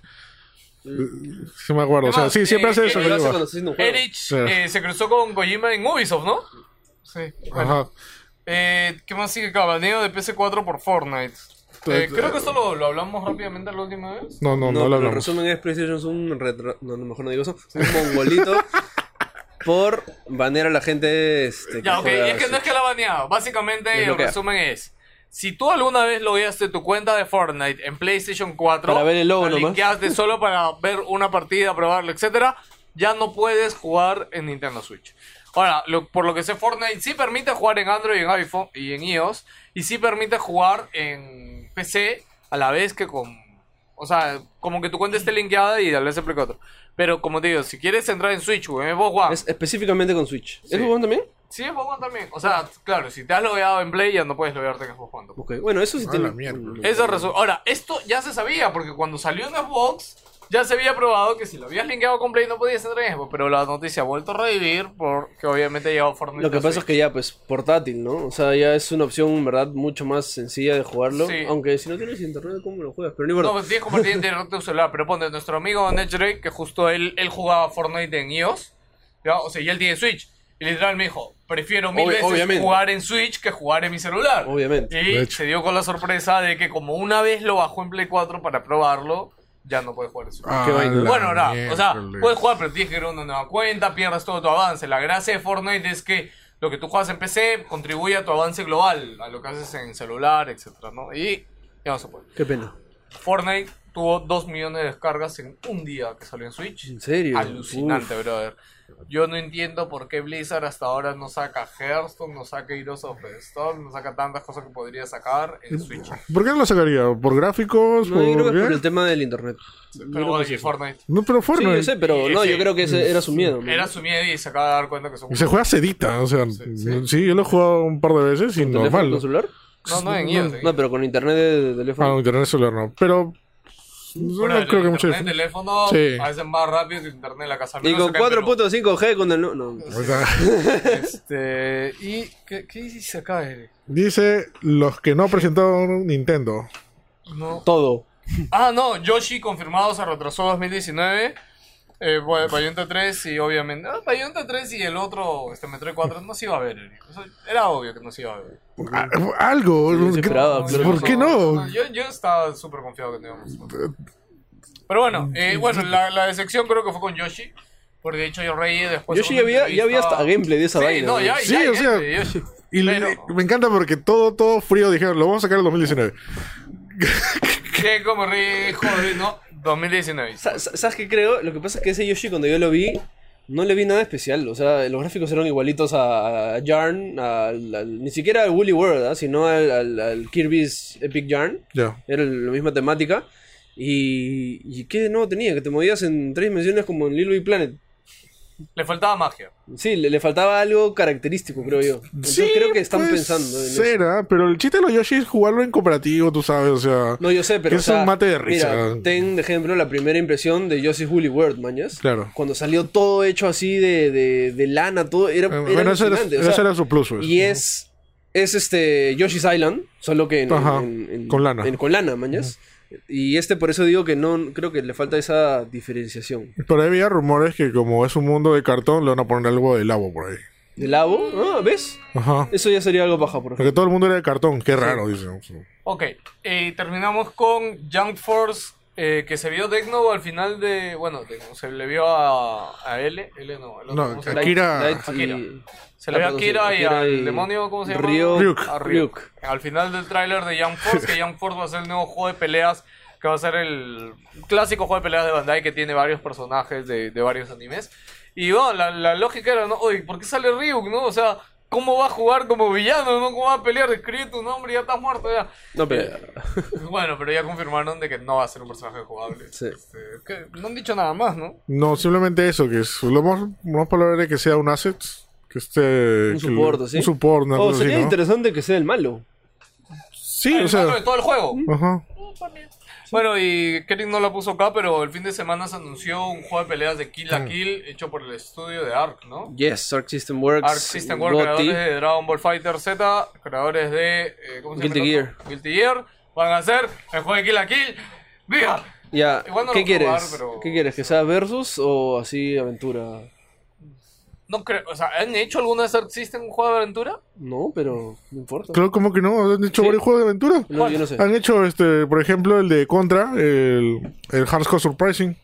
[SPEAKER 2] Sí me acuerdo, o sea,
[SPEAKER 1] Además,
[SPEAKER 2] sí, siempre
[SPEAKER 1] eh,
[SPEAKER 2] hace
[SPEAKER 1] eh,
[SPEAKER 2] eso.
[SPEAKER 1] lo hace
[SPEAKER 2] Kojima.
[SPEAKER 3] cuando está haciendo un juego.
[SPEAKER 1] Erich
[SPEAKER 2] Sí.
[SPEAKER 1] eh, se cruzó con Kojima en Ubisoft, ¿no? Sí. bueno.
[SPEAKER 2] Ajá.
[SPEAKER 1] Eh, ¿Qué más sigue? Cabaneo de PS4 por Fortnite.
[SPEAKER 2] Pues,
[SPEAKER 1] Eh, creo que esto lo, lo hablamos rápidamente la última vez.
[SPEAKER 2] No, no, no, lo
[SPEAKER 3] No, pero el
[SPEAKER 2] hablamos.
[SPEAKER 3] resumen es PlayStation es un retra- No, no, mejor no digo eso. Es un mongolito [LAUGHS] por banear a la gente. Este,
[SPEAKER 1] Ya, ok,
[SPEAKER 3] juega
[SPEAKER 1] es que no es
[SPEAKER 3] así.
[SPEAKER 1] que la ha baneado. Básicamente, el
[SPEAKER 3] Desbloquea.
[SPEAKER 1] resumen es: si tú alguna vez logueaste tu cuenta de Fortnite en PlayStation 4,
[SPEAKER 3] Para ver el logo
[SPEAKER 1] la
[SPEAKER 3] nomás. [LAUGHS]
[SPEAKER 1] linkeaste solo para ver una partida, probarlo, etcétera, ya no puedes jugar en Nintendo Switch. Ahora, lo- por lo que sé, Fortnite sí permite jugar en Android y en iPhone y en iOS, y sí permite jugar en PC a la vez que con. O sea, como que tu cuenta esté linkeada y tal vez se aplica otro. Pero como te digo, si quieres entrar en Switch o en Xbox One,
[SPEAKER 3] Es específicamente con Switch. ¿Es
[SPEAKER 1] Sí.
[SPEAKER 3] Xbox One también?
[SPEAKER 1] Sí, en Xbox One también. O sea, claro, si te has logueado en Play ya no puedes loguearte en Xbox One. tampoco.
[SPEAKER 3] Ok, bueno, eso sí
[SPEAKER 2] A
[SPEAKER 3] tiene.
[SPEAKER 2] Ah, la mierda.
[SPEAKER 1] Eso resu- Ahora, esto ya se sabía, porque cuando salió en Xbox ya se había probado que si lo habías linkeado con Play no podías entrar en Xbox, pero la noticia ha vuelto a revivir porque obviamente ha llegado Fortnite.
[SPEAKER 3] Lo que pasa es que ya, pues, portátil, ¿no? O sea, ya es una opción, en verdad, mucho más sencilla de jugarlo.
[SPEAKER 1] Sí.
[SPEAKER 3] Aunque si no tienes internet, ¿cómo lo juegas? Pero no
[SPEAKER 1] No,
[SPEAKER 3] importa.
[SPEAKER 1] pues tienes que
[SPEAKER 2] [LAUGHS]
[SPEAKER 1] compartir en directo tu celular, pero ponte nuestro amigo Ned Drake, que justo él, él jugaba Fortnite en iOS, ya, o sea, y él tiene Switch. Y literal me dijo, prefiero mil
[SPEAKER 3] Obvio-
[SPEAKER 1] veces
[SPEAKER 3] obviamente.
[SPEAKER 1] jugar en Switch que jugar en mi celular.
[SPEAKER 3] Obviamente.
[SPEAKER 2] De
[SPEAKER 1] Y
[SPEAKER 2] hecho.
[SPEAKER 1] se dio con la sorpresa de que como una vez lo bajó en Play 4 para probarlo, ya no puede jugar en Switch.
[SPEAKER 2] Ah,
[SPEAKER 3] Qué vaina.
[SPEAKER 2] la
[SPEAKER 1] Bueno, ahora, o sea,
[SPEAKER 2] miércoles.
[SPEAKER 1] puedes jugar, pero tienes que crear una nueva cuenta, pierdas todo tu avance. La gracia de Fortnite es que lo que tú juegas en PC contribuye a tu avance global, a lo que haces en celular, etcétera, ¿no? Y ya no se puede.
[SPEAKER 3] Qué pena.
[SPEAKER 1] Fortnite tuvo 2 millones de descargas en un día que salió en Switch.
[SPEAKER 3] ¿En serio?
[SPEAKER 1] Alucinante, brother. Yo no entiendo por qué Blizzard hasta ahora no saca Hearthstone, no saca Heroes of the Storm, no saca tantas cosas que podría sacar en Switch.
[SPEAKER 2] ¿Por qué no lo sacaría? ¿Por gráficos,
[SPEAKER 3] No, yo creo que
[SPEAKER 2] por
[SPEAKER 3] es por
[SPEAKER 2] qué?
[SPEAKER 3] el tema del internet.
[SPEAKER 1] Pero bueno, y Fortnite.
[SPEAKER 2] No, pero
[SPEAKER 3] Sí,
[SPEAKER 2] Fortnite.
[SPEAKER 3] yo sé, pero no, yo creo que ese era su miedo. ¿no?
[SPEAKER 1] Era su miedo y se acaba de dar cuenta que son...
[SPEAKER 2] Y se juega sedita, o sea, eh, sí, yo lo he jugado un par de veces y
[SPEAKER 3] ¿Teléfono
[SPEAKER 2] normal.
[SPEAKER 3] con celular?
[SPEAKER 1] No, no, Ah, en iOS. en
[SPEAKER 3] No, pero con internet de, de
[SPEAKER 2] Ah, no,
[SPEAKER 3] teléfono.
[SPEAKER 2] internet celular no. Pero yo
[SPEAKER 1] Bueno,
[SPEAKER 2] no creo que mucho
[SPEAKER 1] El
[SPEAKER 2] diferencia.
[SPEAKER 1] teléfono
[SPEAKER 2] Sí.
[SPEAKER 1] a veces más rápido que internet en la casa.
[SPEAKER 3] y con
[SPEAKER 1] Menos acá en Perú.
[SPEAKER 3] 4.5G con el... No, no.
[SPEAKER 2] O sea, [LAUGHS]
[SPEAKER 1] Este, ¿Y qué, qué dices acá, Eric?
[SPEAKER 2] dice los que no presentaron Nintendo.
[SPEAKER 1] No.
[SPEAKER 3] Todo.
[SPEAKER 1] Ah, no, Yoshi confirmado se retrasó 2019. Eh, bueno, Bayonetta 3 y obviamente. Ah, Bayonetta 3 y el otro, este Metroid 4, no se iba a ver, Eric. Eso era obvio que no se iba a ver.
[SPEAKER 2] Ah, Algo.
[SPEAKER 3] yo sí
[SPEAKER 2] ¿qué-
[SPEAKER 3] esperaba, claro.
[SPEAKER 2] ¿Por qué no?
[SPEAKER 1] Yo, yo estaba súper confiado que teníamos. Pero bueno, eh, bueno la, la decepción creo que fue con Yoshi. Porque de hecho, yo reí después.
[SPEAKER 3] Yo
[SPEAKER 1] según
[SPEAKER 3] sí ya había, ya había
[SPEAKER 1] Pues entrevista-
[SPEAKER 3] hasta gameplay de esa
[SPEAKER 1] Sí,
[SPEAKER 3] vaina.
[SPEAKER 1] no, ya,
[SPEAKER 2] Sí,
[SPEAKER 1] ya hay
[SPEAKER 2] o sea,
[SPEAKER 1] gente de Yoshi.
[SPEAKER 2] Y le-
[SPEAKER 1] Pero-
[SPEAKER 2] me encanta porque todo, todo frío dijeron, lo vamos a sacar en 2019.
[SPEAKER 1] Que como re- joder, ¿no? 2019.
[SPEAKER 3] Sa- sa- ¿Sabes qué creo? Lo que pasa es que ese Yoshi cuando yo lo vi, no le vi nada especial. O sea, los gráficos eran igualitos a, a Yarn, al- al- ni siquiera al Woolly World, ¿ah? sino al, al- al Kirby's Epic Yarn.
[SPEAKER 2] Ya.
[SPEAKER 3] Era la misma temática. Y, y qué de nuevo tenía, que te movías en tres dimensiones como en Little Big Planet.
[SPEAKER 1] Le faltaba magia.
[SPEAKER 3] Sí, le, le faltaba algo característico, creo yo. Entonces creo que están
[SPEAKER 2] puede
[SPEAKER 3] pensando en eso.
[SPEAKER 2] ser, ¿ah? pues, pero el chiste de los Yoshi es jugarlo en cooperativo, tú sabes, o sea.
[SPEAKER 3] No, yo sé, pero.
[SPEAKER 2] Que es un mate de risa.
[SPEAKER 3] Mira, ten de ejemplo la primera impresión de Yoshi's Woolly World, mañas.
[SPEAKER 2] Claro.
[SPEAKER 3] Cuando salió todo hecho así de, de, de lana, todo. Era, era
[SPEAKER 2] bueno, ese era,
[SPEAKER 3] alucinante, o
[SPEAKER 2] ese
[SPEAKER 3] sea,
[SPEAKER 2] era su plus, pues.
[SPEAKER 3] Y es. Es este. Yoshi's Island, solo que en.
[SPEAKER 2] Ajá,
[SPEAKER 3] en- en-
[SPEAKER 2] con lana.
[SPEAKER 3] en- con lana, mañas. Y este, por eso digo que no. Creo que le falta esa diferenciación.
[SPEAKER 2] Pero ahí había rumores que como es un mundo de cartón, le van a poner algo de lavo por ahí.
[SPEAKER 3] ¿De lavo? Ah, ¿ves?
[SPEAKER 2] Ajá.
[SPEAKER 3] Eso ya sería algo baja, por ejemplo.
[SPEAKER 2] Porque todo el mundo era de cartón, qué raro, dicen.
[SPEAKER 1] Ok, eh, terminamos con Jump Force, eh, que se vio Tecno al final de. Bueno, Tecno, se le vio a, a L. L no, el otro,
[SPEAKER 2] No,
[SPEAKER 1] ¿cómo se
[SPEAKER 2] a
[SPEAKER 1] llama?
[SPEAKER 2] Kira. Akira-
[SPEAKER 3] Light- Light y-
[SPEAKER 1] Akira. Se le vio
[SPEAKER 3] Ah,
[SPEAKER 1] a
[SPEAKER 3] perdón,
[SPEAKER 1] Kira y
[SPEAKER 3] Akira
[SPEAKER 1] al
[SPEAKER 3] y
[SPEAKER 1] demonio, ¿cómo se llama?
[SPEAKER 3] Ryuk.
[SPEAKER 2] Ryuk.
[SPEAKER 1] A Ryuk.
[SPEAKER 3] Ryuk.
[SPEAKER 1] Al final del tráiler de Jump Force,
[SPEAKER 2] [LAUGHS]
[SPEAKER 1] que Jump Force va a ser el nuevo juego de peleas, que va a ser el clásico juego de peleas de Bandai que tiene varios personajes de, de varios animes. Y bueno, la, la lógica era, ¿no? Oye, ¿por qué sale Ryuk, no? O sea, ¿cómo va a jugar como villano, no? ¿Cómo va a pelear? Escribe tu nombre y ya estás muerto ya.
[SPEAKER 3] No,
[SPEAKER 2] Eh,
[SPEAKER 3] pero.
[SPEAKER 1] [LAUGHS] Bueno, pero ya confirmaron de que no va a ser un personaje jugable.
[SPEAKER 3] Sí.
[SPEAKER 1] Este, que no han dicho nada más, ¿no?
[SPEAKER 2] No, simplemente eso, que es lo más, lo más probable es que sea un asset, que esté...
[SPEAKER 3] Un
[SPEAKER 2] que-
[SPEAKER 3] support, ¿sí?
[SPEAKER 2] Un support, una
[SPEAKER 3] Oh,
[SPEAKER 2] cosa así,
[SPEAKER 3] sería
[SPEAKER 2] ¿no?
[SPEAKER 3] interesante que sea el malo.
[SPEAKER 2] Sí,
[SPEAKER 1] Ah, El
[SPEAKER 2] o sea...
[SPEAKER 1] malo de todo el juego.
[SPEAKER 2] Ajá.
[SPEAKER 1] Bueno, y Kering no lo puso acá, pero el fin de semana se anunció un juego de peleas de Kill a Kill hecho por el estudio de Ark, ¿no?
[SPEAKER 3] Yes, Arc System Works.
[SPEAKER 1] Ark System Works,
[SPEAKER 3] GOTY.
[SPEAKER 1] creadores de Dragon Ball Fighter Z, creadores de. eh, ¿Cómo se llama?
[SPEAKER 3] Guilty
[SPEAKER 1] el otro? Guilty Gear. Van a hacer el juego de Kill a Kill. ¡Viva!
[SPEAKER 3] Ya,
[SPEAKER 1] Igual no
[SPEAKER 3] ¿qué
[SPEAKER 1] lo puedo
[SPEAKER 3] quieres?
[SPEAKER 1] jugar, pero-
[SPEAKER 3] ¿Qué quieres? ¿Que sea versus o así aventura?
[SPEAKER 1] No creo. O sea, ¿han hecho alguna vez Ark System un juego de aventura?
[SPEAKER 3] No, pero no importa.
[SPEAKER 2] Claro, ¿cómo que no? ¿Han hecho
[SPEAKER 3] Sí.
[SPEAKER 2] varios juegos de aventura?
[SPEAKER 3] No, yo no sé.
[SPEAKER 2] Han hecho, este, por ejemplo, el de Contra, el, el Hard Core Surprising.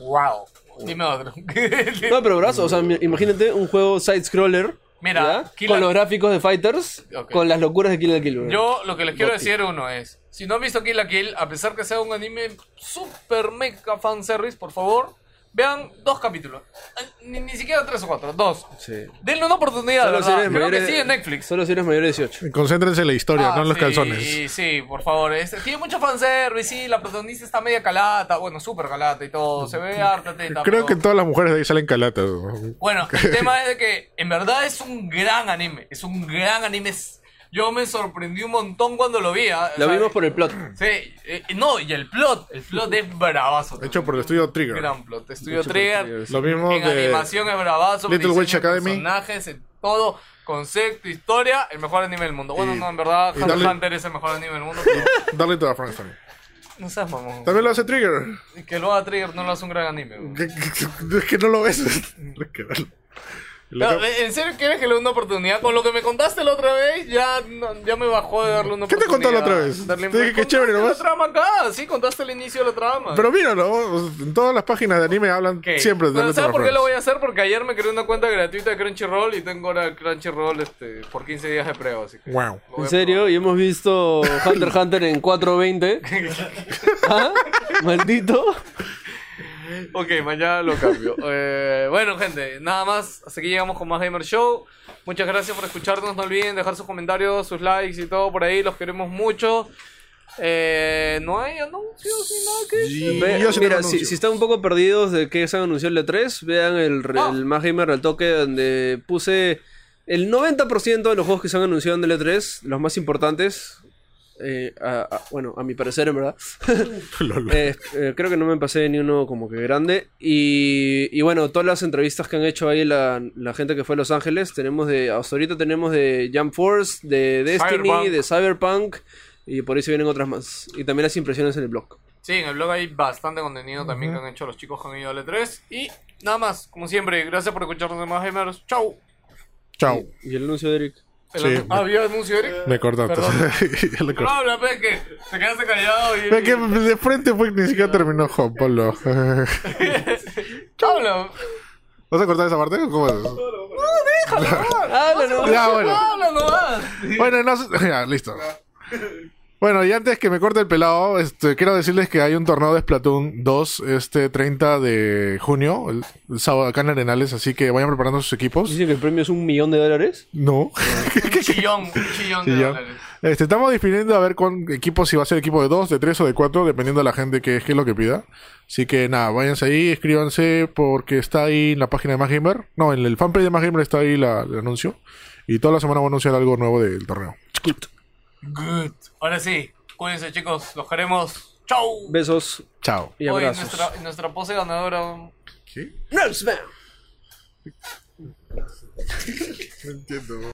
[SPEAKER 1] ¡Wow! Dime otro. [LAUGHS]
[SPEAKER 3] No, pero brazo, o sea, mi- imagínate un juego side-scroller.
[SPEAKER 1] Mira,
[SPEAKER 3] ¿ya?
[SPEAKER 1] Kill
[SPEAKER 3] con
[SPEAKER 1] la-
[SPEAKER 3] los gráficos de Fighters,
[SPEAKER 1] Ok.
[SPEAKER 3] con las locuras de Kill la Kill. bro.
[SPEAKER 1] Yo lo que les quiero
[SPEAKER 3] Gotti.
[SPEAKER 1] decir uno es, si no han visto Kill la Kill, a pesar que sea un anime super mega fanservice, por favor, vean dos capítulos. Ay, Ni, ni siquiera tres o cuatro, dos.
[SPEAKER 3] Sí.
[SPEAKER 1] Denle una oportunidad, de
[SPEAKER 3] Solo si
[SPEAKER 1] ¿verdad?
[SPEAKER 3] eres
[SPEAKER 1] Creo
[SPEAKER 3] mayor
[SPEAKER 1] que
[SPEAKER 3] de-
[SPEAKER 1] sí en Netflix.
[SPEAKER 3] Solo si eres mayor de 18.
[SPEAKER 2] Concéntrense en la historia,
[SPEAKER 1] Ah,
[SPEAKER 2] no en los
[SPEAKER 1] sí,
[SPEAKER 2] calzones.
[SPEAKER 1] Sí, por favor. Este, tiene mucho fanservice, sí, la protagonista está media calata, bueno, super calata y todo, se ve harta teta.
[SPEAKER 2] Creo
[SPEAKER 1] pero-
[SPEAKER 2] que todas las mujeres de ahí salen calatas. ¿no?
[SPEAKER 3] [LAUGHS]
[SPEAKER 1] Bueno, el tema es de que en verdad es un gran anime, es un gran anime. Es- Yo me sorprendí un montón cuando lo vi. ¿ah? O
[SPEAKER 3] Lo
[SPEAKER 1] sea,
[SPEAKER 3] vimos por el plot.
[SPEAKER 1] Sí, eh, no, y el plot, el plot es bravazo.
[SPEAKER 2] Hecho por el estudio Trigger.
[SPEAKER 1] Gran plot, estudio
[SPEAKER 3] Hecho por
[SPEAKER 1] Trigger.
[SPEAKER 3] Trigger, sí.
[SPEAKER 2] Lo mismo
[SPEAKER 1] En
[SPEAKER 2] de...
[SPEAKER 1] animación es bravazo,
[SPEAKER 2] Little
[SPEAKER 1] diseño
[SPEAKER 2] Witch
[SPEAKER 1] de
[SPEAKER 2] Academy.
[SPEAKER 1] personajes, en todo, concepto, historia, el mejor anime del mundo. Bueno,
[SPEAKER 2] Y-
[SPEAKER 1] no, en verdad,
[SPEAKER 2] y
[SPEAKER 1] Hunter x
[SPEAKER 2] dale-
[SPEAKER 1] Hunter es el mejor anime del mundo,
[SPEAKER 2] [LAUGHS]
[SPEAKER 1] pero
[SPEAKER 2] Darle toda France también.
[SPEAKER 1] no seas mamón.
[SPEAKER 2] También lo hace Trigger.
[SPEAKER 1] Y Que lo haga Trigger no lo hace un gran anime. weón.
[SPEAKER 2] Que- que- que- Es que no lo ves. Es que no lo- La
[SPEAKER 1] No,
[SPEAKER 2] ca-
[SPEAKER 1] eh, ¿En serio quieres que le dé una oportunidad? Con lo que me contaste la otra vez, ya, no- ya me bajó de darle una
[SPEAKER 2] ¿Qué te
[SPEAKER 1] oportunidad.
[SPEAKER 2] conté la otra vez?
[SPEAKER 1] Darle-
[SPEAKER 2] Te dije que
[SPEAKER 1] contaste
[SPEAKER 2] chévere nomás.
[SPEAKER 1] la trama acá, sí, contaste el inicio de la trama.
[SPEAKER 2] Pero míralo, o sea, en todas las páginas de anime hablan
[SPEAKER 1] Ok.
[SPEAKER 2] siempre de
[SPEAKER 1] No,
[SPEAKER 2] Metro
[SPEAKER 1] ¿Sabes por qué
[SPEAKER 2] Reference.
[SPEAKER 1] lo voy a hacer? Porque ayer me creé una cuenta gratuita de Crunchyroll y tengo ahora Crunchyroll este, por 15 días de prueba. Así que lo
[SPEAKER 2] Wow.
[SPEAKER 1] voy
[SPEAKER 3] En
[SPEAKER 1] a
[SPEAKER 3] serio, y hemos visto Hunter x Hunter
[SPEAKER 2] [LAUGHS]
[SPEAKER 3] en 420. ¿Ah? Maldito.
[SPEAKER 1] Ok, mañana lo cambio. [LAUGHS] Eh, bueno, gente, nada más. Hasta aquí llegamos con más Gamer Show. Muchas gracias por escucharnos. No olviden dejar sus comentarios, sus likes y todo por ahí. Los queremos mucho. Eh, no hay anuncios ni nada que decir.
[SPEAKER 2] Y
[SPEAKER 3] Ve-
[SPEAKER 2] yo sí
[SPEAKER 3] mira,
[SPEAKER 2] tengo
[SPEAKER 3] si,
[SPEAKER 2] anuncio.
[SPEAKER 3] si están un poco perdidos de qué se anunció el E3, vean el, re-
[SPEAKER 1] Ah.
[SPEAKER 3] el Más Gamer al toque donde puse el 90% de los juegos que se han anunciado en el E3, los más importantes. eh, a- a- bueno, a mi parecer, en verdad.
[SPEAKER 1] [LAUGHS]
[SPEAKER 2] Lol.
[SPEAKER 3] Eh, eh, creo que no me pasé ni uno como que grande. Y, y bueno, todas las entrevistas que han hecho ahí la, la gente que fue a Los Ángeles, tenemos de. Hasta ahorita tenemos de Jump Force, de Destiny,
[SPEAKER 1] Cyberpunk.
[SPEAKER 3] de Cyberpunk. Y por ahí se vienen otras más. Y también las impresiones en el blog.
[SPEAKER 1] Sí, en el blog hay bastante contenido también que han hecho los chicos que han ido al E3. Y nada más, como siempre, gracias por escucharnos de más Gamers. Chau.
[SPEAKER 2] Chao.
[SPEAKER 3] Y el anuncio de Eric.
[SPEAKER 1] El
[SPEAKER 2] Sí. Eh,
[SPEAKER 1] anun- Había anuncio, Eric.
[SPEAKER 2] Me cortaste.
[SPEAKER 1] Perdón.
[SPEAKER 2] [LAUGHS] Ya lo
[SPEAKER 1] No
[SPEAKER 2] corté.
[SPEAKER 1] habla, pe, que te quedaste callado. Y...
[SPEAKER 2] Ve que de frente fue que ni siquiera terminó Juan [LAUGHS] Pablo. ¿Vas
[SPEAKER 1] Chau, habla.
[SPEAKER 2] a cortar esa parte? o ¿Cómo es?
[SPEAKER 3] ¡Ah, no!
[SPEAKER 2] Ya, bueno.
[SPEAKER 1] Habla nomás.
[SPEAKER 2] Bueno, no sé- [LAUGHS] ya, listo. Bueno, y antes que me corte el pelado, este, quiero decirles que hay un torneo de Splatoon 2 este 30 de junio, el, el sábado acá en Arenales, así que vayan preparando sus equipos.
[SPEAKER 3] Dicen que el premio es un millón de dólares.
[SPEAKER 2] No. [LAUGHS]
[SPEAKER 1] Un chillón, un chillón de
[SPEAKER 2] Sí, ya.
[SPEAKER 1] dólares.
[SPEAKER 2] Este, estamos definiendo a ver cuán equipo, si va a ser equipo de 2, de 3 o de 4, dependiendo de la gente que es, que es lo que pida. Así que nada, váyanse ahí, escríbanse porque está ahí en la página de Más Gamer. No, en el fanpage de Más Gamer está ahí la- el anuncio. Y toda la semana voy a anunciar algo nuevo del torneo.
[SPEAKER 1] Good. Ahora sí, cuídense chicos, los queremos. Chau.
[SPEAKER 3] Besos
[SPEAKER 2] Chao.
[SPEAKER 3] y
[SPEAKER 1] Hoy
[SPEAKER 3] abrazos.
[SPEAKER 1] nuestra, nuestra pose ganadora.
[SPEAKER 2] ¿Qué?
[SPEAKER 3] Nuestra...
[SPEAKER 2] No entiendo.